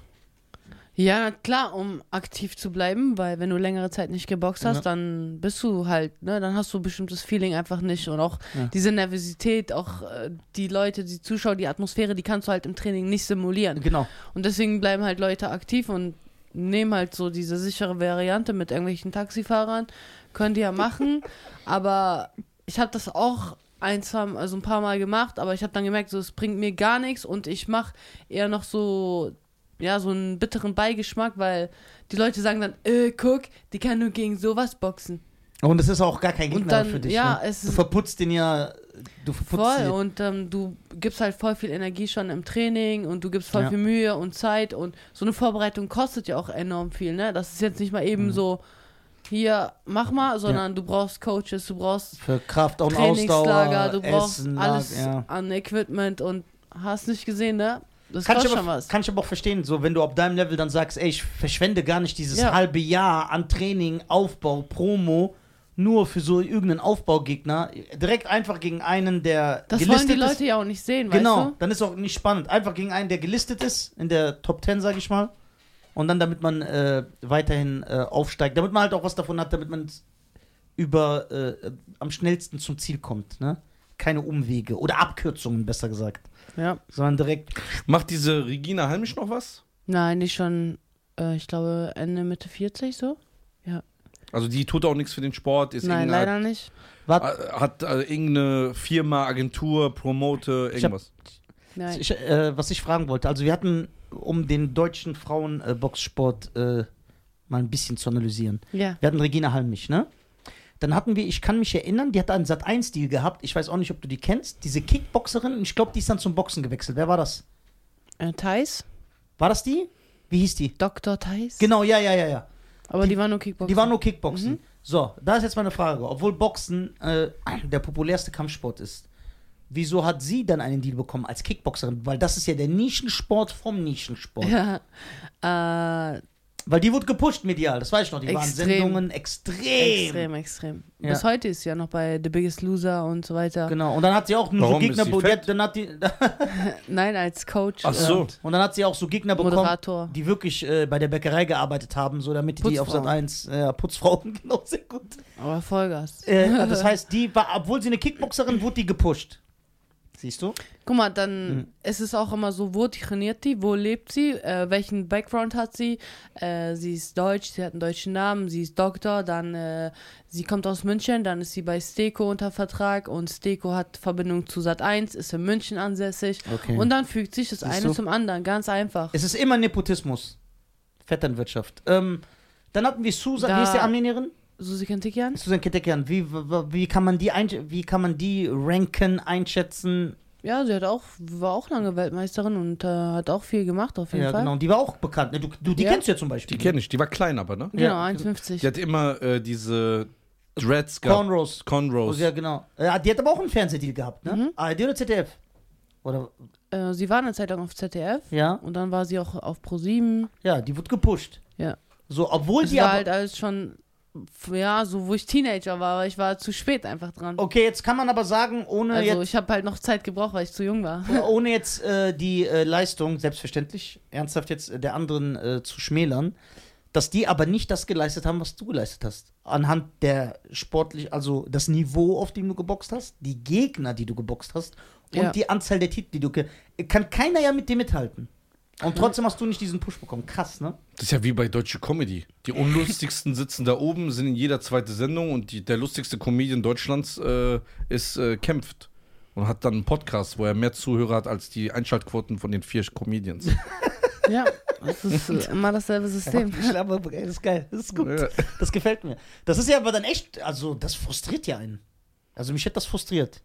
Ja, na klar, um aktiv zu bleiben, weil wenn du längere Zeit nicht geboxt hast, dann bist du halt, ne, dann hast du bestimmtes Feeling einfach nicht und auch Ja. diese Nervosität, auch äh, die Leute, die Zuschauer, die Atmosphäre, die kannst du halt im Training nicht simulieren. Genau. Und deswegen bleiben halt Leute aktiv und nehmen halt so diese sichere Variante mit irgendwelchen Taxifahrern. Könnt ihr ja machen. aber ich habe das auch ein, zwei, also ein paar Mal gemacht, aber ich habe dann gemerkt, so es bringt mir gar nichts und ich mache eher noch so ja, so einen bitteren Beigeschmack, weil die Leute sagen dann, äh, guck, die kann nur gegen sowas boxen. Und es ist auch gar kein Und Gegner dann- für dich. ja, ne? es du ist- verputzt den ja. Du verputzt Voll. ihn. Und ähm, du gibst halt voll viel Energie schon im Training und du gibst voll Ja. viel Mühe und Zeit und so eine Vorbereitung kostet ja auch enorm viel, ne? Das ist jetzt nicht mal Mhm. eben so, hier, mach mal, sondern du brauchst Coaches, du brauchst Für Kraft und Trainingslager, Ausdauer. du brauchst Essen, alles Ja. an Equipment und hast nicht gesehen, ne? Das Kann ich, kostet schon aber, was. kann ich aber auch verstehen, so wenn du auf deinem Level dann sagst, ey, ich verschwende gar nicht dieses Ja. halbe Jahr an Training, Aufbau, Promo, nur für so irgendeinen Aufbaugegner, direkt einfach gegen einen, der Das wollen die ist. Leute ja auch nicht sehen, Genau, weißt dann ist auch nicht spannend. Einfach gegen einen, der gelistet ist, in der Top 10, sage ich mal. Und dann, damit man äh, weiterhin äh, aufsteigt, damit man halt auch was davon hat, damit man über äh, am schnellsten zum Ziel kommt. Ne? Keine Umwege oder Abkürzungen, besser gesagt. du? Ja. Sondern direkt Macht diese Regina Halmisch noch was? Nein, die schon, äh, ich glaube, Ende, Mitte 40 so. Also die tut auch nichts für den Sport. Ist Nein, irgendeine- leider nicht. äh, Hat äh, irgendeine Firma, Agentur, Promote, Ich hab- irgendwas. Nein. Ich, äh, was ich fragen wollte, also wir hatten, um den deutschen Frauenboxsport äh, mal ein bisschen zu analysieren, Ja. wir hatten Regina Halmich, ne? Dann hatten wir, ich kann mich erinnern, die hat einen Sat1-Deal gehabt, ich weiß auch nicht, ob du die kennst, diese Kickboxerin, ich glaube, die ist dann zum Boxen gewechselt. Wer war das? Äh, Thais? War das die? Wie hieß die? Dr. Thais? Genau, ja, ja, ja, ja. Aber die, war nur Kickboxer. Die war nur Kickboxen. So, da ist jetzt meine Frage. Obwohl Boxen äh, der populärste Kampfsport ist, Wieso hat sie dann einen Deal bekommen als Kickboxerin? Weil das ist ja der Nischensport vom Nischensport. Ja. Äh, Weil die wurde gepusht medial, das weiß ich noch. Die waren Extrem. Sendungen extrem. extrem, extrem. Ja. Bis heute ist sie ja noch bei The Biggest Loser und so weiter. Genau. Und dann hat sie auch nur Warum so ist Gegner sie bekommen. fett? Dann hat die, Nein, als Coach. Ach so. und dann hat sie auch so Gegner bekommen, Moderator. die wirklich äh, bei der Bäckerei gearbeitet haben, so damit die auf Sat Putzfrauen. 1 äh, Putzfrauen, genau, sehr gut. Aber Vollgas. Äh, das heißt, die war, obwohl sie eine Kickboxerin, wurde die gepusht. Siehst du? Guck mal, dann Hm. ist es auch immer so, wo trainiert die, wo lebt sie, äh, welchen Background hat sie, äh, sie ist deutsch, sie hat einen deutschen Namen, sie ist Doktor, dann äh, sie kommt aus München, dann ist sie bei Steko unter Vertrag und Steko hat Verbindung zu Sat1, ist in München ansässig Okay. und dann fügt sich das eine du? zum anderen, ganz einfach. Es ist immer Nepotismus. Vetternwirtschaft. Ähm, dann hatten wir Susan, Da- wie ist die Armenierin? Susi Kantikian? Susan Ketekian, wie, w- wie kann man die ein, wie kann man die ranken, einschätzen? Ja, sie hat auch, war auch lange Weltmeisterin und äh, hat auch viel gemacht auf jeden Ja, Fall. genau. Und die war auch bekannt. ne? Du, du, die Ja. kennst du ja zum Beispiel. Die kenne ich, die war klein aber, ne? Genau, Ja. 1,50. Die hat immer äh, diese Dreads gehabt. Cornrows. Conros. Ja, genau. Ja, die hat aber auch einen Fernsehdeal gehabt, Mhm. ne? ARD oder ZDF? Oder, Äh, sie war eine Zeit lang auf ZDF ja, und dann war sie auch auf ProSieben. ja, die wird gepusht. Ja. So, obwohl Es die war Oh, aber, halt alles schon, f- ja, so wo ich Teenager war, aber ich war zu spät einfach dran. Okay, jetzt kann man aber sagen, ohne also jetzt, ich habe halt noch Zeit gebraucht, weil ich zu jung war. ohne jetzt äh, die äh, Leistung, selbstverständlich, ernsthaft jetzt äh, der anderen äh, zu schmälern, dass die aber nicht das geleistet haben, was du geleistet hast. Anhand der sportlich, also das Niveau, auf dem du geboxt hast, die Gegner, die du geboxt hast und Ja. die Anzahl der Titel, die du ge kann keiner ja mit dir mithalten. Und trotzdem hast du nicht diesen Push bekommen. Krass, ne? Das ist ja wie bei deutsche Comedy. Die unlustigsten sitzen da oben, sind in jeder zweite Sendung und die, der lustigste Comedian Deutschlands äh, ist äh, kämpft. Und hat dann einen Podcast, wo er mehr Zuhörer hat als die Einschaltquoten von den vier Comedians. ja, das ist äh, immer dasselbe System. Ich glaube, das ist geil. Das ist gut. Ja. Das gefällt mir. Das ist ja aber dann echt, also das frustriert ja einen. Also mich hätte das frustriert.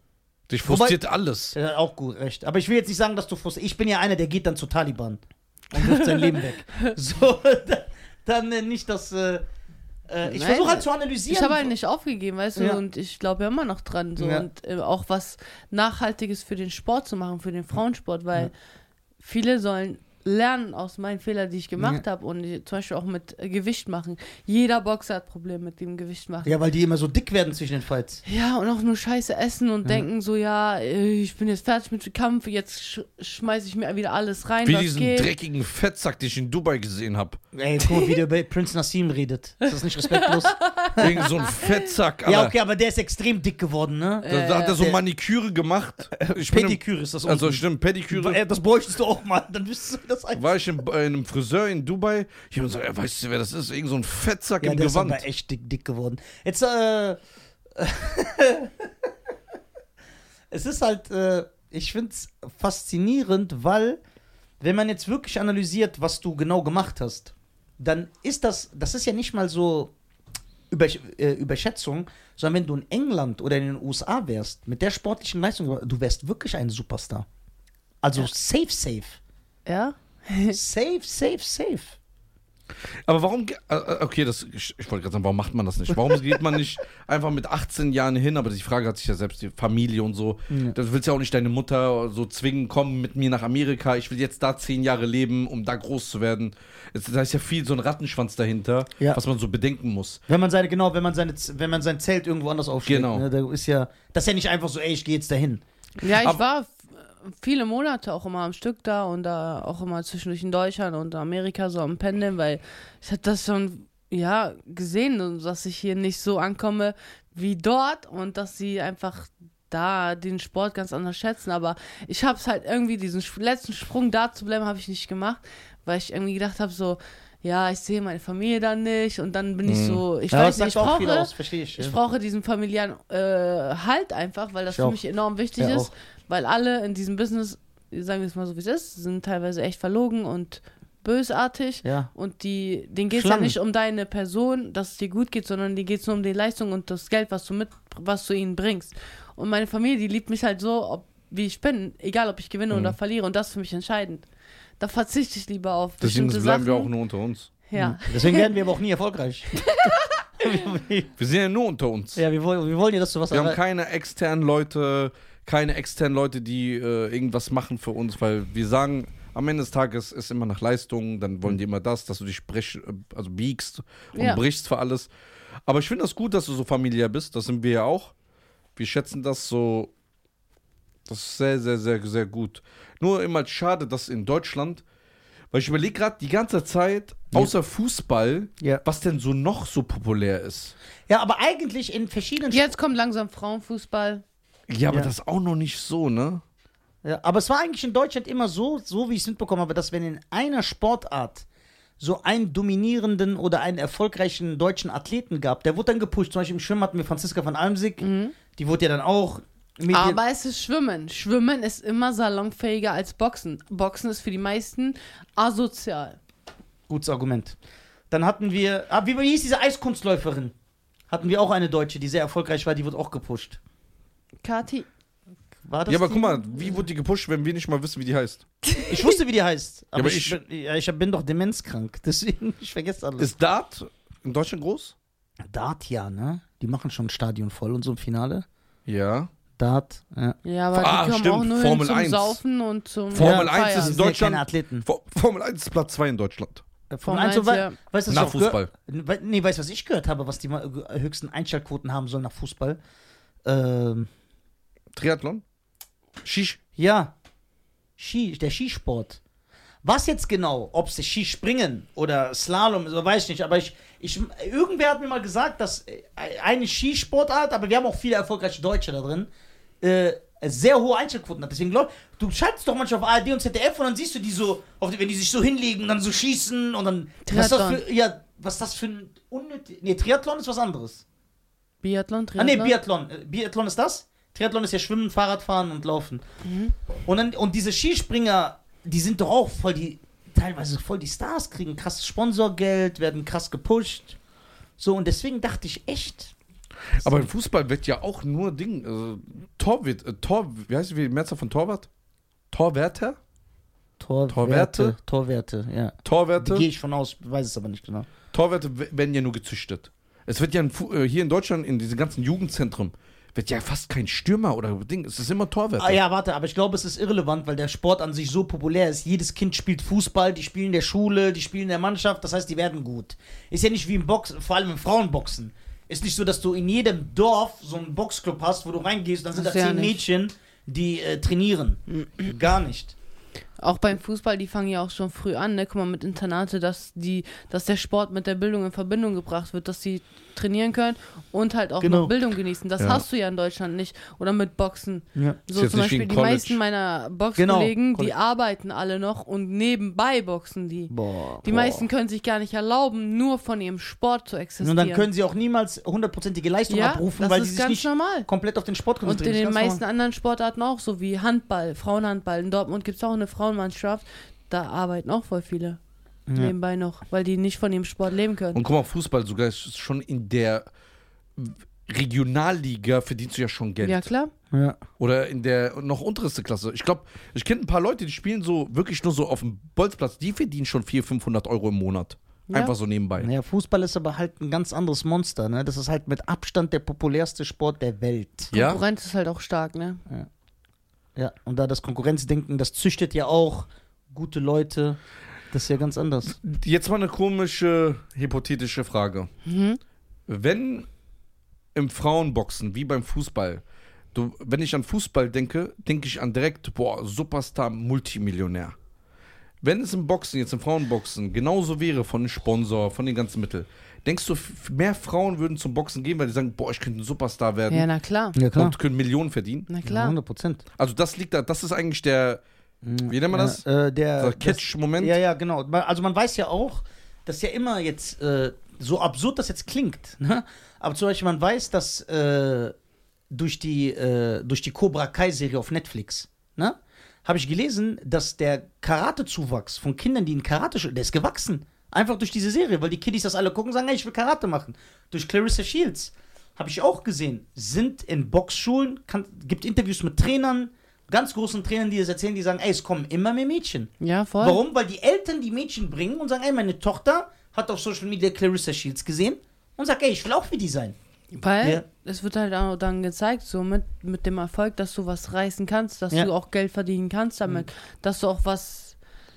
Dich frustriert alles. Ja, auch gut, recht. Aber ich will jetzt nicht sagen, dass du frustriert. Ich bin ja einer, der geht dann zu Taliban und wirft sein Leben weg. So, dann, dann äh, nicht das. Äh, äh, ich Nein. versuche halt zu analysieren. Ich habe halt nicht aufgegeben, weißt du, Ja. und ich glaube ja immer noch dran. So. Ja. Und äh, auch was Nachhaltiges für den Sport zu machen, für den Frauensport, weil viele sollen lernen aus meinen Fehlern, die ich gemacht habe und ich, zum Beispiel auch mit äh, Gewicht machen. Jeder Boxer hat Probleme mit dem Gewicht machen. Ja, weil die immer so dick werden zwischen den Fights. Ja, und auch nur Scheiße essen und denken so, ja, äh, ich bin jetzt fertig mit dem Kampf, jetzt sch schmeiße ich mir wieder alles rein, Wie was diesen geht. dreckigen Fettsack, den ich in Dubai gesehen habe. Ey, guck mal, wie der über Prince Nassim redet. Ist das nicht respektlos? Irgend so ein Fettsack, Alter. ja, okay, aber der ist extrem dick geworden, ne? Äh, Da, da hat er so Der- Maniküre gemacht. Ich bin im, Pediküre Äh, ist das also unten. stimmt, Pediküre. Ey, Das bräuchtest du auch mal, dann wüsstest du, wie das eigentlich war ich äh, in, bei einem Friseur in Dubai. Ich hab gesagt, ey, weißt du, wer das ist? Irgend so ein Fettsack Ja, im der ist Gewand. aber echt dick, dick geworden. Jetzt, äh. es ist halt, äh, ich find's faszinierend, weil, wenn man jetzt wirklich analysiert, was du genau gemacht hast, dann ist das, das ist ja nicht mal so Übersch äh, Überschätzung, sondern wenn du in England oder in den USA wärst, mit der sportlichen Leistung, du wärst wirklich ein Superstar. Also safe, safe. Ja? Safe, safe, safe. Aber warum, ge- äh, äh, okay, das, ich, ich wollte gerade sagen, warum macht man das nicht? Warum geht man nicht einfach mit 18 Jahren hin? Aber die Frage hat sich ja selbst die Familie und so. Das willst ja auch nicht deine Mutter so zwingen, komm mit mir nach Amerika. Ich will jetzt da 10 Jahre leben, um da groß zu werden. Es, da ist ja viel so ein Rattenschwanz dahinter, Ja. was man so bedenken muss. Wenn man seine, genau, wenn man seine, wenn man sein Zelt irgendwo anders aufschlägt, Genau. ne, da ist ja, das ist ja nicht einfach so, ey, ich gehe jetzt dahin. Ja, ich Aber- war f- viele Monate auch immer am Stück da und da auch immer zwischendurch in Deutschland und Amerika so am Pendeln, weil ich habe das schon, ja, gesehen, und dass ich hier nicht so ankomme wie dort und dass sie einfach da den Sport ganz anders schätzen, aber ich habe es halt irgendwie, diesen Sp- letzten Sprung da zu bleiben, habe ich nicht gemacht, weil ich irgendwie gedacht habe, so, ja, ich sehe meine Familie dann nicht und dann bin ich so, ich weiß nicht, ich brauche, verstehe ich. ich brauche diesen familiären äh, Halt einfach, weil das Ich für auch. mich enorm wichtig Ja, ist, auch. weil alle in diesem Business, sagen wir es mal so wie es ist, sind teilweise echt verlogen und bösartig. Ja. Und die, denen geht es ja Schlangen. nicht um deine Person, dass es dir gut geht, sondern denen geht es nur um die Leistung und das Geld, was du mit, was du ihnen bringst. Und meine Familie, die liebt mich halt so, ob, wie ich bin, egal ob ich gewinne Mhm. oder verliere. Und das ist für mich entscheidend. Da verzichte ich lieber auf Deswegen bestimmte bleiben Sachen. wir auch nur Mhm. unter uns. ja. Hm. Deswegen werden wir aber auch nie erfolgreich. wir, wir, Wir sind ja nur unter uns. ja, wir, wollen- wir wollen ja, dass du was Wir haben errei- keine externen Leute, keine externen Leute, die äh, irgendwas machen für uns, weil wir sagen, am Ende des Tages ist immer nach Leistung, dann wollen die immer das, dass du dich brech, also biegst und Ja. brichst für alles. Aber ich finde das gut, dass du so familiär bist, das sind wir ja auch. Wir schätzen das so. Das ist sehr, sehr, sehr, sehr gut. Nur immer schade, dass in Deutschland, weil ich überlege gerade die ganze Zeit, außer Fußball, Ja. was denn so noch so populär ist. Ja, aber eigentlich in verschiedenen. Jetzt kommt langsam Frauenfußball. Ja, aber Ja. das auch noch nicht so, ne? Ja, aber es war eigentlich in Deutschland immer so, so wie ich es mitbekommen habe, dass wenn in einer Sportart so einen dominierenden oder einen erfolgreichen deutschen Athleten gab, der wurde dann gepusht. Zum Beispiel im Schwimmen hatten wir Franziska von Almsig, Mhm. die wurde ja dann auch. Medien- Aber es ist Schwimmen. Schwimmen ist immer salonfähiger als Boxen. Boxen ist für die meisten asozial. Gutes Argument. Dann hatten wir, ah, wie wie hieß diese Eiskunstläuferin? Hatten wir auch eine Deutsche, die sehr erfolgreich war, die wurde auch gepusht. Kati, War das Ja, aber die? guck mal, wie wurde die gepusht, wenn wir nicht mal wissen, wie die heißt? Ich wusste, wie die heißt. Aber, aber ich, ich- bin, ja, ich bin doch demenzkrank, deswegen ich vergesse alles. Ist Dart in Deutschland groß? Dart ja, ne? Die machen schon ein Stadion voll und so im Finale. Ja. Dart, ja. Ja, aber Ah, die kommen stimmt, auch nur Formel hin zum 1. Saufen und zum Formel Feiern. 1 ist in sind ja Deutschland- keine Athleten. Vor- Formel 1 ist Platz 2 in Deutschland. Von eins, eins und wei- ja. weißt du, was Nach ich auch Fußball. gehör- We nee, weißt du, was ich gehört habe, was die mal- äh, höchsten Einschaltquoten haben sollen nach Fußball? Ähm, Triathlon? Schisch. ja, Ski, der Skisport. Was jetzt genau, ob es Skispringen oder Slalom, so weiß ich nicht, aber ich, ich, irgendwer hat mir mal gesagt, dass äh, eine Skisportart, aber wir haben auch viele erfolgreiche Deutsche da drin, äh, sehr hohe Einschaltquoten hat. Deswegen glaub, du schaltest doch manchmal auf ARD und ZDF und dann siehst du die so, auf die, wenn die sich so hinlegen und dann so schießen und dann. Was ist das Triathlon. für, ja, was ist das für ein unnötig. Nee, Triathlon ist was anderes. Biathlon, Ah, nee, Triathlon. Biathlon. Äh, Biathlon ist das? Triathlon ist ja Schwimmen, Fahrradfahren und Laufen. Und, dann, und diese Skispringer, die sind doch auch voll die, teilweise voll die Stars, kriegen krasses Sponsorgeld, werden krass gepusht. So, und deswegen dachte ich echt, Aber im Fußball wird ja auch nur Ding. Also, Torwart, äh, Tor, wie heißt die Mehrzahl von Torwart? Torwärter? Torwerte. Torwerte? Torwerte, ja. Da gehe Torwärter? ich von aus, weiß es aber nicht genau. Torwärter w- werden ja nur gezüchtet. Es wird ja in Fu äh, hier in Deutschland, in diesen ganzen Jugendzentren, wird ja fast kein Stürmer oder Ding. Es ist immer Torwärter. Ah ja, warte, aber ich glaube, es ist irrelevant, weil der Sport an sich so populär ist. Jedes Kind spielt Fußball, die spielen in der Schule, die spielen in der Mannschaft, das heißt, die werden gut. Ist ja nicht wie im Boxen, vor allem im Frauenboxen. Ist nicht so, dass du in jedem Dorf so einen Boxclub hast, wo du reingehst, dann sind da Das zehn ja nicht. Mädchen, die äh, trainieren. Gar nicht. Auch beim Fußball, die fangen ja auch schon früh an, ne? Guck mal, mit Internate, dass die, dass der Sport mit der Bildung in Verbindung gebracht wird, dass sie trainieren können und halt auch Genau. noch Bildung genießen. Das Ja. hast du ja in Deutschland nicht. Oder mit Boxen. Ja. So jetzt zum nicht wie Beispiel ein College. die Genau, meisten meiner Boxkollegen, College. die arbeiten alle noch und nebenbei boxen die. Boah. Die meisten können sich gar nicht erlauben, nur von ihrem Sport zu existieren. Und dann können sie auch niemals hundertprozentige Leistung ja, abrufen, das weil sie ist sich ganz nicht normal. komplett auf den Sport Und konzentrieren. in Das ist den ganz meisten normal. anderen Sportarten auch, so wie Handball, Frauenhandball. In Dortmund gibt es auch eine Frauenmannschaft. Da arbeiten auch voll viele nebenbei noch, weil die nicht von dem Sport leben können. Und guck mal, Fußball sogar ist schon in der Regionalliga verdienst du ja schon Geld. Ja, klar. Ja. Oder in der noch unterste Klasse. Ich glaube, ich kenne ein paar Leute, die spielen so wirklich nur so auf dem Bolzplatz. Die verdienen schon 400, 500 Euro im Monat. Ja. Einfach so nebenbei. Naja, Fußball ist aber halt ein ganz anderes Monster. Ne? Das ist halt mit Abstand der populärste Sport der Welt. Ja? Konkurrenz ist halt auch stark, ne? Ja, und da das Konkurrenzdenken, das züchtet ja auch gute Leute. Das ist ja ganz anders. Jetzt mal eine komische, hypothetische Frage. Mhm. Wenn im Frauenboxen, wie beim Fußball, du, wenn ich an Fußball denke, denke ich an direkt, boah, Superstar, Multimillionär. Wenn es im Boxen, jetzt im Frauenboxen, genauso wäre von dem Sponsor, von den ganzen Mitteln, denkst du, f- mehr Frauen würden zum Boxen gehen, weil die sagen, boah, ich könnte ein Superstar werden Ja, na klar. Ja, und können Millionen verdienen? Na Klar. klar. 100 Prozent. Also das liegt da, das ist eigentlich der, wie nennt man das? Ja, äh, der der Catch-Moment. das, ja, ja, genau. Ma- Also man weiß ja auch, dass ja immer jetzt, äh, so absurd das jetzt klingt, ne? aber zum Beispiel man weiß, dass äh, durch, die, äh, durch die Cobra Kai-Serie auf Netflix, ne? habe ich gelesen, dass der Karate-Zuwachs von Kindern, die in Karate, schu- der ist gewachsen. Einfach durch diese Serie, weil die Kiddies das alle gucken und sagen, hey, ich will Karate machen. Durch Clarissa Shields habe ich auch gesehen, sind in Boxschulen, kann, gibt Interviews mit Trainern, ganz großen Trainern, die das erzählen, die sagen, ey, es kommen immer mehr Mädchen. Ja, voll. Warum? Weil die Eltern die Mädchen bringen und sagen, ey, meine Tochter hat auf Social Media Clarissa Shields gesehen und sagt, ey, ich will auch wie die sein. Weil Ja. es wird halt auch dann gezeigt, so mit, mit dem Erfolg, dass du was reißen kannst, dass Ja. Mhm. du auch Geld verdienen kannst damit, dass du auch was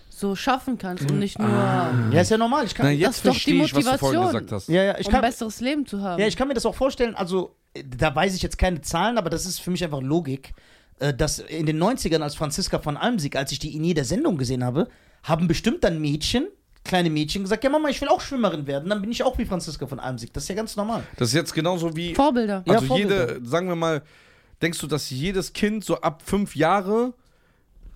so schaffen kannst und nicht nur Ja, ist ja normal. Ich kann, Na, das jetzt ist doch die verstehe ich, was du vorhin Motivation. gesagt hast. ja, ja, ich um kann, ein besseres Leben zu haben. Ja, ich kann mir das auch vorstellen, also äh, da weiß ich jetzt keine Zahlen, aber das ist für mich einfach Logik, äh, dass in den 90ern als Franziska von Almsig, als ich die in jeder Sendung gesehen habe, haben bestimmt dann Mädchen, kleine Mädchen gesagt, ja Mama, ich will auch Schwimmerin werden, dann bin ich auch wie Franziska von Almsig. Das ist ja ganz normal. Das ist jetzt genauso wie. Vorbilder. Ja, Also Vorbilder. jede, sagen wir mal, denkst du, dass jedes Kind so ab fünf Jahre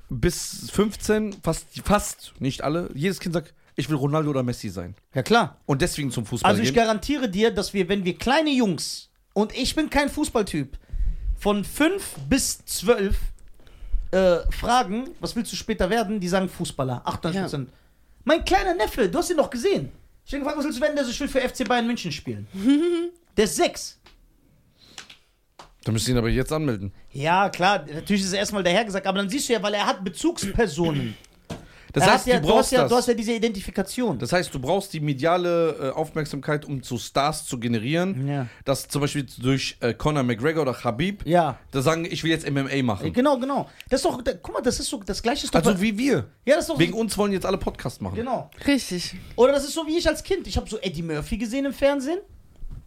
bis 15, fast, fast, nicht alle, jedes Kind sagt, ich will Ronaldo oder Messi sein. Ja klar. Und deswegen zum Fußball Also ich gehen. garantiere dir, dass wir, wenn wir kleine Jungs, und ich bin kein Fußballtyp, von 5 bis 12 äh, fragen, was willst du später werden, die sagen Fußballer, 98%. Mein kleiner Neffe, du hast ihn noch gesehen. Ich habe gefragt, was willst du werden, der so schön für FC Bayern München spielen? der ist 6. Da müsst ihr ihn aber jetzt anmelden. Ja, klar, natürlich ist es erstmal dahergesagt, aber dann siehst du ja, weil er hat Bezugspersonen. Das er heißt, hat ja, du du, hast brauchst ja, du das. hast ja diese Identifikation. Das heißt, du brauchst die mediale äh, Aufmerksamkeit, um zu Stars zu generieren. Ja. Das zum Beispiel durch äh, Conor McGregor oder Habib, ja. da sagen, ich will jetzt MMA machen. Genau, genau. Das ist doch, da, guck mal, das ist so, das gleiche ist doch. Also wie wir. ja, das ist doch. Wegen uns wollen jetzt alle Podcast machen. genau. Richtig. Oder das ist so wie ich als Kind. Ich habe so Eddie Murphy gesehen im Fernsehen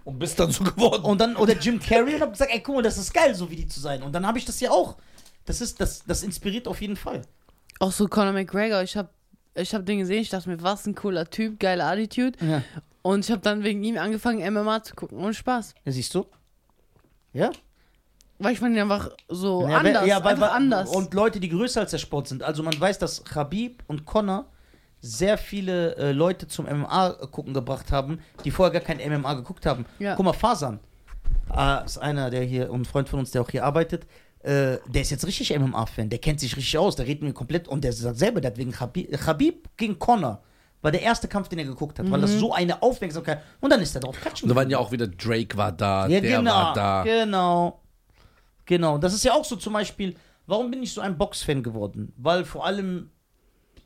Und bist dann so geworden. und dann oder Jim Carrey und habe gesagt, ey, guck mal, das ist geil, so wie die zu sein. Und dann habe ich das ja auch. Das ist das, das inspiriert auf jeden Fall. Auch so Conor McGregor, ich hab, ich hab den gesehen, ich dachte mir, was ein cooler Typ, geile Attitude. Ja. Und ich habe dann wegen ihm angefangen, MMA zu gucken. Ohne Spaß. Ja, siehst du? Ja. Weil ich fand ihn einfach so ja, anders. wer- ja, weil- einfach weil- anders. Und Leute, die größer als der Sport sind. Also man weiß, dass Khabib und Connor sehr viele äh, Leute zum MMA gucken gebracht haben, die vorher gar kein MMA geguckt haben. Ja. Guck mal, Fasan äh, ist einer, der hier und ein Freund von uns, der auch hier arbeitet. Äh, der ist jetzt richtig MMA-Fan. Der kennt sich richtig aus. Der redet mir komplett und der sagt selber, der hat wegen Khabib, Khabib gegen Connor war der erste Kampf, den er geguckt hat, weil das Mhm. so eine Aufmerksamkeit und dann ist er drauf klatschen. Und da waren ja auch wieder Drake war da, Ja, der genau. war da. Genau. Genau. Das ist ja auch so zum Beispiel, warum bin ich so ein Boxfan geworden? Weil vor allem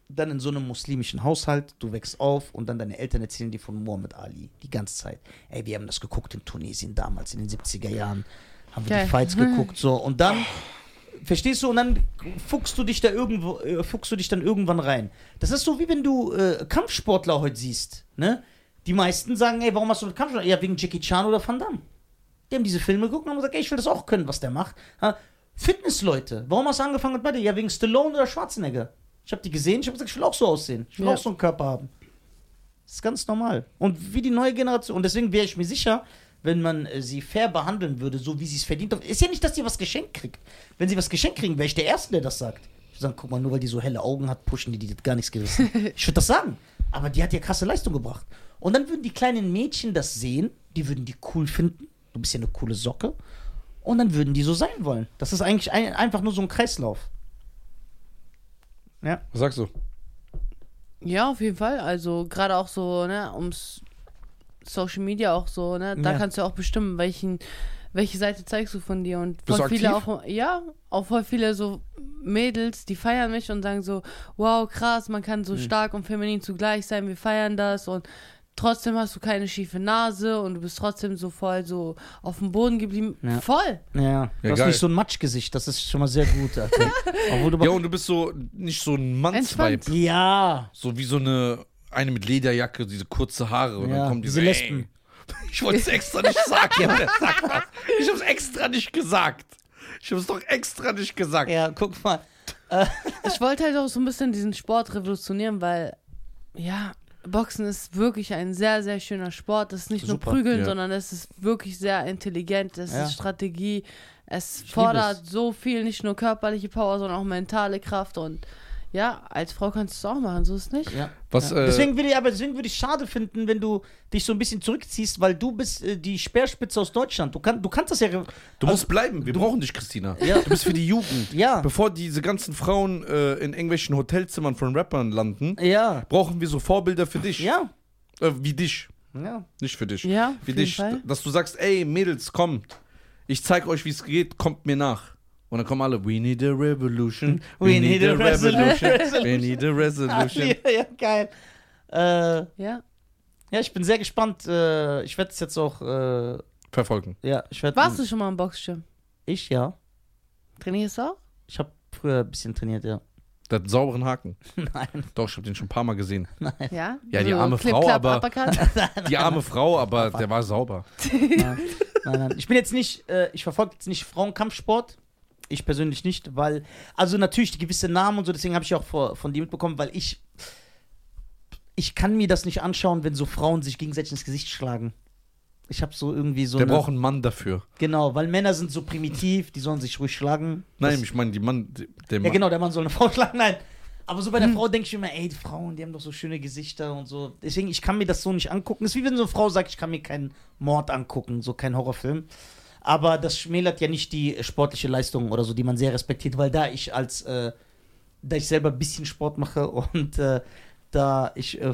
dann in so einem muslimischen Haushalt, du wächst auf und dann deine Eltern erzählen dir von Muhammad Ali die ganze Zeit. Ey, wir haben das geguckt in Tunesien damals, in den 70er Jahren. Haben wir Geil. die Fights geguckt, so. Und dann, verstehst du, und dann fuchst du dich da irgendwo, äh, fuchst du dich dann irgendwann rein. Das ist so, wie wenn du äh, Kampfsportler heute siehst, ne? Die meisten sagen, ey, warum hast du Kampfsportler? Ja, wegen Jackie Chan oder Van Damme. Die haben diese Filme geguckt und haben gesagt, ey, ich will das auch können, was der macht. Ha, Fitnessleute, warum hast du angefangen mit Metal? Ja, wegen Stallone oder Schwarzenegger. Ich habe die gesehen, ich habe gesagt, ich will auch so aussehen. Ich will Ja. auch so einen Körper haben. Das ist ganz normal. Und wie die neue Generation. Und deswegen wäre ich mir sicher, wenn man äh, sie fair behandeln würde, so wie sie es verdient hat. Ist ja nicht, dass sie was geschenkt kriegt. Wenn sie was geschenkt kriegen, wäre ich der Erste, der das sagt. Ich würde sagen, guck mal, nur weil die so helle Augen hat, pushen die, die hat gar nichts gerissen. ich würde das sagen. Aber die hat ja krasse Leistung gebracht. Und dann würden die kleinen Mädchen das sehen, die würden die cool finden. Du bist ja eine coole Socke. Und dann würden die so sein wollen. Das ist eigentlich ein, einfach nur so ein Kreislauf. Was sagst du? Ja, auf jeden Fall. Also gerade auch so, ne, ums Social Media auch so, ne? Da Ja. kannst du auch bestimmen, welchen, welche Seite zeigst du von dir. Und Bist voll du viele aktiv? auch, ja, auch voll viele so Mädels, die feiern mich und sagen so, wow, krass, man kann Mhm. so stark und feminin zugleich sein, wir feiern das und trotzdem hast du keine schiefe Nase und du bist trotzdem so voll so auf dem Boden geblieben. Ja. Voll. Ja, du Ja, hast geil. nicht so ein Matschgesicht, das ist schon mal sehr gut. Alter. Obwohl du Ja, und du bist so nicht so ein Entspannt. Mannsweib. Ja. So wie so eine, eine mit Lederjacke, diese kurze Haare. Und Ja, dann kommen diese, diese Lesben. Ey. Ich wollte es extra nicht sagen. aber der sagt das. Ich habe es extra nicht gesagt. Ich habe es doch extra nicht gesagt. Ja, guck mal. Ich wollte halt auch so ein bisschen diesen Sport revolutionieren, weil, ja, Boxen ist wirklich ein sehr, sehr schöner Sport. Das ist nicht Super, nur Prügeln, ja. sondern es ist wirklich sehr intelligent. Es Ja. ist Strategie. Es liebe fordert so viel, nicht nur körperliche Power, sondern auch mentale Kraft. Und ja, als Frau kannst du es auch machen, so ist es nicht. Ja. Was, äh, Deswegen würde ich, aber deswegen würde ich schade finden, wenn du dich so ein bisschen zurückziehst, weil du bist äh, die Speerspitze aus Deutschland. Du, kann, du kannst das ja. re- du musst bleiben. Wir brauchen dich, Christina. also, Ja. Du bist für die Jugend. Ja. Bevor diese ganzen Frauen äh, in irgendwelchen Hotelzimmern von Rappern landen, Ja. brauchen wir so Vorbilder für dich. Ja. Äh, wie dich. Ja. Nicht für dich. Ja, auf Wie jeden dich. Fall. Dass du sagst, ey, Mädels, kommt. Ich zeig euch, wie es geht, kommt mir nach. Und dann kommen alle, we need a revolution, we, need, a revolution, we need a resolution. Ja, ja, geil. Äh, Ja, ja, ich bin sehr gespannt. Äh, ich werde es jetzt auch äh, verfolgen. Ja, ich werde. Warst du schon mal im Boxgym? Ich, ja. Trainierst du auch? Ich habe früher ein bisschen trainiert, ja. Der hat einen sauberen Haken. Nein. Doch, ich habe den schon ein paar Mal gesehen. Ja. Ja, die arme Clip, Frau, Clap, aber- Uppercut. Die arme Frau, aber der war sauber. Nein, nein. Ich bin jetzt nicht, äh, ich verfolge jetzt nicht Frauenkampfsport. Ich persönlich nicht, weil, also natürlich die gewisse Namen und so, deswegen habe ich auch vor, von dir mitbekommen, weil ich, ich kann mir das nicht anschauen, wenn so Frauen sich gegenseitig ins Gesicht schlagen. Ich habe so irgendwie so. Der eine- braucht einen Mann dafür. Genau, weil Männer sind so primitiv, die sollen sich ruhig schlagen. Nein, Das- ich meine, die Mann, die- der Ja, Mann. genau, der Mann soll eine Frau schlagen, nein. Aber so bei Hm. der Frau denke ich mir immer, ey, die Frauen, die haben doch so schöne Gesichter und so. Deswegen, ich kann mir das so nicht angucken. ist wie wenn so eine Frau sagt, ich kann mir keinen Mord angucken, so keinen Horrorfilm. Aber das schmälert ja nicht die sportliche Leistung oder so, die man sehr respektiert, weil da ich als, äh, da ich selber ein bisschen Sport mache und äh, da ich äh,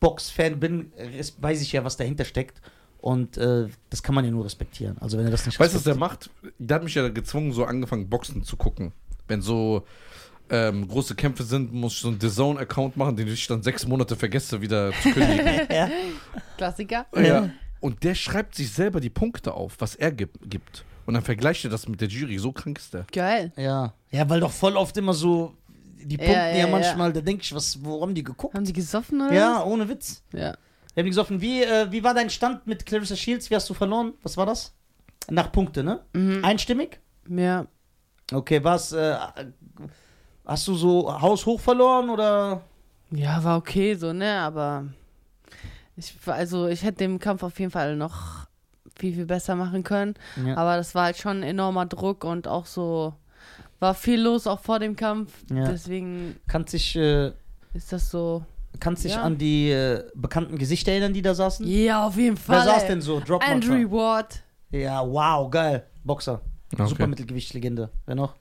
Box-Fan bin, res- weiß ich ja, was dahinter steckt. Und äh, das kann man ja nur respektieren. Also wenn er das nicht Weißt du, was der respektiert- macht? Der hat mich ja gezwungen, so angefangen, Boxen zu gucken. Wenn so ähm, große Kämpfe sind, muss ich so einen DAZN-Account machen, den ich dann sechs Monate vergesse, wieder zu kündigen. Klassiker. ja. Und der schreibt sich selber die Punkte auf, was er gib- gibt. Und dann vergleicht er das mit der Jury. So krank ist der. Geil. Ja. Ja, weil doch voll oft immer so, die Ja, punkten ja, ja, Hm. ja. manchmal, da denke ich, was, wo haben die geguckt? Haben die gesoffen oder Ja, ohne Witz. was? Ja. Wir haben die gesoffen. Wie, äh, wie war dein Stand mit Clarissa Shields? Wie hast du verloren? Was war das? Nach Punkte, ne? Mhm. Einstimmig? Ja. Okay, was, äh, hast du so haushoch verloren oder? Ja, war okay so, ne? Aber ich, war- also ich hätte den Kampf auf jeden Fall noch viel, viel besser machen können. Ja. Aber das war halt schon ein enormer Druck und auch so war viel los auch vor dem Kampf. Ja. Deswegen Kannst dich, äh, ist das so. kannst dich Ja. an die äh, bekannten Gesichter erinnern, die da saßen? Ja, auf jeden Fall. Wer saß ey. denn so? Drop mal Andrew drauf. Ward, Ja, wow, geil. Boxer. Okay. Supermittelgewichtslegende. Wer noch?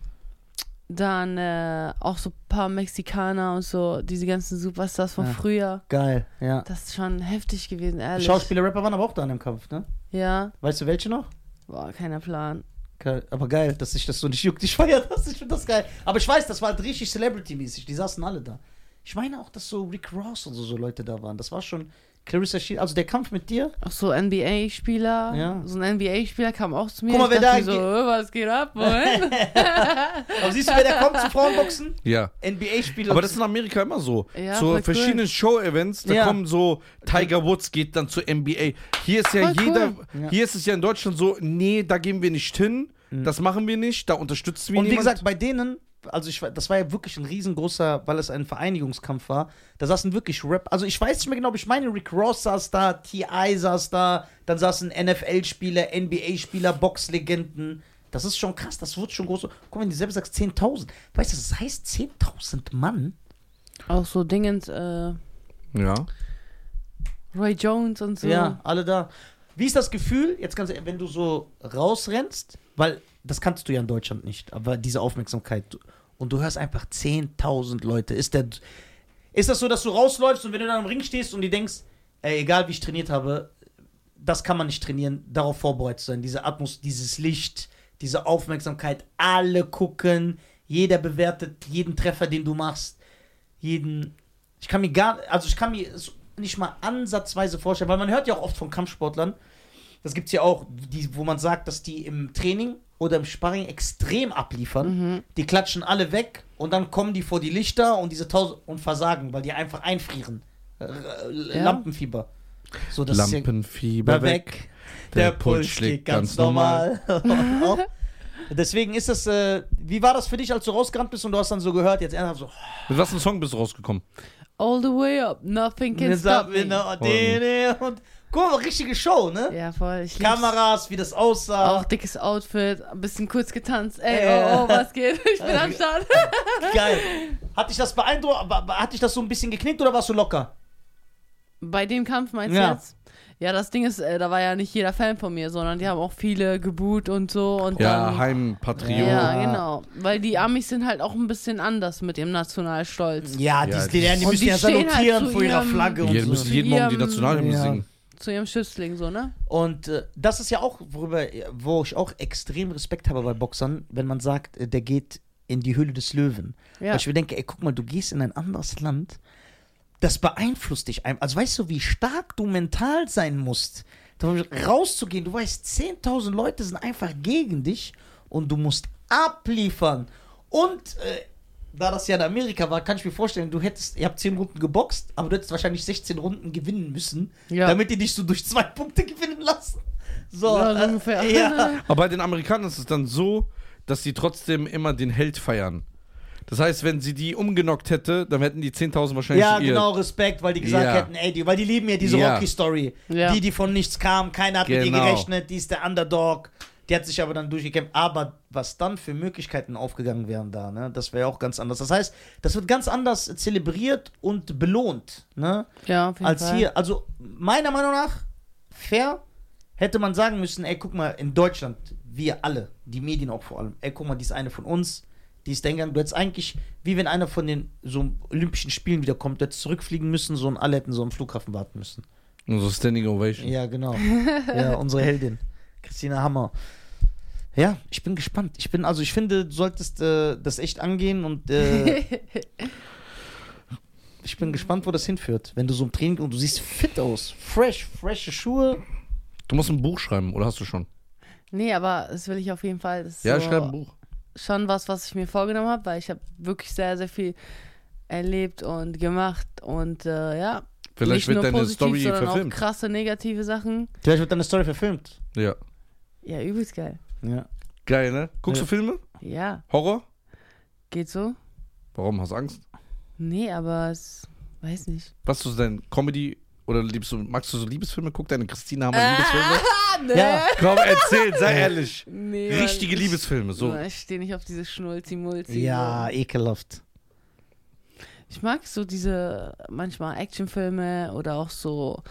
dann äh, auch so ein paar Mexikaner und so, diese ganzen Superstars von Ja. früher. Geil, ja. Das ist schon heftig gewesen, ehrlich. Schauspieler, Rapper waren aber auch da in dem Kampf, ne? Ja, Weißt du welche noch? boah, keiner Plan. Geil. Aber geil, dass sich das so nicht juckt. Ich feier das, ich finde das geil. Aber ich weiß, das war halt richtig Celebrity-mäßig. Die saßen alle da. Ich meine auch, dass so Rick Ross und so, so Leute da waren. Das war schon Clarissa Shield. Also der Kampf mit dir. Auch so NBA-Spieler. Ja. So ein NBA-Spieler kam auch zu mir. Guck mal, ich wer dachte da mir so, "Äh, was geht ab, Moin? Aber siehst du, wer da kommt zu Frauenboxen? Ja. NBA-Spieler. Aber das ist in Amerika immer so. Ja, Zu voll cool. verschiedenen Show-Events, da Ja. kommen so, Tiger Woods geht dann zur NBA. Hier ist ja Voll jeder, cool. Ja. hier ist es ja in Deutschland so, nee, da gehen wir nicht hin, das machen wir nicht, da unterstützen wir Und wie niemanden. gesagt, bei denen, also ich, we- das war ja wirklich ein riesengroßer, weil es ein Vereinigungskampf war, da saßen wirklich Rap, also ich weiß nicht mehr genau, ob ich meine, Rick Ross saß da, T.I. saß da, dann saßen NFL-Spieler, NBA-Spieler, Boxlegenden. Das ist schon krass, das wird schon groß. Guck mal, wenn du selber sagst 10.000. Weißt du, das heißt 10.000 Mann? auch so Dingens, äh, ja. Roy Jones und so. Ja, ne? alle da. Wie ist das Gefühl, jetzt ganz, ehrlich, wenn du so rausrennst, weil das kannst du ja in Deutschland nicht, aber diese Aufmerksamkeit du- und du hörst einfach 10.000 Leute. Ist, der, ist das so, dass du rausläufst und wenn du dann im Ring stehst und dir denkst, ey, egal wie ich trainiert habe, das kann man nicht trainieren, darauf vorbereitet zu sein. Diese Atmos, dieses Licht, diese Aufmerksamkeit, alle gucken, jeder bewertet jeden Treffer, den du machst, jeden. Ich kann mir gar, also ich kann mir es nicht mal ansatzweise vorstellen, weil man hört ja auch oft von Kampfsportlern, das gibt's ja auch, die, wo man sagt, dass die im Training oder im Sparring extrem abliefern. Die klatschen alle weg und dann kommen die vor die Lichter und diese tausend und versagen, weil die einfach einfrieren. R- Ja. Lampenfieber. So, das ist ja- Lampenfieber weg. Der Puls schlägt ganz normal. normal. Deswegen ist das, äh, wie war das für dich, als du rausgerannt bist und du hast dann so gehört, jetzt ernsthaft so, Mit was für einem Song bist du rausgekommen? All the way up, nothing can jetzt stop ab me. in der Adene und guck mal, richtige Show, ne? Ja, voll. Ich lieb's. Kameras, wie das aussah, Auch dickes Outfit, ein bisschen kurz getanzt. Ey, Ja. oh, oh, was geht? Ich bin am Start. geil. Hat dich das beeindruckt, aber- aber hat dich das so ein bisschen geknickt oder warst du locker? Bei dem Kampf meinst Ja. du jetzt? Ja, das Ding ist, äh, da war ja nicht jeder Fan von mir, sondern die haben auch viele geboot und so. Und Ja, dann, Heimpatrio. Ja, genau. Weil die Amis sind halt auch ein bisschen anders mit ihrem Nationalstolz. Ja, Ja, die, die, die Und müssen die ja stehen halt salutieren zu vor ihrer ihrem- Flagge und Die so. müssen jeden Morgen die Ja, Nationalhymne ja. singen. Zu ihrem Schützling, so, ne? Und äh, das ist ja auch, worüber, wo ich auch extrem Respekt habe bei Boxern, wenn man sagt, äh, der geht in die Höhle des Löwen. Ja. Weil ich mir denke, ey, guck mal, du gehst in ein anderes Land, das beeinflusst dich. ein- Also weißt du, wie stark du mental sein musst, davon rauszugehen. Du weißt, 10.000 Leute sind einfach gegen dich und du musst abliefern. Und äh, da das ja in Amerika war, kann ich mir vorstellen, du hättest, ihr habt 10 Runden geboxt, aber du hättest wahrscheinlich 16 Runden gewinnen müssen, Ja. damit die dich so durch zwei Punkte gewinnen lassen. So, Ja, so äh, ungefähr. Ja. Aber bei den Amerikanern ist es dann so, dass sie trotzdem immer den Held feiern. Das heißt, wenn sie die umgenockt hätte, dann hätten die 10.000 wahrscheinlich Ja, ihr. genau, Respekt, weil die gesagt Ja. hätten, ey, die, weil die lieben ja diese Ja. Rocky-Story. Ja. Die, die von nichts kam, keiner hat mit ihr Genau. gerechnet, die ist der Underdog. Die hat sich aber dann durchgekämpft. Aber was dann für Möglichkeiten aufgegangen wären da, ne? Das wäre ja auch ganz anders. Das heißt, das wird ganz anders zelebriert und belohnt, ne? Ja, auf jeden Als Fall. hier. Also, meiner Meinung nach, fair hätte man sagen müssen, ey, guck mal, in Deutschland, wir alle, die Medien auch vor allem, ey, guck mal, die ist eine von uns, die ist dengegangen, du hättest eigentlich, wie wenn einer von den so Olympischen Spielen wiederkommt, du hättest zurückfliegen müssen, so und alle hätten so am Flughafen warten müssen. Und so Standing Ovation. Ja, genau. ja, unsere Heldin, Christina Hammer. Ja, ich bin gespannt. Ich bin, also ich finde, du solltest äh, das echt angehen und äh, ich bin gespannt, wo das hinführt. Wenn du so im Training und du siehst fit aus, fresh, frische Schuhe. Du musst ein Buch schreiben, oder hast du schon? nee, aber das will ich auf jeden Fall. Das ist Ja, so schreib ein Buch. schon was, was ich mir vorgenommen habe, weil ich habe wirklich sehr, sehr viel erlebt und gemacht und äh, ja. Vielleicht nicht wird nur deine positiv, Story sondern verfilmt. Auch krasse negative Sachen. Vielleicht wird deine Story verfilmt. Ja. Ja, übelst geil. Ja. Geil, ne? Guckst Ja. du Filme? Ja, Horror? geht so. Warum hast du Angst? Nee, aber es weiß nicht. Was du dein Comedy oder liebst du, magst du so Liebesfilme? Guck deine Christina Hammer Liebesfilme. Ah, nee. Ja. Komm, erzähl, sei ehrlich. nee Mann, Richtige ich- Liebesfilme, so. Mann, Ich stehe nicht auf diese Schnulzi-Mulzi. Ja, ekelhaft. Ich mag so diese manchmal Actionfilme oder auch so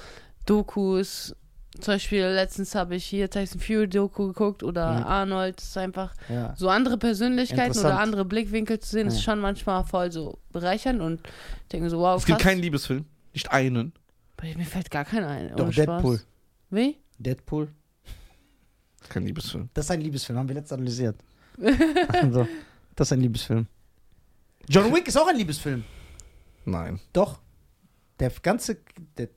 Dokus. Zum Beispiel letztens habe ich hier Tyson Fury Doku geguckt oder Mhm. Arnold. Das ist einfach Ja. so andere Persönlichkeiten oder Interessant. andere Blickwinkel zu sehen, ist Ja. schon manchmal voll so bereichernd und ich denke so, wow, Es gibt krass. keinen Liebesfilm. Nicht einen. Boah, Mir fällt gar keiner ein. Doch, ohne Spaß. Deadpool. Wie? Deadpool. Kein Liebesfilm. Das ist ein Liebesfilm, haben wir letztens analysiert. also, das ist ein Liebesfilm. John Wick ist auch ein Liebesfilm. Nein. Doch. Der ganze. Der,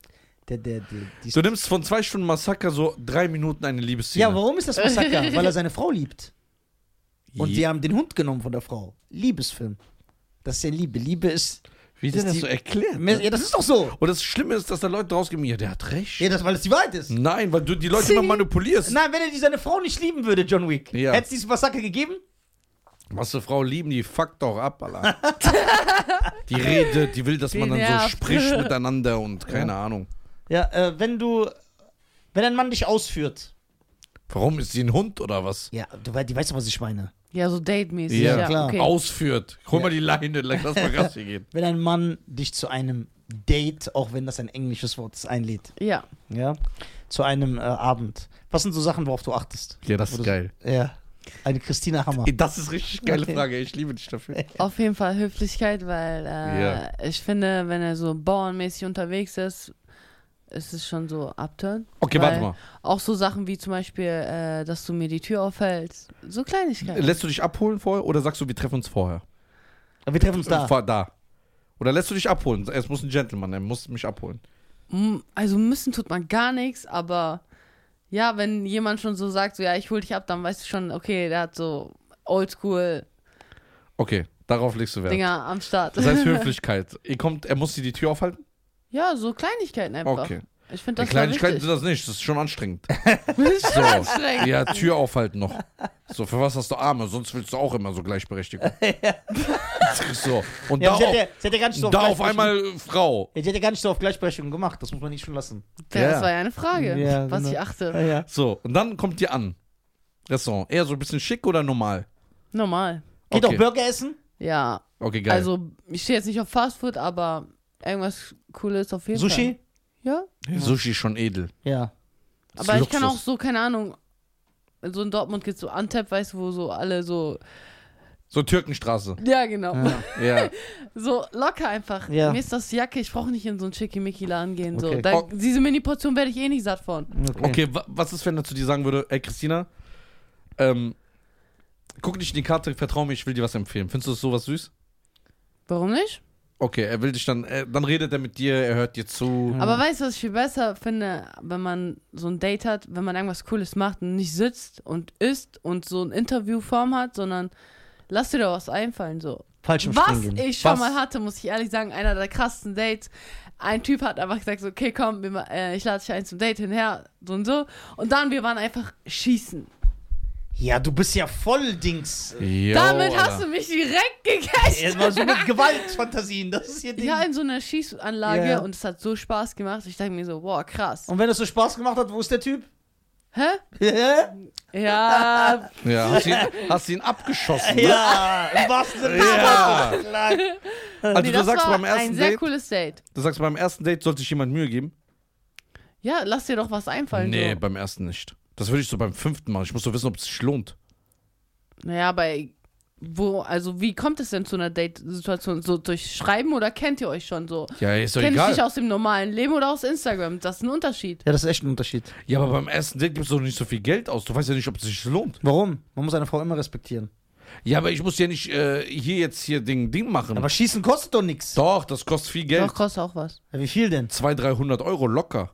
der, der, der, die Du nimmst von zwei Stunden Massaker so drei Minuten eine Liebesszene. ja, warum ist das Massaker? Weil er seine Frau liebt. Und Je- die haben den Hund genommen von der Frau. Liebesfilm. Das ist ja Liebe. Liebe ist. Wie denn ist das die- so erklärt? Ja, das ist doch so. Und das Schlimme ist, dass da Leute rausgehen, ja, der hat recht. Ja, das, weil es die Wahrheit ist. Nein, weil du die Leute immer manipulierst. Nein, wenn er die seine Frau nicht lieben würde, John Wick, Ja. hätte es dieses Massaker gegeben? Was für Frau lieben, die fuckt doch ab, Alter. die redet, die will, dass man Die dann so nervt. spricht miteinander und keine Ahnung. Ja, äh, wenn du. Wenn ein Mann dich ausführt. Warum ist sie ein Hund oder was? Ja, du, wei- die weißt doch, was ich meine. Ja, so Date-mäßig. Ja, Ja, klar. Okay. Ausführt. Hol mal die Leine, lass mal Gas hier gehen. Wenn ein Mann dich zu einem Date, auch wenn das ein englisches Wort ist, einlädt. Ja. Ja. Zu einem äh, Abend. Was sind so Sachen, worauf du achtest? Ja, das ist Oder- geil. Ja. Eine Christina Hammer. Ey, Das ist richtig geile Okay. Frage, ey, ich liebe dich dafür. Auf jeden Fall Höflichkeit, weil äh, Ja. ich finde, wenn er so bauernmäßig unterwegs ist, ist es schon so abturn. Okay, weil warte mal. Auch so Sachen wie zum Beispiel, äh, dass du mir die Tür aufhältst. So Kleinigkeiten. Lässt du dich abholen vorher oder sagst du, wir treffen uns vorher? Wir treffen uns da. Vor- da. Oder lässt du dich abholen? Es muss ein Gentleman, er muss mich abholen. M- Also müssen tut man gar nichts, aber ja, wenn jemand schon so sagt, so ja, ich hol dich ab, dann weißt du schon, okay, der hat so oldschool Okay, darauf legst du Wert. Dinger am Start. Das heißt Höflichkeit. Ihr kommt, er muss dir die Tür aufhalten? ja, so Kleinigkeiten einfach. Okay. Ich finde das war Kleinigkeiten wichtig. sind das nicht, das ist schon anstrengend. Das So. ist anstrengend. Ja, Tür aufhalten noch. So, für was hast du Arme? Sonst willst du auch immer so Gleichberechtigung. so. Und Ja, da, aber sie, auf, hat ja, sie hat ja gar nicht so auf da auf Gleichberechtigung- einmal äh, Frau. Ja, die hat ja gar nicht so auf Gleichberechtigung gemacht. Das muss man nicht schon lassen. Ja, Ja. Das war ja eine Frage, Ja, was genau. ich achte. ja. So, und dann kommt ihr an. Restaurant. Eher so ein bisschen schick oder normal? Normal. Geht Okay. auch Burger essen? Ja, Okay, geil. also ich stehe jetzt nicht auf Fast Food, aber irgendwas Cooles auf jeden Fall. Sushi? Ja, Sushi schon edel. Ja. Das aber ist ich kann auch Luxus. so, keine Ahnung, so in Dortmund gibt es so Antep, weißt du, wo so alle so, So Türkenstraße. ja genau, Ja. so locker einfach. Ja. Mir ist das Jacke, ich brauche nicht in so einen Schickimicki-Laden gehen. So. Okay. Da, Oh. Diese Mini-Portion werde ich eh nicht satt von. Okay, wa was ist, wenn er zu dir sagen würde, ey Christina, ähm, guck nicht in die Karte, vertrau mir, ich will dir was empfehlen. Findest du das sowas süß? Warum nicht? Okay, er will dich dann, äh, dann redet er mit dir, er hört dir zu. Aber weißt du, was ich viel besser finde, wenn man so ein Date hat, wenn man irgendwas Cooles macht und nicht sitzt und isst und so ein Interviewform hat, sondern lass dir da was einfallen, so. Was Fallschirmspringen. ich schon Was? mal hatte, muss ich ehrlich sagen, einer der krassesten Dates. Ein Typ hat einfach gesagt, so, okay, komm, wir, ma- äh, ich lade dich ein zum Date hinher, so und so. Und dann, wir waren einfach schießen. Ja, du bist ja voll Dings. Yo, Damit Alter. hast du mich direkt gegessen. Er war so mit Gewaltfantasien, das ist ihr Ding. Ja, in so einer Schießanlage Ja. und es hat so Spaß gemacht. Ich dachte mir so, wow, krass. Und wenn das so Spaß gemacht hat, wo ist der Typ? Hä? Also ja, Ja, Ja, hast ihn, hast ihn abgeschossen. Ne? im wahrsten Sinne. Ja. Klar. Also nee, du das sagst war beim ein ersten sehr Date, cooles Date. du sagst beim ersten Date sollte sich jemand Mühe geben. Ja, lass dir doch was einfallen. Nee, Nee. beim ersten nicht. Das würde ich so beim fünften machen. Ich muss so wissen, ob es sich lohnt. So. Naja, aber wo, also wie kommt es denn zu einer Date-Situation? So durch Schreiben oder kennt ihr euch schon so? Ja, ist doch Kenn ich egal. dich aus dem normalen Leben oder aus Instagram? Das ist ein Unterschied. Ja, das ist echt ein Unterschied. Ja, aber beim ersten Date gibst du doch nicht so viel Geld aus. Du weißt ja nicht, ob es sich lohnt. Warum? Man muss eine Frau immer respektieren. Hm. Ja, aber ich muss ja nicht äh, hier jetzt hier Ding, Ding machen. Aber Schießen kostet doch nichts. doch, das kostet viel Geld. Doch, kostet auch was. Ja, wie viel denn? 200, 300 Euro locker.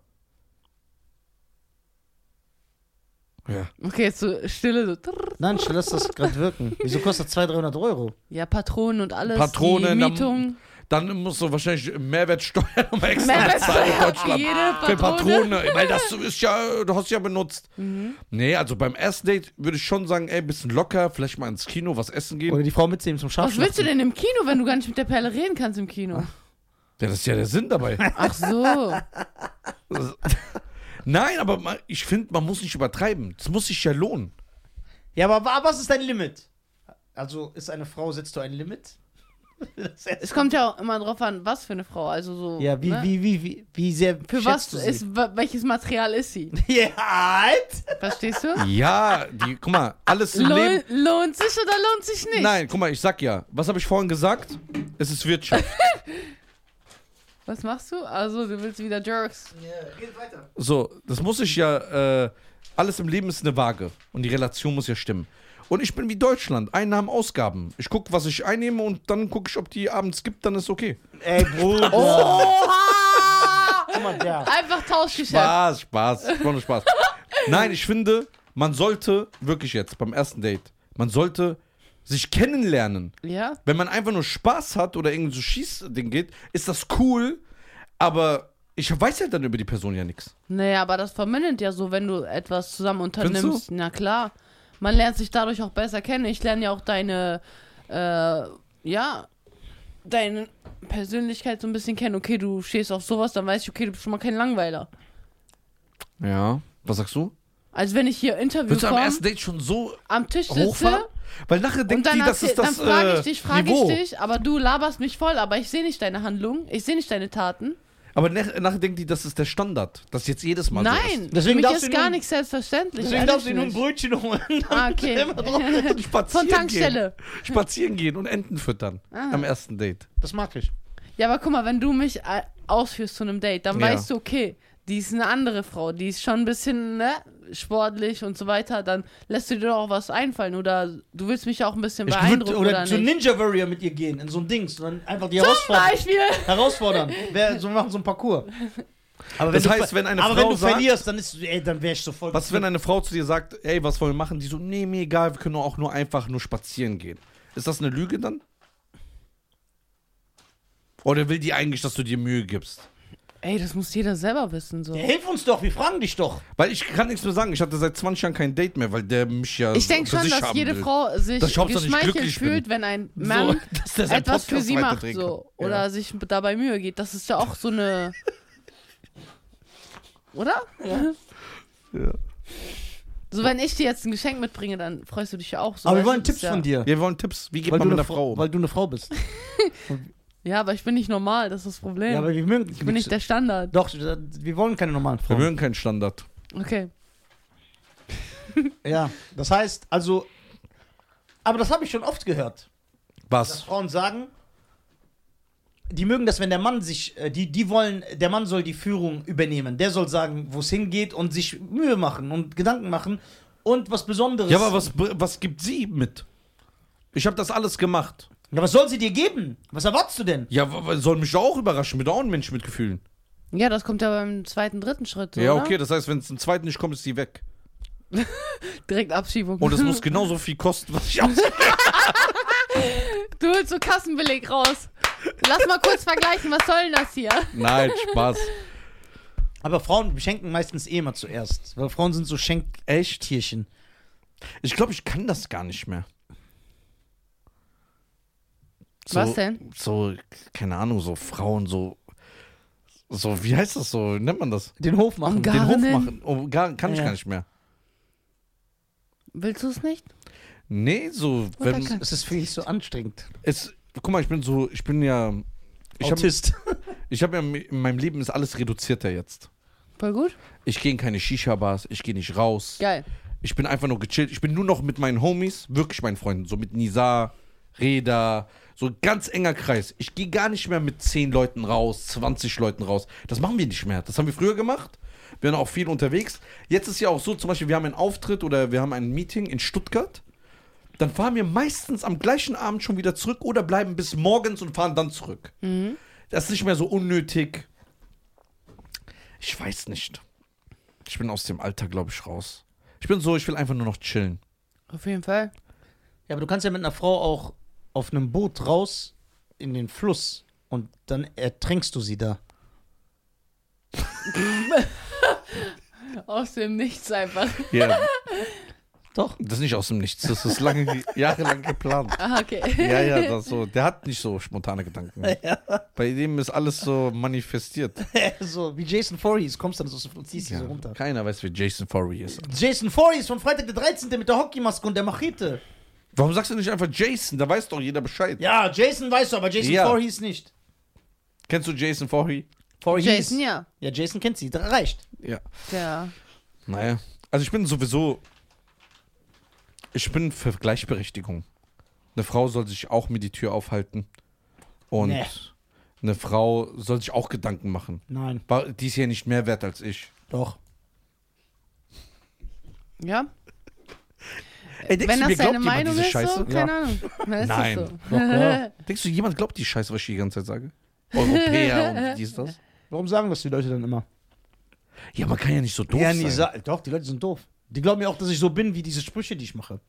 Ja. Okay, jetzt so Stille so. trrr. Nein, ich lass das gerade wirken. Wieso kostet 200, 300 Euro? Ja, Patronen und alles. Patronen, die dann- Mietung. Dann musst du wahrscheinlich Mehrwertsteuer nochmal extra Mehrwertsteuer bezahlen in für Deutschland. jede Für Patrone. Patrone. Weil das ist ja, du hast ja benutzt. Mhm. Nee, also beim ersten Date würde ich schon sagen, ey, bisschen locker, vielleicht mal ins Kino, was essen gehen. Oder die Frau mitzunehmen zum Was Scharfschlachten. willst du denn im Kino, wenn du gar nicht mit der Perle reden kannst im Kino? Ja, das ist ja der Sinn dabei. Ach so. Nein, aber man, ich finde, man muss nicht übertreiben. Das muss sich ja lohnen. Ja, aber wa- was ist dein Limit? Also, ist eine Frau, setzt du ein Limit? Das Es ist- kommt ja auch immer drauf an, was für eine Frau. Also so. Ja, wie, ne? wie, wie, wie, wie sehr Für was schätzt du sie? ist, wa- welches Material ist sie? ja, halt. Verstehst du? Ja, die, guck mal, alles im Lohn, Leben. lohnt sich oder lohnt sich nicht? Nein, guck mal, ich sag ja. Was habe ich vorhin gesagt? Es ist Wirtschaft. Was machst du? Also, du willst wieder Jerks. geht weiter. So, das muss ich ja. Äh, alles im Leben ist eine Waage und die Relation muss ja stimmen. Und ich bin wie Deutschland, Einnahmen, Ausgaben. Ich gucke, was ich einnehme und dann gucke ich, ob die abends gibt, dann ist okay. Ey, Bruder. Oha! Guck mal, der. Einfach Tauschgeschäft. Spaß, Spaß, ich mache nur Spaß. Nein, ich finde, man sollte wirklich jetzt beim ersten Date, man sollte sich kennenlernen. Ja? Wenn man einfach nur Spaß hat oder irgend so Schießding geht, ist das cool, aber ich weiß ja dann über die Person ja nichts. Naja, aber das vermindert ja so, wenn du etwas zusammen du? unternimmst. Na klar. Man lernt sich dadurch auch besser kennen. Ich lerne ja auch deine, äh, ja, deine Persönlichkeit so ein bisschen kennen. Okay, du stehst auf sowas, dann weiß ich, okay, du bist schon mal kein Langweiler. Ja. Was sagst du? Also wenn ich hier Interview Willst du am komme, ersten Date schon so am Tisch hochfahren? sitze Weil nachher und denkt dann, die, das erzähl- ist das dann frage ich äh, dich, frage Niveau. ich dich, aber du laberst mich voll, aber ich sehe nicht deine Handlung, ich sehe nicht deine Taten. Aber nach, nachher denkt die, das ist der Standard. Das ist jetzt jedes Mal Nein, Deswegen für mich darfst ist du gar nun- nichts selbstverständlich. Deswegen ehrlich darfst du nur ein nicht. Brötchen holen. Ah, okay. Immer drauf. so ist. Spazieren Von Tankstelle. Ah. Gehen. Spazieren gehen und Enten füttern. Am ersten Date. Das mag ich. Ja, aber guck mal, wenn du mich äh, ausführst zu einem Date, dann Ja. weißt du, okay, die ist eine andere Frau, die ist schon ein bisschen ne, sportlich und so weiter, dann lässt du dir doch auch was einfallen oder du willst mich auch ein bisschen Ich würd, beeindrucken oder, oder, zu nicht. Ninja Warrior mit ihr gehen, in so ein Dings. Und dann einfach die Zum herausfordern. Beispiel. herausfordern. Wer, so, wir machen so ein Parcours. Aber Das du heißt, ver- wenn eine aber Frau wenn du sagt- verlierst, dann, ist, ey, dann wär ich sofort. Was, wenn eine Frau zu dir sagt, ey, was wollen wir machen? Die so, nee, mir egal, wir können auch nur einfach nur spazieren gehen. Ist das eine Lüge dann? Oder will die eigentlich, dass du dir Mühe gibst? Ey, das muss jeder selber wissen so. Ja, Hilf uns doch, wir fragen dich doch. Weil ich kann nichts mehr sagen. Ich hatte seit 20 Jahren kein Date mehr, weil der mich ja. Ich denke für schon, sich dass haben jede will. Frau sich Dass ich hauptsächlich geschmeichelt glücklich bin. fühlt, wenn ein Mann dass der seinen etwas für Podcast sie macht weiterdrehen so kann. oder Ja. sich dabei Mühe geht. Das ist ja auch so eine oder? Ja. So, wenn ich dir jetzt ein Geschenk mitbringe, dann freust du dich ja auch so. Aber wir weißt du, wollen das ist Tipps ja, von dir. Ja, wir wollen Tipps. Wie geht Weil man du, mit eine einer Frau, Frau um? weil du eine Frau bist. Ja, aber ich bin nicht normal, das ist das Problem. Ja, aber wir mögen ich bin nicht der Standard. Doch, wir wollen keine normalen Wir Frauen. mögen keinen Standard. Okay. Ja. Das heißt, also. Aber das habe ich schon oft gehört, dass Was? Frauen sagen, die mögen das, wenn der Mann sich, äh, die, die wollen, der Mann soll die Führung übernehmen. Der soll sagen, wo es hingeht und sich Mühe machen und Gedanken machen und was Besonderes. Ja, aber was, was gibt sie mit? Ich habe das alles gemacht. Ja, was soll sie dir geben? Was erwartest du denn? Ja, w- w- soll mich doch auch überraschen. Bin doch auch ein Mensch mit Gefühlen. Ja, das kommt ja beim zweiten, dritten Schritt. So, ne? ja, oder? okay, das heißt, wenn es zum zweiten nicht kommt, ist die weg. Direkt Abschiebung. Und es muss genauso viel kosten, was ich ausgebe. Du holst so Kassenbeleg raus. Lass mal kurz vergleichen, was soll denn das hier? Nein, Spaß. Aber Frauen schenken meistens eh immer zuerst. Weil Frauen sind so Schenktierchen. Ich glaube, ich kann das gar nicht mehr. Was denn? So, keine Ahnung, so Frauen, so. So, wie heißt das so? Wie Nennt man das? Den Hof machen. Gar- Den Hof Garnen? machen. Oh, gar, kann ich Ja. gar nicht mehr. Willst du es nicht? Nee, so, wenn. danke. Das ist, finde ich, so anstrengend. Es, guck mal, ich bin so, ich bin ja. Ich habe Autist. ich hab ja, in meinem Leben ist alles reduzierter jetzt. Voll gut. Ich gehe in keine Shisha-Bars, ich gehe nicht raus. Geil. Ich bin einfach nur gechillt. Ich bin nur noch mit meinen Homies, wirklich meinen Freunden, so mit Nisa, Reda, so ganz enger Kreis. Ich gehe gar nicht mehr mit 10 Leuten raus, 20 Leuten raus. Das machen wir nicht mehr. Das haben wir früher gemacht. Wir waren auch viel unterwegs. Jetzt ist ja auch so, zum Beispiel, wir haben einen Auftritt oder wir haben ein Meeting in Stuttgart. Dann fahren wir meistens am gleichen Abend schon wieder zurück oder bleiben bis morgens und fahren dann zurück. Das ist nicht mehr so unnötig. Ich weiß nicht. Ich bin aus dem Alter, glaube ich, raus. Ich bin so, ich will einfach nur noch chillen. Auf jeden Fall. Ja, aber du kannst ja mit einer Frau auch auf einem Boot raus in den Fluss und dann ertrinkst du sie da. Aus dem Nichts einfach. Ja, Doch. das ist nicht aus dem Nichts. Das ist lange, ge- jahrelang geplant. Ah, okay. Ja, ja, das so. Der hat nicht so spontane Gedanken. Bei dem ist alles so manifestiert. so wie Jason Voorhees kommst dann so und ziehst sie Ja. so runter. Keiner weiß, wer Jason Forey ist. Jason Voorhees von Freitag der 13. mit der Hockeymaske und der Machete. Warum sagst du nicht einfach Jason? Da weiß doch jeder Bescheid. Ja, Jason weißt du, aber Jason Ja. Voorhees nicht. Kennst du Jason Forey? Voorhees. Jason, ja. Ja, Jason kennt sie, das reicht. Ja. Ja. Naja. Also ich bin sowieso. Ich bin für Gleichberechtigung. Eine Frau soll sich auch mir die Tür aufhalten. Und Nee. eine Frau soll sich auch Gedanken machen. Nein, Wa- Die ist ja nicht mehr wert als ich. doch. Ja. Ey, Äh, denkst du, Wenn das mir glaubt deine jemand Meinung diese ist, Scheiße? so, keine Ahnung. Dann ist Nein. Das so. Denkst du, jemand glaubt die Scheiße, was ich die ganze Zeit sage? Europäer und dies, das? Warum sagen das die Leute dann immer? Ja, man kann ja nicht so doof ja, sein. Nisa, doch, die Leute sind doof. Die glauben ja auch, dass ich so bin, wie diese Sprüche, die ich mache.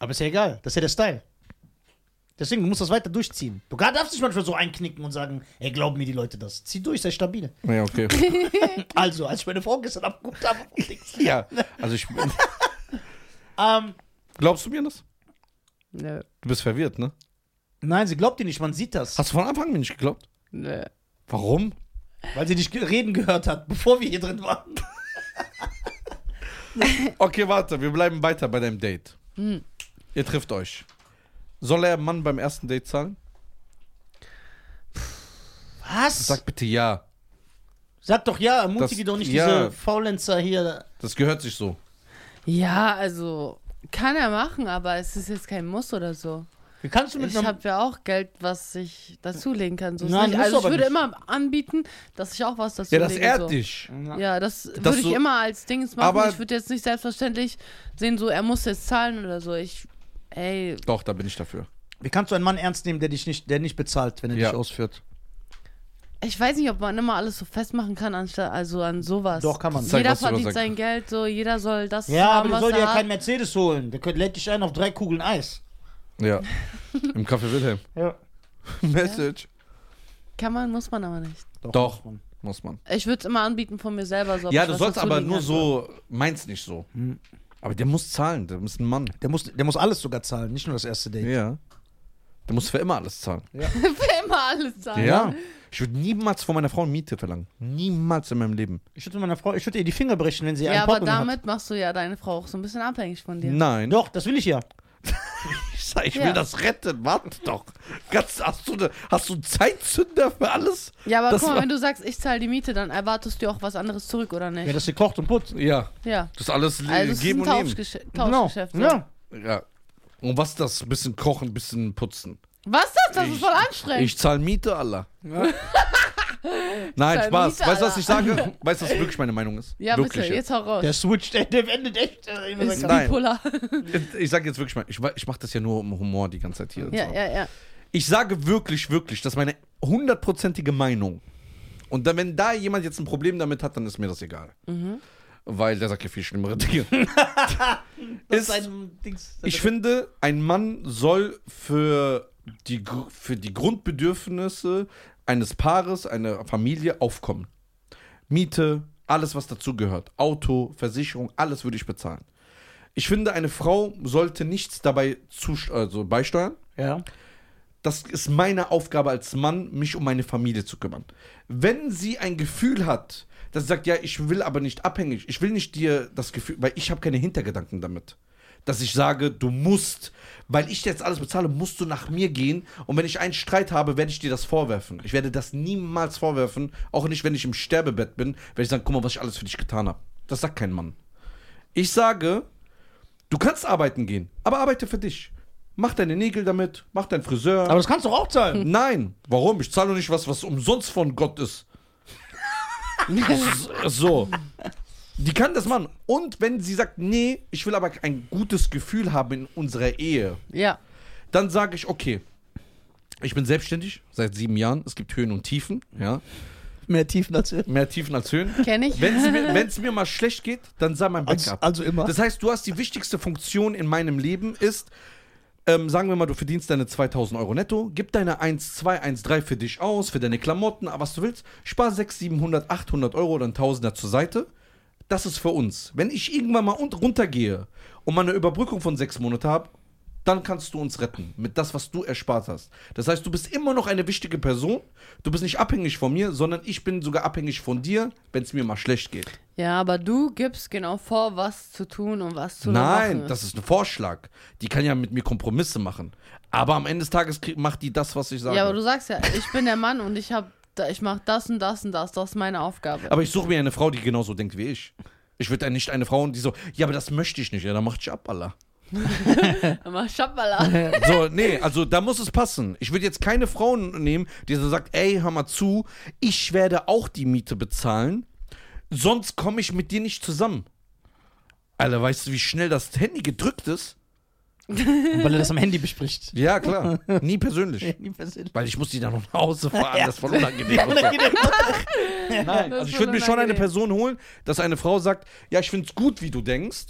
Aber ist ja egal, das ist ja der Style. Deswegen, du musst das weiter durchziehen. Du gar- darfst nicht manchmal so einknicken und sagen, ey, glauben mir die Leute das. Zieh durch, sei stabil. Ja, okay. Also, als ich meine Frau gestern abgeguckt habe, ja, also ich. ähm, Glaubst du mir das? Nö. Du bist verwirrt, ne? nein, sie glaubt dir nicht, man sieht das. Hast du von Anfang an mir nicht geglaubt? Nö. Warum? Weil sie dich ge- reden gehört hat, bevor wir hier drin waren. Okay, warte, wir bleiben weiter bei deinem Date. Hm. Ihr trifft euch. Soll der Mann beim ersten Date zahlen? Was? Sag, Sag bitte ja. doch ja, ermutige Das- doch nicht ja. diese Faulenzer hier. Das gehört sich so. Ja, also kann er machen, aber es ist jetzt kein Muss oder so. Wie kannst du mit Ich einem habe ja auch Geld, was ich dazulegen kann. So ist Nein, nicht. musst Also du ich aber würde nicht. immer anbieten, dass ich auch was Ja, dazulege. das ehrt so. dich. Ja, das würde ich du- immer als Dings machen. Aber- ich würde jetzt nicht selbstverständlich sehen, so er muss jetzt zahlen oder so. Ich, ey, Doch, da bin ich dafür. Wie kannst du einen Mann ernst nehmen, der dich nicht, der nicht bezahlt, wenn er Ja. dich ausführt? ich weiß nicht, ob man immer alles so festmachen kann, anstatt also an sowas. Doch, kann man. Zeig, jeder was du was verdient sagst. sein Geld, so jeder soll das Ja, haben, aber der was soll dir er ja hat. keinen Mercedes holen. Der lädt dich ein auf drei Kugeln Eis. Ja. Im Café Wilhelm. Ja. Message. Kann man, muss man aber nicht. Doch. Muss man. Ich würde es immer anbieten von mir selber. So, also. ob Ja, ich du was sollst aber dazulegen nur kann. so, meins nicht so. Aber der muss zahlen, der ist ein Mann. Der muss, der muss alles sogar zahlen, nicht nur das erste Date. Ja. Der muss für immer alles zahlen. Wer immer alles zahlen. Ja. Ich würde niemals von meiner Frau eine Miete verlangen. Niemals in meinem Leben. Ich würde meiner Frau, ich würde ihr die Finger brechen, wenn sie Ja, einen aber Portemonnaie hat. damit machst du ja deine Frau auch so ein bisschen abhängig von dir. Nein. Doch, das will ich ja. Ich, sag, ich Ja. will das retten. Warte doch. Ganz, hast, du ne, hast du einen Zeitzünder für alles? Ja, aber Das guck mal, war- wenn du sagst, ich zahle die Miete, dann erwartest du auch was anderes zurück, oder nicht? Ja, dass sie kocht und putzt. Ja. Ja. Das ist alles li- Also es ist geben ein und nehmen. Tauschgesche Tauschgeschäft. Genau. so. Ja. Ja. Und was ist das? Ein bisschen kochen, ein bisschen putzen. Was ist das? Das ist Ich- voll anstrengend. Ich zahle Miete, Allah. Nein, Sei Spaß. nicht Weißt du, was ich sage? Weißt du, was wirklich meine Meinung ist? Ja, wirklich. bitte, jetzt hau raus. Der switcht, der, der wendet echt. äh, immer ist sein- Nein. bipolar. jetzt. Ich sage jetzt wirklich meine. Ich, wa- ich mache das ja nur um Humor die ganze Zeit hier. Ja, ja, ja. Ich sage wirklich, wirklich, das ist meine hundertprozentige Meinung. Und dann, wenn da jemand jetzt ein Problem damit hat, dann ist mir das egal. Weil der sagt ja viel schlimmere Dinge. Das ist, ist ein Dings. ich finde, ein Mann soll für die, Gr- für die Grundbedürfnisse eines Paares, einer Familie aufkommen. Miete, alles, was dazugehört. Auto, Versicherung, alles würde ich bezahlen. Ich finde, eine Frau sollte nichts dabei zus- also beisteuern ja. das ist meine Aufgabe als Mann, mich um meine Familie zu kümmern. Wenn sie ein Gefühl hat, dass sie sagt, ja, ich will aber nicht abhängig, ich will nicht dir das Gefühl, weil ich habe keine Hintergedanken damit. Dass ich sage, du musst, weil ich jetzt alles bezahle, musst du nach mir gehen. Und wenn ich einen Streit habe, werde ich dir das vorwerfen. Ich werde das niemals vorwerfen, auch nicht, wenn ich im Sterbebett bin, werde ich sagen, guck mal, was ich alles für dich getan habe. Das sagt kein Mann. Ich sage, du kannst arbeiten gehen, aber arbeite für dich. Mach deine Nägel damit, mach deinen Friseur. Aber das kannst du doch auch zahlen. Nein, warum? Ich zahle doch nicht was, was umsonst von Gott ist. S- so. Die kann das machen. Und wenn sie sagt, nee, ich will aber ein gutes Gefühl haben in unserer Ehe, Ja, dann sage ich, okay, ich bin selbstständig seit sieben Jahren. Es gibt Höhen und Tiefen, ja. Mehr Tiefen als Mehr Tiefen als Höhen. kenne ich. Wenn es mir, wenn's mir mal schlecht geht, dann sei mein Also, Backup. also immer. Das heißt, du hast die wichtigste Funktion in meinem Leben ist, ähm, sagen wir mal, du verdienst deine 2000 Euro netto, gib deine 1, 2, 1, 3 für dich aus, für deine Klamotten, was du willst, spar 6, 700, 800 Euro oder ein Tausender zur Seite. Das ist für uns. Wenn ich irgendwann mal und runtergehe und mal eine Überbrückung von sechs Monate habe, dann kannst du uns retten mit das, was du erspart hast. Das heißt, du bist immer noch eine wichtige Person. Du bist nicht abhängig von mir, sondern ich bin sogar abhängig von dir, wenn es mir mal schlecht geht. Ja, aber du gibst genau vor, was zu tun und was zu machen Nein, ist. das ist ein Vorschlag. Die kann ja mit mir Kompromisse machen. Aber am Ende des Tages krieg- macht die das, was ich sage. Ja, aber du sagst ja, ich bin der Mann und ich hab, da- ich mach das und das und das, das ist meine Aufgabe. Aber ich suche mir eine Frau, die genauso denkt wie ich. Ich würde nicht eine Frau, die so, ja, aber das möchte ich nicht. Ja, dann mach ich ab, Allah. Aber Schabbala. So, nee, also da muss es passen. Ich würde jetzt keine Frau nehmen, die so sagt, ey, hör mal zu, ich werde auch die Miete bezahlen, sonst komme ich mit dir nicht zusammen. Alter, weißt du, wie schnell das Handy gedrückt ist? Weil er das am Handy bespricht. Ja, klar. Nie persönlich. Weil ich muss die dann noch nach Hause fahren, das ist voll unangenehm. Nein, Das also ist ich würde mir voll schon eine unangenehm. Person holen, dass eine Frau sagt, ja, ich finde es gut, wie du denkst.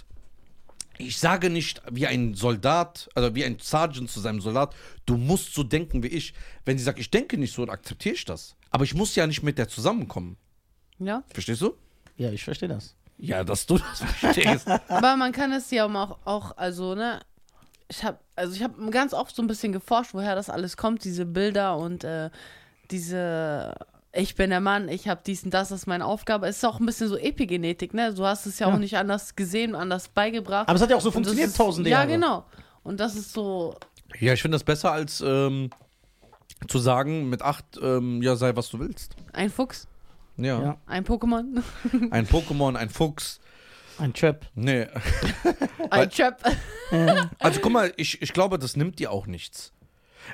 Ich sage nicht wie ein Soldat, also wie ein Sergeant zu seinem Soldat, du musst so denken wie ich. Wenn sie sagt, ich denke nicht so, dann akzeptiere ich das. Aber ich muss ja nicht mit der zusammenkommen. Ja, Verstehst du? Ja, ich verstehe das. Ja, dass du das verstehst. aber man kann es ja auch, auch also, ne, ich hab, also ich habe ganz oft so ein bisschen geforscht, woher das alles kommt, diese Bilder und äh, diese, ich bin der Mann, ich habe dies und das, das ist meine Aufgabe. Es ist auch ein bisschen so Epigenetik, ne, du hast es ja, auch nicht anders gesehen, anders beigebracht. Aber es hat ja auch so Und das funktioniert, ist- tausende Ja, Jahre. genau. Und das ist so, ja, ich finde das besser als ähm, zu sagen, mit acht, ähm, ja, sei was du willst. ein Fuchs, Ja. Ja. ein Pokémon, Ein Pokémon, ein Fuchs. Ein Trap. Nee. ein Chap. Also guck mal, ich, ich glaube, das nimmt dir auch nichts.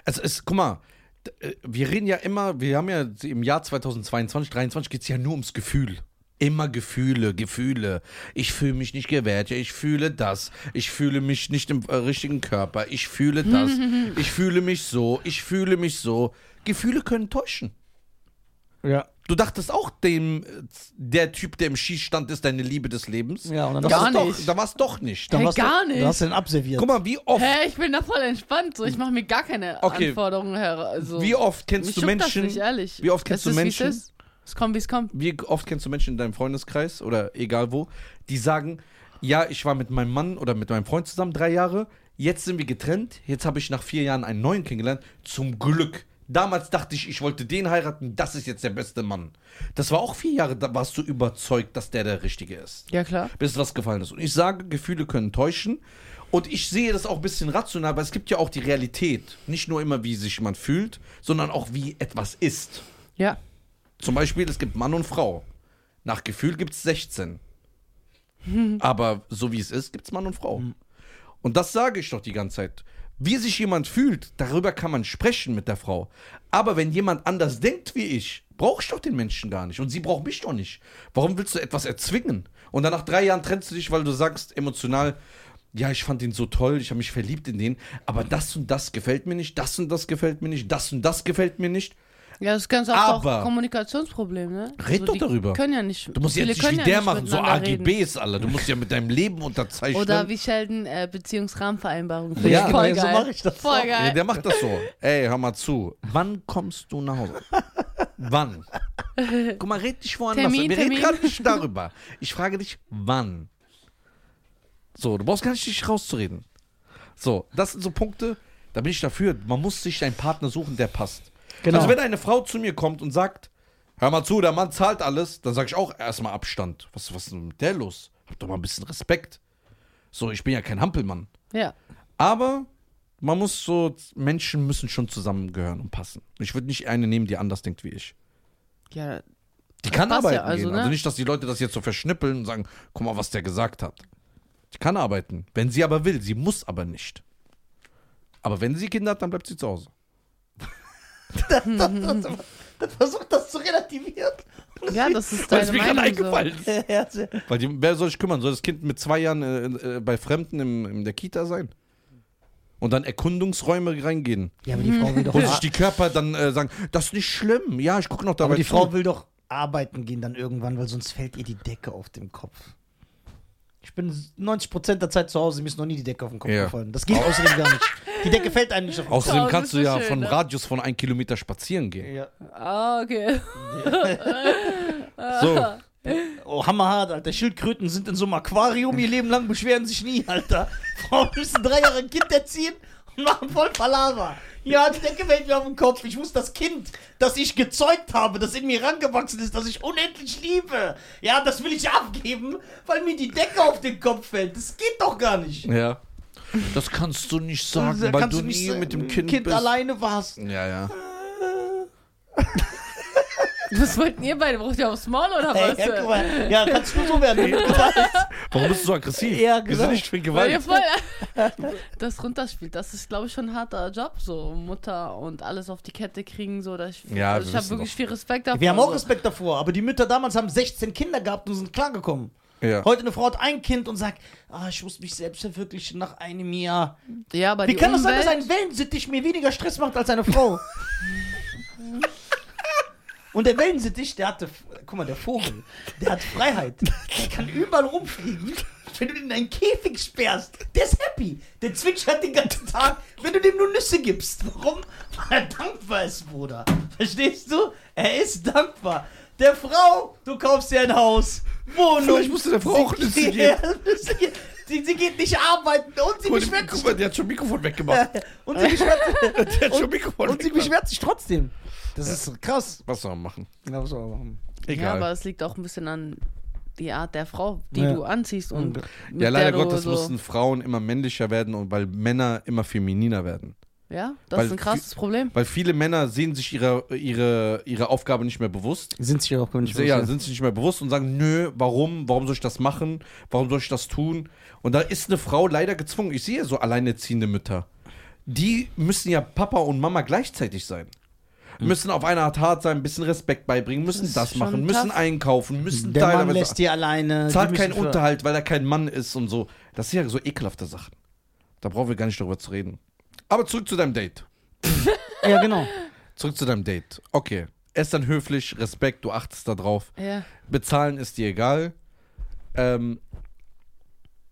Also es, guck mal, d- äh, wir reden ja immer, wir haben ja im Jahr 2022, 2023 geht es ja nur ums Gefühl. Immer Gefühle, Gefühle. Ich fühle mich nicht gewertet, ich fühle das, ich fühle mich nicht im äh, richtigen Körper, ich fühle das, ich fühle mich so, ich fühle mich so. Gefühle können täuschen. Ja. Du dachtest auch dem, äh, der Typ, der im Schießstand ist, deine Liebe des Lebens. Ja, und dann da Gar war's Doch, nicht. da war es doch nicht. Hey, warst gar du, nicht. Du hast du den abserviert. Guck mal, wie oft Hä, ich bin da voll entspannt. So, ich mache mir gar keine Okay. Anforderungen her. Also, Wie oft mich kennst du juckt Das Menschen? nicht, ehrlich. Wie oft es kennst du ist, wie Menschen? Es, ist. es kommt, wie es kommt. Wie oft kennst du Menschen in deinem Freundeskreis oder egal wo, die sagen, ja, ich war mit meinem Mann oder mit meinem Freund zusammen drei Jahre, jetzt sind wir getrennt, jetzt habe ich nach vier Jahren einen neuen kennengelernt. Zum Glück. Damals dachte ich, ich wollte den heiraten, das ist jetzt der beste Mann. Das war auch vier Jahre, da warst du überzeugt, dass der der Richtige ist Ja, klar. bis was gefallen ist. Und ich sage, Gefühle können täuschen. Und ich sehe das auch ein bisschen rational, aber es gibt ja auch die Realität. Nicht nur immer, wie sich man fühlt, sondern auch, wie etwas ist. Ja. Zum Beispiel, es gibt Mann und Frau. Nach Gefühl gibt es 16. Aber so wie es ist, gibt es Mann und Frau. Und das sage ich doch die ganze Zeit. Wie sich jemand fühlt, darüber kann man sprechen mit der Frau. Aber wenn jemand anders denkt wie ich, brauche ich doch den Menschen gar nicht. Und sie braucht mich doch nicht. Warum willst du etwas erzwingen? Und dann nach drei Jahren trennst du dich, weil du sagst emotional, ja, ich fand den so toll, ich habe mich verliebt in den, aber das und das gefällt mir nicht, das und das gefällt mir nicht, das und das gefällt mir nicht. Ja, das ist ganz oft Aber- auch Kommunikationsproblem, ne? Red doch die darüber. können ja nicht. Du musst viele jetzt nicht können wie ja der nicht machen, so miteinander AGBs, Alter. Du musst ja mit deinem Leben unterzeichnen. Reden. Oder wie Sheldon äh, Beziehungsrahmenvereinbarung. Finde ne? Ja, ich voll genau, so geil. mach ich das Voll auch. Ja, geil. der macht das so. Ey, hör mal zu. Wann kommst du nach Hause? Wann? Guck mal, red nicht woanders. Termin, Wir Termin. reden gerade nicht darüber. Ich frage dich, wann? So, du brauchst gar nicht dich rauszureden. So, das sind so Punkte, da bin ich dafür. Man muss sich einen Partner suchen, der passt. Genau. Also, wenn eine Frau zu mir kommt und sagt, hör mal zu, der Mann zahlt alles, dann sage ich auch erstmal Abstand. Was, was ist denn mit der los? Hab doch mal ein bisschen Respekt. So, ich bin ja kein Hampelmann. Ja. Aber man muss so, Menschen müssen schon zusammengehören und passen. Ich würde nicht eine nehmen, die anders denkt wie ich. ja, Die kann passt arbeiten ja, also, gehen. ne? Also nicht, dass die Leute das jetzt so verschnippeln und sagen, guck mal, was der gesagt hat. Die kann arbeiten. Wenn sie aber will, sie muss aber nicht. Aber wenn sie Kinder hat, dann bleibt sie zu Hause. Mhm. Dann versucht das zu relativieren. ja, das ist Weil deine es mir gerade Meinung. So. eingefallen ist. Weil die, wer soll sich kümmern? Soll das Kind mit zwei Jahren äh, äh, bei Fremden im, in der Kita sein? Und dann Erkundungsräume reingehen. Ja, aber die Frau will Wo doch, sich die Körper dann äh, sagen, das ist nicht schlimm. Ja, ich gucke noch dabei aber die zu. Frau will doch arbeiten gehen dann irgendwann, weil sonst fällt ihr die Decke auf dem Kopf. Ich bin 90% der Zeit zu Hause, mir ist noch nie die Decke auf den Kopf Ja. gefallen. Das geht außerdem gar nicht. Die Decke fällt einem nicht auf den Kopf. Außerdem Oh, kannst du das ist ja schön, von ne? Radius von einem Kilometer spazieren gehen. Ja. Ah, okay. So, Oh, hammerhart, Alter. Schildkröten sind in so einem Aquarium ihr Leben lang, beschweren sich nie, Alter. Frauen müssen drei Jahre ein Kind erziehen und machen voll Palaver. Ja, die Decke fällt mir auf den Kopf. Ich muss das Kind, das ich gezeugt habe, das in mir rangewachsen ist, das ich unendlich liebe. Ja, das will ich abgeben, weil mir die Decke auf den Kopf fällt. Das geht doch gar nicht. ja. Das kannst du nicht sagen, Da weil kannst du nicht nie sagen, mit dem Kind, Kind bist. alleine warst. Ja, ja. Was wollten ihr beide? Braucht ihr aufs Maul oder Ey, was? ja, guck mal. ja, kannst du so werden. wenn du weißt. Warum bist du so aggressiv? Ja, Wir genau. sind nicht für Weil ihr Gewalt. voll das runterspielt. Das ist, glaube ich, schon ein harter Job, so Mutter und alles auf die Kette kriegen, so. Dass ich Ja, also wir ich habe wissen wirklich doch. viel Respekt davor. Wir haben auch so. Respekt davor, aber die Mütter damals haben 16 Kinder gehabt und sind klargekommen. Ja. Heute eine Frau hat ein Kind und sagt, ah, ich muss mich selbst verwirklichen nach einem Jahr. Ja, aber Wie die kann das sein, Umwelt, dass ein Wellensittich mir weniger Stress macht als eine Frau? Und der Wellensittich, der hatte, guck mal, der Vogel, der hat Freiheit. Der kann überall rumfliegen. Wenn du den in einen Käfig sperrst, der ist happy. Der zwitschert den ganzen Tag, wenn du dem nur Nüsse gibst. Warum? Weil er dankbar ist, Bruder. Verstehst du? Er ist dankbar. Der Frau, du kaufst dir ein Haus, Wohnung. Vielleicht musst du der Frau auch Nüsse geben. Ja, Nüsse geben. Sie, sie geht nicht arbeiten und sie Guck beschwert sich mal, der hat schon Mikrofon weggemacht. und sie beschwert, Der hat schon Mikrofon und sie weggemacht. beschwert sich trotzdem. Das ist krass. Was soll man machen? Ja, was soll man machen? Ja, Egal. aber es liegt auch ein bisschen an die Art der Frau, die Ja. du anziehst und mit Ja, leider der du Gottes so, mussten Frauen immer männlicher werden und weil Männer immer femininer werden. Ja, das weil ist ein krasses Problem. Weil viele Männer sehen sich ihrer, ihre, ihre Aufgabe nicht mehr bewusst. Sind sich ja auch nicht ja, sind sich nicht mehr bewusst und sagen, nö, warum, warum soll ich das machen, warum soll ich das tun? Und da ist eine Frau leider gezwungen, ich sehe so alleinerziehende Mütter, die müssen ja Papa und Mama gleichzeitig sein. Müssen auf eine Art hart sein, ein bisschen Respekt beibringen, müssen das, ist schon machen, müssen tough. einkaufen, müssen Der Mann teilweise- lässt die alleine. zahlt die keinen müssen für- Unterhalt, weil er kein Mann ist und so. Das sind ja so ekelhafte Sachen. Da brauchen wir gar nicht drüber zu reden. Aber zurück zu deinem Date. Ja, genau. Zurück zu deinem Date. Okay. Er ist dann höflich, Respekt, du achtest da drauf. Ja. Bezahlen ist dir egal. Ähm,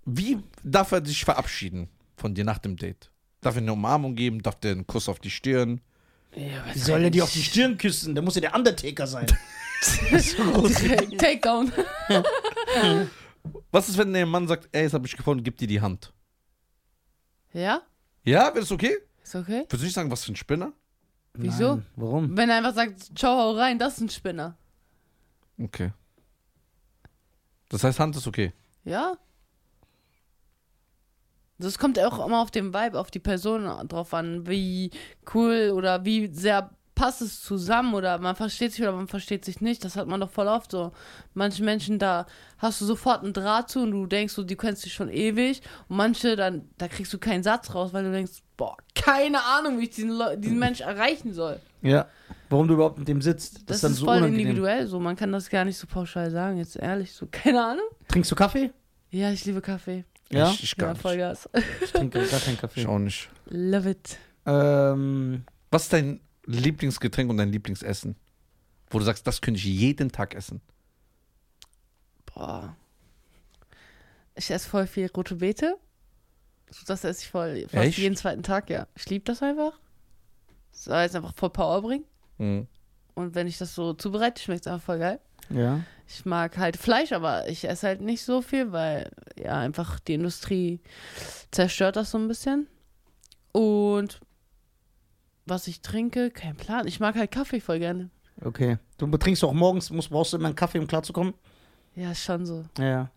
wie darf er sich verabschieden von dir nach dem Date? Darf er eine Umarmung geben? Darf der einen Kuss auf die Stirn? Wie soll er die auf die Stirn küssen? Der muss ja der Undertaker sein. Takedown. Was ist, wenn der Mann sagt, ey, es hat mich gefunden, gib dir die Hand? Ja? Ja, wäre das okay? Ist okay? Würdest du nicht sagen, was für ein Spinner? Wieso? Nein, warum? Wenn er einfach sagt, ciao, hau rein, das ist ein Spinner. Okay. Das heißt, Hand ist okay. Ja? Das kommt auch immer auf den Vibe, auf die Person drauf an, wie cool oder wie sehr passt es zusammen oder man versteht sich oder man versteht sich nicht. Das hat man doch voll oft so. Manche Menschen, da hast du sofort einen Draht zu und du denkst so, die kennst dich schon ewig. Und manche, dann, da kriegst du keinen Satz raus, weil du denkst, boah, keine Ahnung, wie ich diesen, Leu- Hm. diesen Mensch erreichen soll. Ja. Warum du überhaupt mit dem sitzt, das, Das, ist dann ist so voll unangenehm. individuell so. Man kann das gar nicht so pauschal sagen, jetzt ehrlich so. Keine Ahnung. Trinkst du Kaffee? Ja, ich liebe Kaffee. Ja. Ich, ich Ja, gar nicht. Vollgas. Ich trinke gar keinen Ich Kaffee. auch nicht. Love it. Ähm, Was ist dein Lieblingsgetränk und dein Lieblingsessen? Wo du sagst, das könnte ich jeden Tag essen. Boah. Ich esse voll viel rote Beete. So, das esse ich voll fast Echt? jeden zweiten Tag, ja. Ich liebe das einfach. Soll jetzt einfach voll Power bringen. Mhm. Und wenn ich das so zubereite, schmeckt es einfach voll geil. ja. Ich mag halt Fleisch, aber ich esse halt nicht so viel, weil ja einfach die Industrie zerstört das so ein bisschen. Und was ich trinke, kein Plan. Ich mag halt Kaffee voll gerne. Okay. Du trinkst auch morgens, musst, brauchst du immer einen Kaffee, um klarzukommen? Ja, ist schon so. Ja, Ja.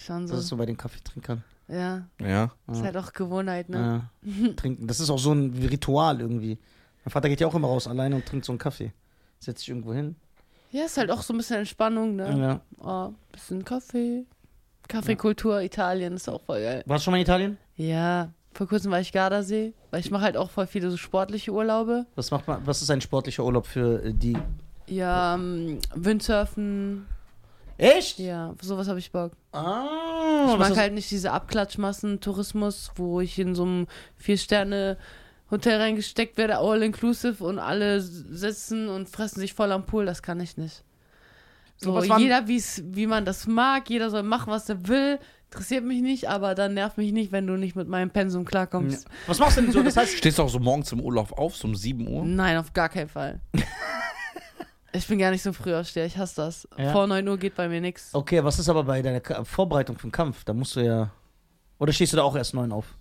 Schon so. Das ist so bei den Kaffeetrinkern. ja, Ja. ist halt auch Gewohnheit, ne? Ja. Trinken. Das ist auch so ein Ritual irgendwie. Mein Vater geht ja auch immer raus alleine und trinkt so einen Kaffee. Setzt sich irgendwo hin. Ja, ist halt auch so ein bisschen Entspannung, ne? Ja. Oh, bisschen Kaffee. Kaffeekultur Italien ist auch voll geil. Warst du schon mal in Italien? Ja, vor kurzem war ich Gardasee, weil ich mache halt auch voll viele so sportliche Urlaube. Was, macht man, was ist ein sportlicher Urlaub für äh, die? Ja, ähm, Windsurfen, Echt? ja, auf sowas habe ich Bock. Ah, Ich was mag ist- halt nicht diese Abklatschmassen-Tourismus, wo ich in so einem Vier-Sterne-Hotel reingesteckt werde, all-inclusive und alle sitzen und fressen sich voll am Pool. Das kann ich nicht. So, So, was waren- jeder, wie's, wie man das mag, jeder soll machen, was er will. Interessiert mich nicht, aber dann nervt mich nicht, wenn du nicht mit meinem Pensum klarkommst. Was machst du denn so? Das heißt, Stehst du auch so morgens im Urlaub auf, so um 7 Uhr? Nein, auf gar keinen Fall. ich bin gar nicht so früh aufsteher, ich hasse das. Ja. Oh. Vor 9 Uhr geht bei mir nichts. okay, was ist aber bei deiner Ka Vorbereitung für den Kampf? Da musst du ja. Oder stehst du da auch erst neun auf?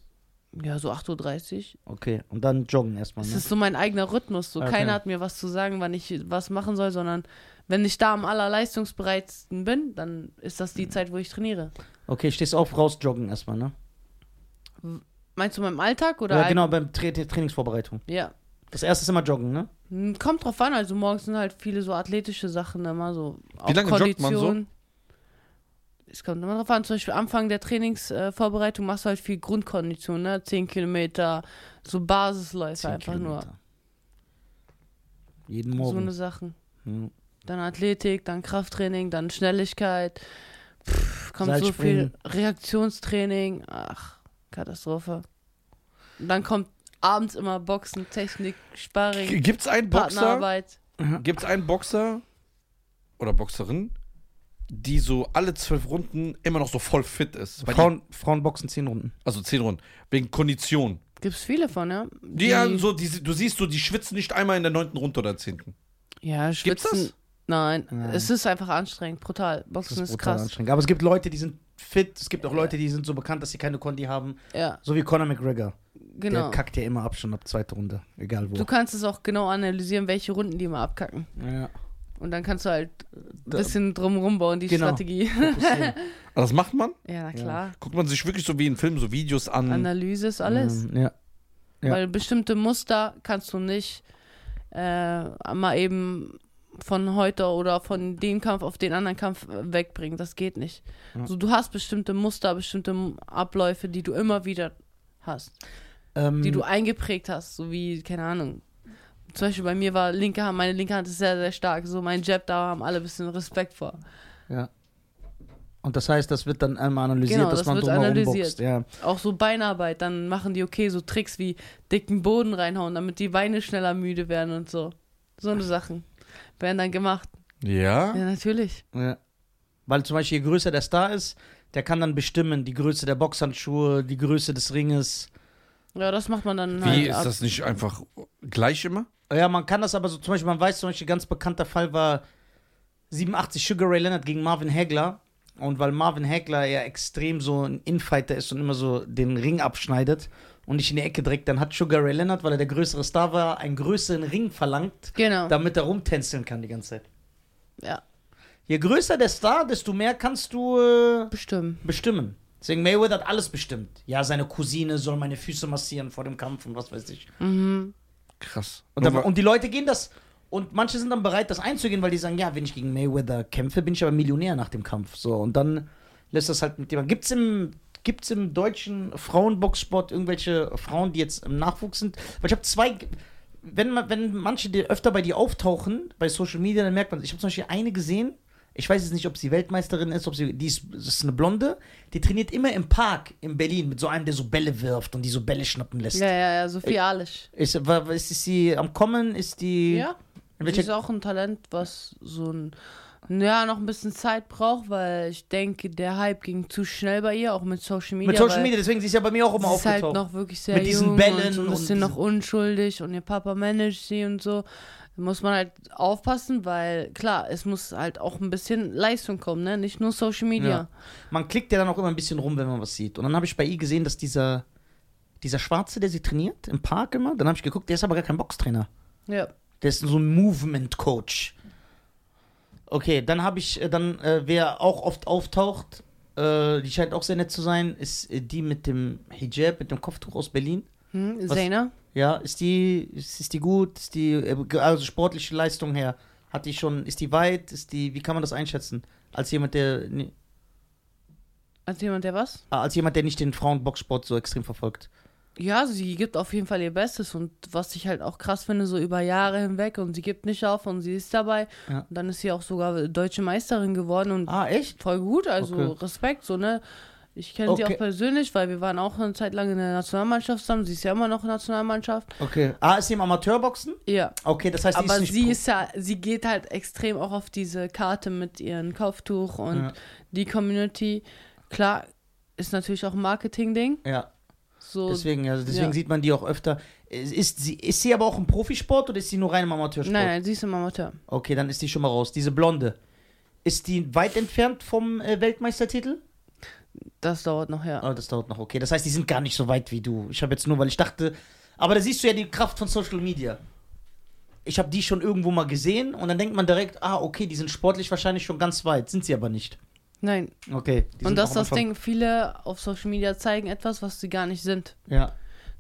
Ja, so 8.30 Uhr. Okay, und dann joggen erstmal. Es Ne? ist so mein eigener Rhythmus. So Okay. keiner hat mir was zu sagen, wann ich was machen soll, sondern wenn ich da am allerleistungsbereitsten bin, dann ist das Mhm. die Zeit, wo ich trainiere. Okay, stehst auf, raus, joggen erstmal, ne? Meinst du meinem Alltag oder? Ja, ein- genau, beim Tra Trainingsvorbereitung. Ja. Das erste ist immer joggen, ne? Hm, Kommt drauf an. Also morgens sind halt viele so athletische Sachen immer so. Auch lange joggt man so? Es kommt immer drauf an. Zum Beispiel Anfang der Trainingsvorbereitung machst du halt viel Grundkondition, ne? 10 Kilometer, so Basisläufe Zehn einfach nur. Kilometer. Jeden So Morgen. eine Sachen. Ja. dann Athletik, dann Krafttraining, dann Schnelligkeit. Pff, kommt so Seilspringen. viel Reaktionstraining. Ach, Katastrophe. Und dann kommt abends immer Boxen, Technik, Sparring, Gibt es einen Boxer? Partnerarbeit. Gibt es einen Boxer oder Boxerin, die so alle zwölf Runden immer noch so voll fit ist? Weil Frauen, Frauen boxen 10 Runden. Die, also zehn Runden. Wegen Kondition. Gibt's viele von, ja? Die, haben so, die, du siehst so, die schwitzen nicht einmal in der neunten Runde oder zehnten. ja, schwitzen. Gibt's das? Nein, Nein. es ist einfach anstrengend, brutal. Boxen ist, brutal krass. anstrengend. Aber es gibt Leute, die sind fit. Es gibt auch Leute, die sind so bekannt, dass sie keine Kondi haben. Ja, So wie Conor McGregor. genau. Der kackt ja immer ab schon ab zweiter Runde. Egal Du wo. kannst es auch genau analysieren, welche Runden die immer abkacken. Ja. Und dann kannst du halt ein Da- bisschen drumrum bauen, die Genau. Strategie. Fokussieren. Aber das macht man? Ja, na klar. Guckt man sich wirklich so wie in Filmen so Videos an? Analyse ist alles. Mm, Ja. Ja. Weil bestimmte Muster kannst du nicht äh, mal eben von heute oder von dem Kampf auf den anderen Kampf äh, wegbringen. Das geht nicht. So, du hast bestimmte Muster, bestimmte M- Abläufe, die du immer wieder hast, Ähm, die du eingeprägt hast, so wie, keine Ahnung. Zum Beispiel bei mir war linke Hand, meine linke Hand ist sehr, sehr stark. So mein Jab, da haben alle ein bisschen Respekt vor. ja. Und das heißt, das wird dann einmal analysiert, Genau, dass das man wird drumherum analysiert. boxt. Ja. Auch so Beinarbeit, dann machen die okay so Tricks wie dicken Boden reinhauen, damit die Beine schneller müde werden und so. So eine Sachen werden dann gemacht. Ja? Ja, natürlich. Ja. Weil zum Beispiel, je größer der Star ist, der kann dann bestimmen, die Größe der Boxhandschuhe, die Größe des Ringes. Ja, das macht man dann Wie halt ist ab. das nicht einfach gleich immer? Ja, man kann das aber so, zum Beispiel, man weiß zum Beispiel, ganz bekannter Fall war 87 Sugar Ray Leonard gegen Marvin Hagler. Und weil Marvin Hagler ja extrem so ein Infighter ist und immer so den Ring abschneidet und nicht in die Ecke drückt, dann hat Sugar Ray Leonard, weil er der größere Star war, einen größeren Ring verlangt, Genau. damit er rumtänzeln kann die ganze Zeit. ja, Je größer der Star, desto mehr kannst du äh, bestimmt. bestimmen. Deswegen Mayweather hat alles bestimmt. Ja, seine Cousine soll meine Füße massieren vor dem Kampf und was weiß ich. Mhm. Krass. Und, dann, und die Leute gehen das. Und manche sind dann bereit, das einzugehen, weil die sagen, ja, wenn ich gegen Mayweather kämpfe, bin ich aber Millionär nach dem Kampf. So, und dann lässt das halt mit dem. Gibt's im, gibt's im deutschen Frauenboxsport irgendwelche Frauen, die jetzt im Nachwuchs sind? Weil ich habe zwei. Wenn, man, wenn manche die öfter bei dir auftauchen, bei Social Media, dann merkt man, ich habe zum Beispiel eine gesehen, ich weiß jetzt nicht, ob sie Weltmeisterin ist, ob sie, die ist, das ist eine Blonde, die trainiert immer im Park in Berlin mit so einem, der so Bälle wirft und die so Bälle schnappen lässt. Ja, ja, ja, Sophie Alisch. Ist, wa- wa- ist sie am Kommen? Ist die. Ja. In Das welcher- ist auch ein Talent, was so ein, ja, noch ein bisschen Zeit braucht, weil ich denke, der Hype ging zu schnell bei ihr, auch mit Social Media. Mit Social weil Media, deswegen sie ist ja bei mir auch immer Sie ist aufgetaucht. halt noch wirklich sehr Mit diesen jung Bällen und so ein und bisschen diesen- noch unschuldig und ihr Papa managt sie und so. Da muss man halt aufpassen, weil klar, es muss halt auch ein bisschen Leistung kommen, ne? Nicht nur Social Media. Man klickt ja dann auch immer ein bisschen rum, wenn man was sieht. Und dann habe ich bei ihr gesehen, dass dieser, dieser Schwarze, der sie trainiert, im Park immer, dann habe ich geguckt, der ist aber gar kein Boxtrainer. Ja. Der ist so ein Movement-Coach. Okay, dann habe ich, äh, dann, äh, wer auch oft auftaucht, äh, die scheint auch sehr nett zu sein, ist äh, die mit dem Hijab, mit dem Kopftuch aus Berlin. Hm, Was- Zena? Ja, ist die, ist, ist die gut? Ist die, äh, also sportliche Leistung her, hat die schon, ist die weit? Ist die, wie kann man das einschätzen? Als jemand, der, nee, Als jemand, der was? als jemand, der nicht den Frauenboxsport so extrem verfolgt. Ja, also sie gibt auf jeden Fall ihr Bestes und was ich halt auch krass finde, so über Jahre hinweg und sie gibt nicht auf und sie ist dabei. Ja. Und dann ist sie auch sogar deutsche Meisterin geworden und Ah, echt? voll gut, also Okay. Respekt, so, ne? Ich kenne sie Okay. auch persönlich, weil wir waren auch eine Zeit lang in der Nationalmannschaft zusammen. Sie ist ja immer noch in der Nationalmannschaft. Okay. Ah, ist sie im Amateurboxen? Ja. Okay, das heißt, die Aber ist nicht sie pro- ist ja, sie geht halt extrem auch auf diese Karte mit ihrem Kopftuch und Ja. die Community. Klar, ist natürlich auch ein Marketing-Ding. Ja, So, deswegen, also deswegen ja. sieht man die auch öfter. Ist sie, ist sie aber auch im Profisport oder ist sie nur rein im Amateursport? nein, nein, sie ist im Amateur. Okay, dann ist die schon mal raus. Diese Blonde. Ist die weit entfernt vom äh, Weltmeistertitel? Das dauert noch, ja. Oh, das dauert noch. Okay, das heißt, die sind gar nicht so weit wie du. Ich habe jetzt nur, weil ich dachte, aber da siehst du ja die Kraft von Social Media. Ich habe die schon irgendwo mal gesehen und dann denkt man direkt, ah, okay, die sind sportlich wahrscheinlich schon ganz weit, sind sie aber nicht. Nein, Okay. die und sind noch das ist am das Anfang. Ding, viele auf Social Media zeigen etwas, was sie gar nicht sind. Ja.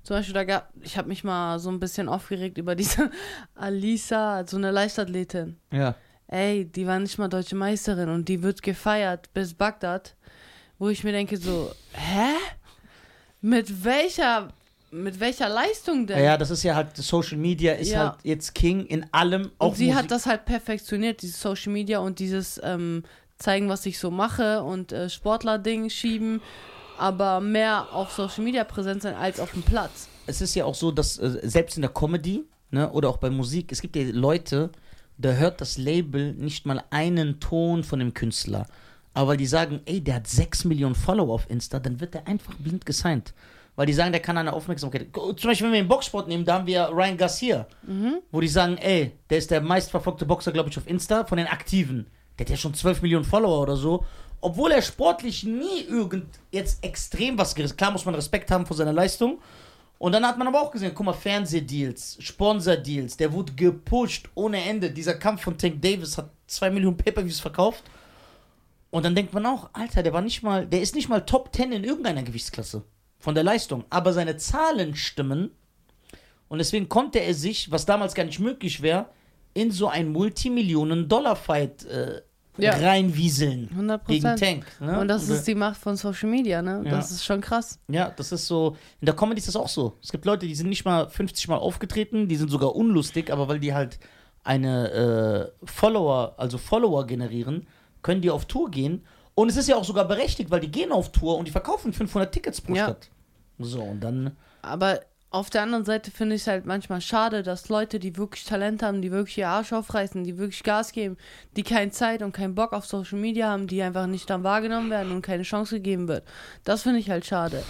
Zum Beispiel, da gab, ich habe mich mal so ein bisschen aufgeregt über diese Alisa, so eine Leichtathletin. Ja. Ey, die war nicht mal deutsche Meisterin und die wird gefeiert bis Bagdad, wo ich mir denke so, hä? Mit welcher, mit welcher Leistung denn? Ja, das ist ja halt, Social Media ist Ja. halt jetzt King in allem. Auch und sie Musik. hat das halt perfektioniert, dieses Social Media und dieses ähm, zeigen, was ich so mache und äh, Sportler-Ding schieben, aber mehr auf Social Media präsent sein als auf dem Platz. es ist ja auch so, dass äh, selbst in der Comedy ne, oder auch bei Musik, es gibt ja Leute, da hört das Label nicht mal einen Ton von dem Künstler. Aber weil die sagen, ey, der hat 6 Millionen Follower auf Insta, dann wird der einfach blind gesigned. Weil die sagen, der kann eine Aufmerksamkeit. Zum Beispiel, wenn wir den Boxsport nehmen, da haben wir Ryan Garcia, wo die sagen, ey, der ist der meistverfolgte Boxer, glaube ich, auf Insta von den Aktiven. Der hat ja schon 12 Millionen Follower oder so. Obwohl er sportlich nie irgend jetzt extrem was gerissen Klar muss man Respekt haben vor seiner Leistung. Und dann hat man aber auch gesehen, guck mal, Fernsehdeals, Sponsordeals, der wurde gepusht ohne Ende. Dieser Kampf von Tank Davis hat 2 Millionen Pay-Per-Views verkauft. Und dann denkt man auch, Alter, der war nicht mal, der ist nicht mal Top 10 in irgendeiner Gewichtsklasse von der Leistung, aber seine Zahlen stimmen und deswegen konnte er sich, was damals gar nicht möglich wäre, in so ein Multimillionen-Dollar-Fight äh, Ja. reinwieseln 100 gegen Prozent. Tank. Ne? Und das Oder- ist die Macht von Social Media, ne? Ja. Das ist schon krass. Ja, das ist so. In der Comedy ist das auch so. Es gibt Leute, die sind nicht mal 50 Mal aufgetreten, die sind sogar unlustig, aber weil die halt eine äh, Follower, also Follower generieren, können die auf Tour gehen. Und es ist ja auch sogar berechtigt, weil die gehen auf Tour und die verkaufen 500 Tickets pro Ja. Stadt. So, und dann. Aber auf der anderen Seite finde ich es halt manchmal schade, dass Leute, die wirklich Talent haben, die wirklich ihr Arsch aufreißen, die wirklich Gas geben, die keine Zeit und keinen Bock auf Social Media haben, die einfach nicht dann wahrgenommen werden und keine Chance gegeben wird. Das finde ich halt schade.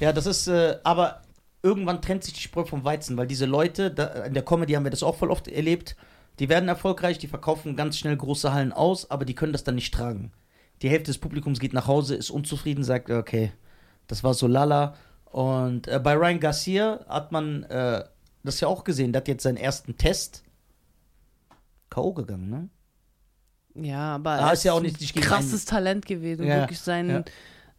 Ja, das ist, äh, aber irgendwann trennt sich die Spreu vom Weizen, weil diese Leute, da, in der Comedy haben wir das auch voll oft erlebt, die werden erfolgreich, die verkaufen ganz schnell große Hallen aus, aber die können das dann nicht tragen. Die Hälfte des Publikums geht nach Hause, ist unzufrieden, sagt, okay, das war so lala. Und äh, bei Ryan Garcia hat man äh, das ja auch gesehen, der hat jetzt seinen ersten Test K.O. gegangen, ne? Ja, aber Ah, es ist ja auch nicht- nicht ein gegen krasses Talent gewesen, Ja, wirklich sein ja.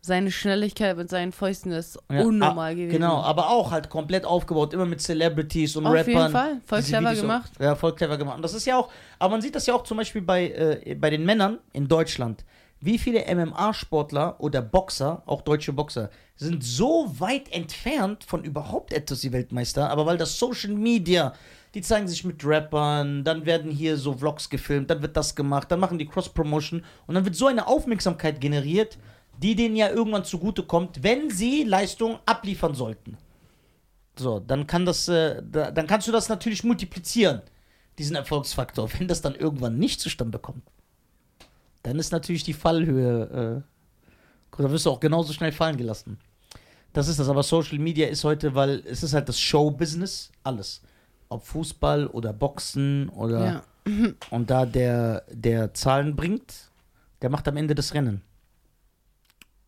seine Schnelligkeit mit seinen Fäusten ist Ja, unnormal ah, gewesen. Genau, aber auch halt komplett aufgebaut, immer mit Celebrities und Auf Rappern. jeden Fall, voll Diese clever Videos auch- gemacht. Ja, voll clever gemacht. Und das ist ja auch, aber man sieht das ja auch zum Beispiel bei, äh, bei den Männern in Deutschland. Wie viele MMA-Sportler oder Boxer, auch deutsche Boxer, sind so weit entfernt von überhaupt etwas die Weltmeister, aber weil das Social Media, die zeigen sich mit Rappern, dann werden hier so Vlogs gefilmt, dann wird das gemacht, dann machen die Cross-Promotion und dann wird so eine Aufmerksamkeit generiert, die denen ja irgendwann zugutekommt, wenn sie Leistung abliefern sollten. So, dann kann das, äh, da, dann kannst du das natürlich multiplizieren, diesen Erfolgsfaktor. Wenn das dann irgendwann nicht zustande kommt, dann ist natürlich die Fallhöhe, äh, da wirst du auch genauso schnell fallen gelassen. Das ist das, aber Social Media ist heute, weil es ist halt das Show-Business, alles. Ob Fußball oder Boxen oder. Ja. Und da der, der Zahlen bringt, der macht am Ende das Rennen.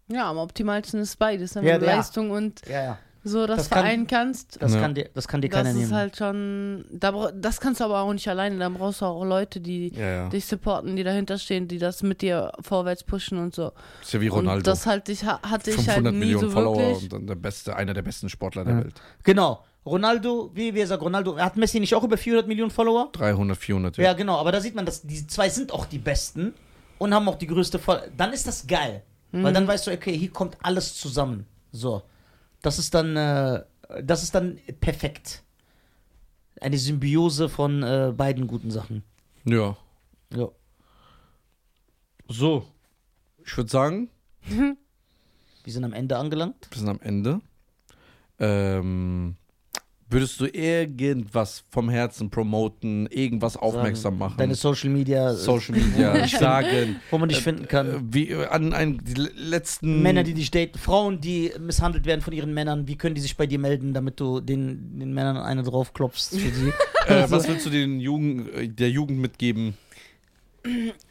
ja, am optimalsten ist beides, wenn Ja, du ja. Leistung und Ja, ja. so das, Das kann- vereinen kannst. Das, Ja. Kann, dir, das kann dir Das keiner ist nehmen. halt schon, da, bra- das kannst du aber auch nicht alleine, da brauchst du auch Leute, die Ja, ja. dich supporten, die dahinter stehen, die das mit dir vorwärts pushen und so. Ist ja wie Und Ronaldo. das halt ich, ha- hatte ich 500 halt nie Millionen so Follower wirklich. und dann der beste, einer der besten Sportler der Ja. Welt. Genau. Ronaldo, wie wir sagen, Ronaldo, hat Messi nicht auch über 400 Millionen Follower? 300, 400. Ja, genau, aber da sieht man, dass die zwei sind auch die besten und haben auch die größte Follower. Dann ist das geil, weil Mhm. dann weißt du, okay, hier kommt alles zusammen. So. Das ist dann, äh, das ist dann perfekt. Eine Symbiose von äh, beiden guten Sachen. ja. Ja. So. Ich würde sagen, Wir sind am Ende angelangt. wir sind am Ende. Ähm, würdest du irgendwas vom Herzen promoten, irgendwas aufmerksam machen? Deine Social Media, äh, Mhm. Social Media sagen, wo man dich finden kann. äh, mm. wie, äh, an, an die letzten Männer, die dich daten, Frauen, die misshandelt werden von ihren Männern, wie können die sich bei dir melden, damit du den, den Männern eine draufklopfst für sie? äh, was willst du den Jugend, äh, der Jugend mitgeben?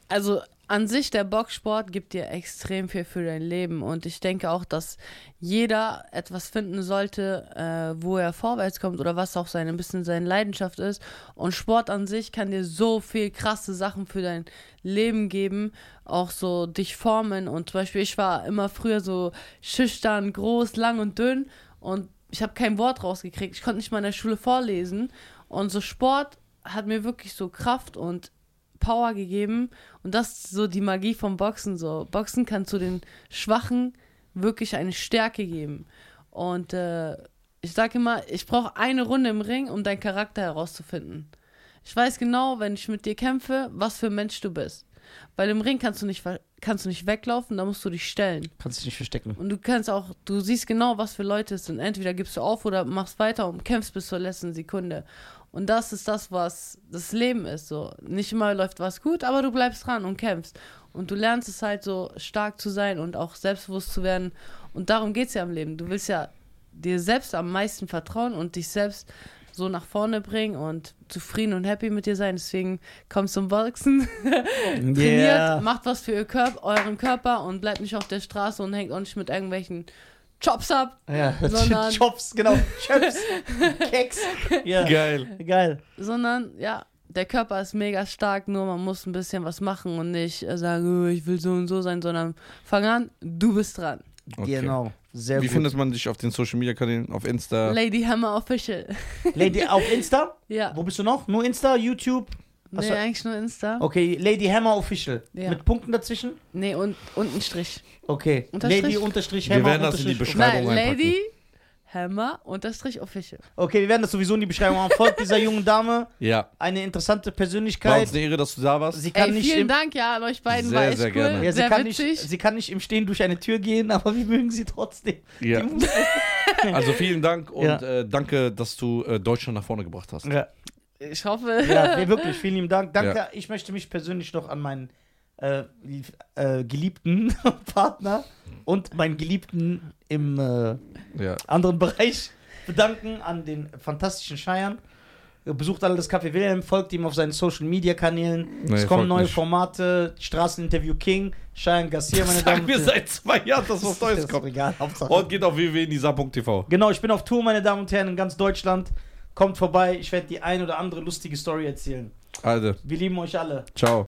Also an sich, der Boxsport gibt dir extrem viel für dein Leben und ich denke auch, dass jeder etwas finden sollte, äh, wo er vorwärts kommt oder was auch sein, ein bisschen seine Leidenschaft ist. Und Sport an sich kann dir so viel krasse Sachen für dein Leben geben, auch so dich formen. Und zum Beispiel, ich war immer früher so schüchtern, groß, lang und dünn und ich habe kein Wort rausgekriegt. Ich konnte nicht mal in der Schule vorlesen. Und so Sport hat mir wirklich so Kraft und Power gegeben und das ist so die Magie vom Boxen so. Boxen kann zu den Schwachen wirklich eine Stärke geben. Und äh, ich sage immer, ich brauche eine Runde im Ring, um deinen Charakter herauszufinden. Ich weiß genau, wenn ich mit dir kämpfe, was für ein Mensch du bist. Weil im Ring kannst du nicht ver- kannst du nicht weglaufen, da musst du dich stellen. Kannst dich nicht verstecken. Und du kannst auch, du siehst genau, was für Leute es sind. Entweder gibst du auf oder machst weiter und kämpfst bis zur letzten Sekunde. Und das ist das, was das Leben ist. So. Nicht immer läuft was gut, aber du bleibst dran und kämpfst. Und du lernst es halt so stark zu sein und auch selbstbewusst zu werden. Und darum geht es ja im Leben. Du willst ja dir selbst am meisten vertrauen und dich selbst so nach vorne bringen und zufrieden und happy mit dir sein. Deswegen kommst zum Boxen. Trainiert, Yeah. macht was für ihr Körp euren Körper und bleibt nicht auf der Straße und hängt auch nicht mit irgendwelchen Chops ab, Ja, Sondern- Chops, genau. Chops. Keks. Ja. Geil. Geil. sondern ja, der Körper ist mega stark, nur man muss ein bisschen was machen und nicht äh, sagen, "Oh, ich will so und so sein, sondern fang an, du bist dran. Okay. Genau. Sehr Wie gut. findet man dich auf den Social Media Kanälen, auf Insta? Lady Hammer Official. Lady auf Insta? ja, Wo bist du noch? Nur Insta, YouTube? Hast nee, du- eigentlich nur Insta. Okay, Lady Hammer Official. Ja. Mit Punkten dazwischen? Nee, und, und ein Strich. Okay. Unterstrich. Lady unterstrich Wir Hammer werden das in die unterstrich- Beschreibung Nein, reinpacken. Lady Hammer Unterstrich Official. Okay, wir werden das sowieso in die Beschreibung machen. Folgt dieser jungen Dame. Ja. Eine interessante War uns Persönlichkeit. eine Ehre, dass du da warst. Sie kann Ey, nicht im, vielen Dank, ja, an euch beiden Sehr, war echt sehr cool, gerne. Ja, sie, sehr kann nicht, witzig. sie kann nicht im Stehen durch eine Tür gehen, aber wir mögen sie trotzdem. Ja. Also vielen Dank und Ja. äh, danke, dass du äh, Deutschland nach vorne gebracht hast. Ja, ich hoffe, ja wirklich, vielen lieben Dank. Danke. Ja. Ich möchte mich persönlich noch an meinen äh, lief- äh, geliebten Partner und meinen Geliebten im äh, Ja. anderen Bereich bedanken, an den fantastischen Scheiern. Besucht alle das Café Wilhelm, folgt ihm auf seinen Social Media Kanälen. Nee, es kommen folgt neue nicht. Formate: Straßeninterview King, Cheyenne Garcia, meine Damen Sag und mir Herren. seit zwei Jahren, dass was Das Neues ist kommt. Egal, Hauptsache. Und geht auf www.nisa.tv. Genau, ich bin auf Tour, meine Damen und Herren, in ganz Deutschland. Kommt vorbei, ich werde die ein oder andere lustige Story erzählen. Also, Wir lieben euch alle. ciao.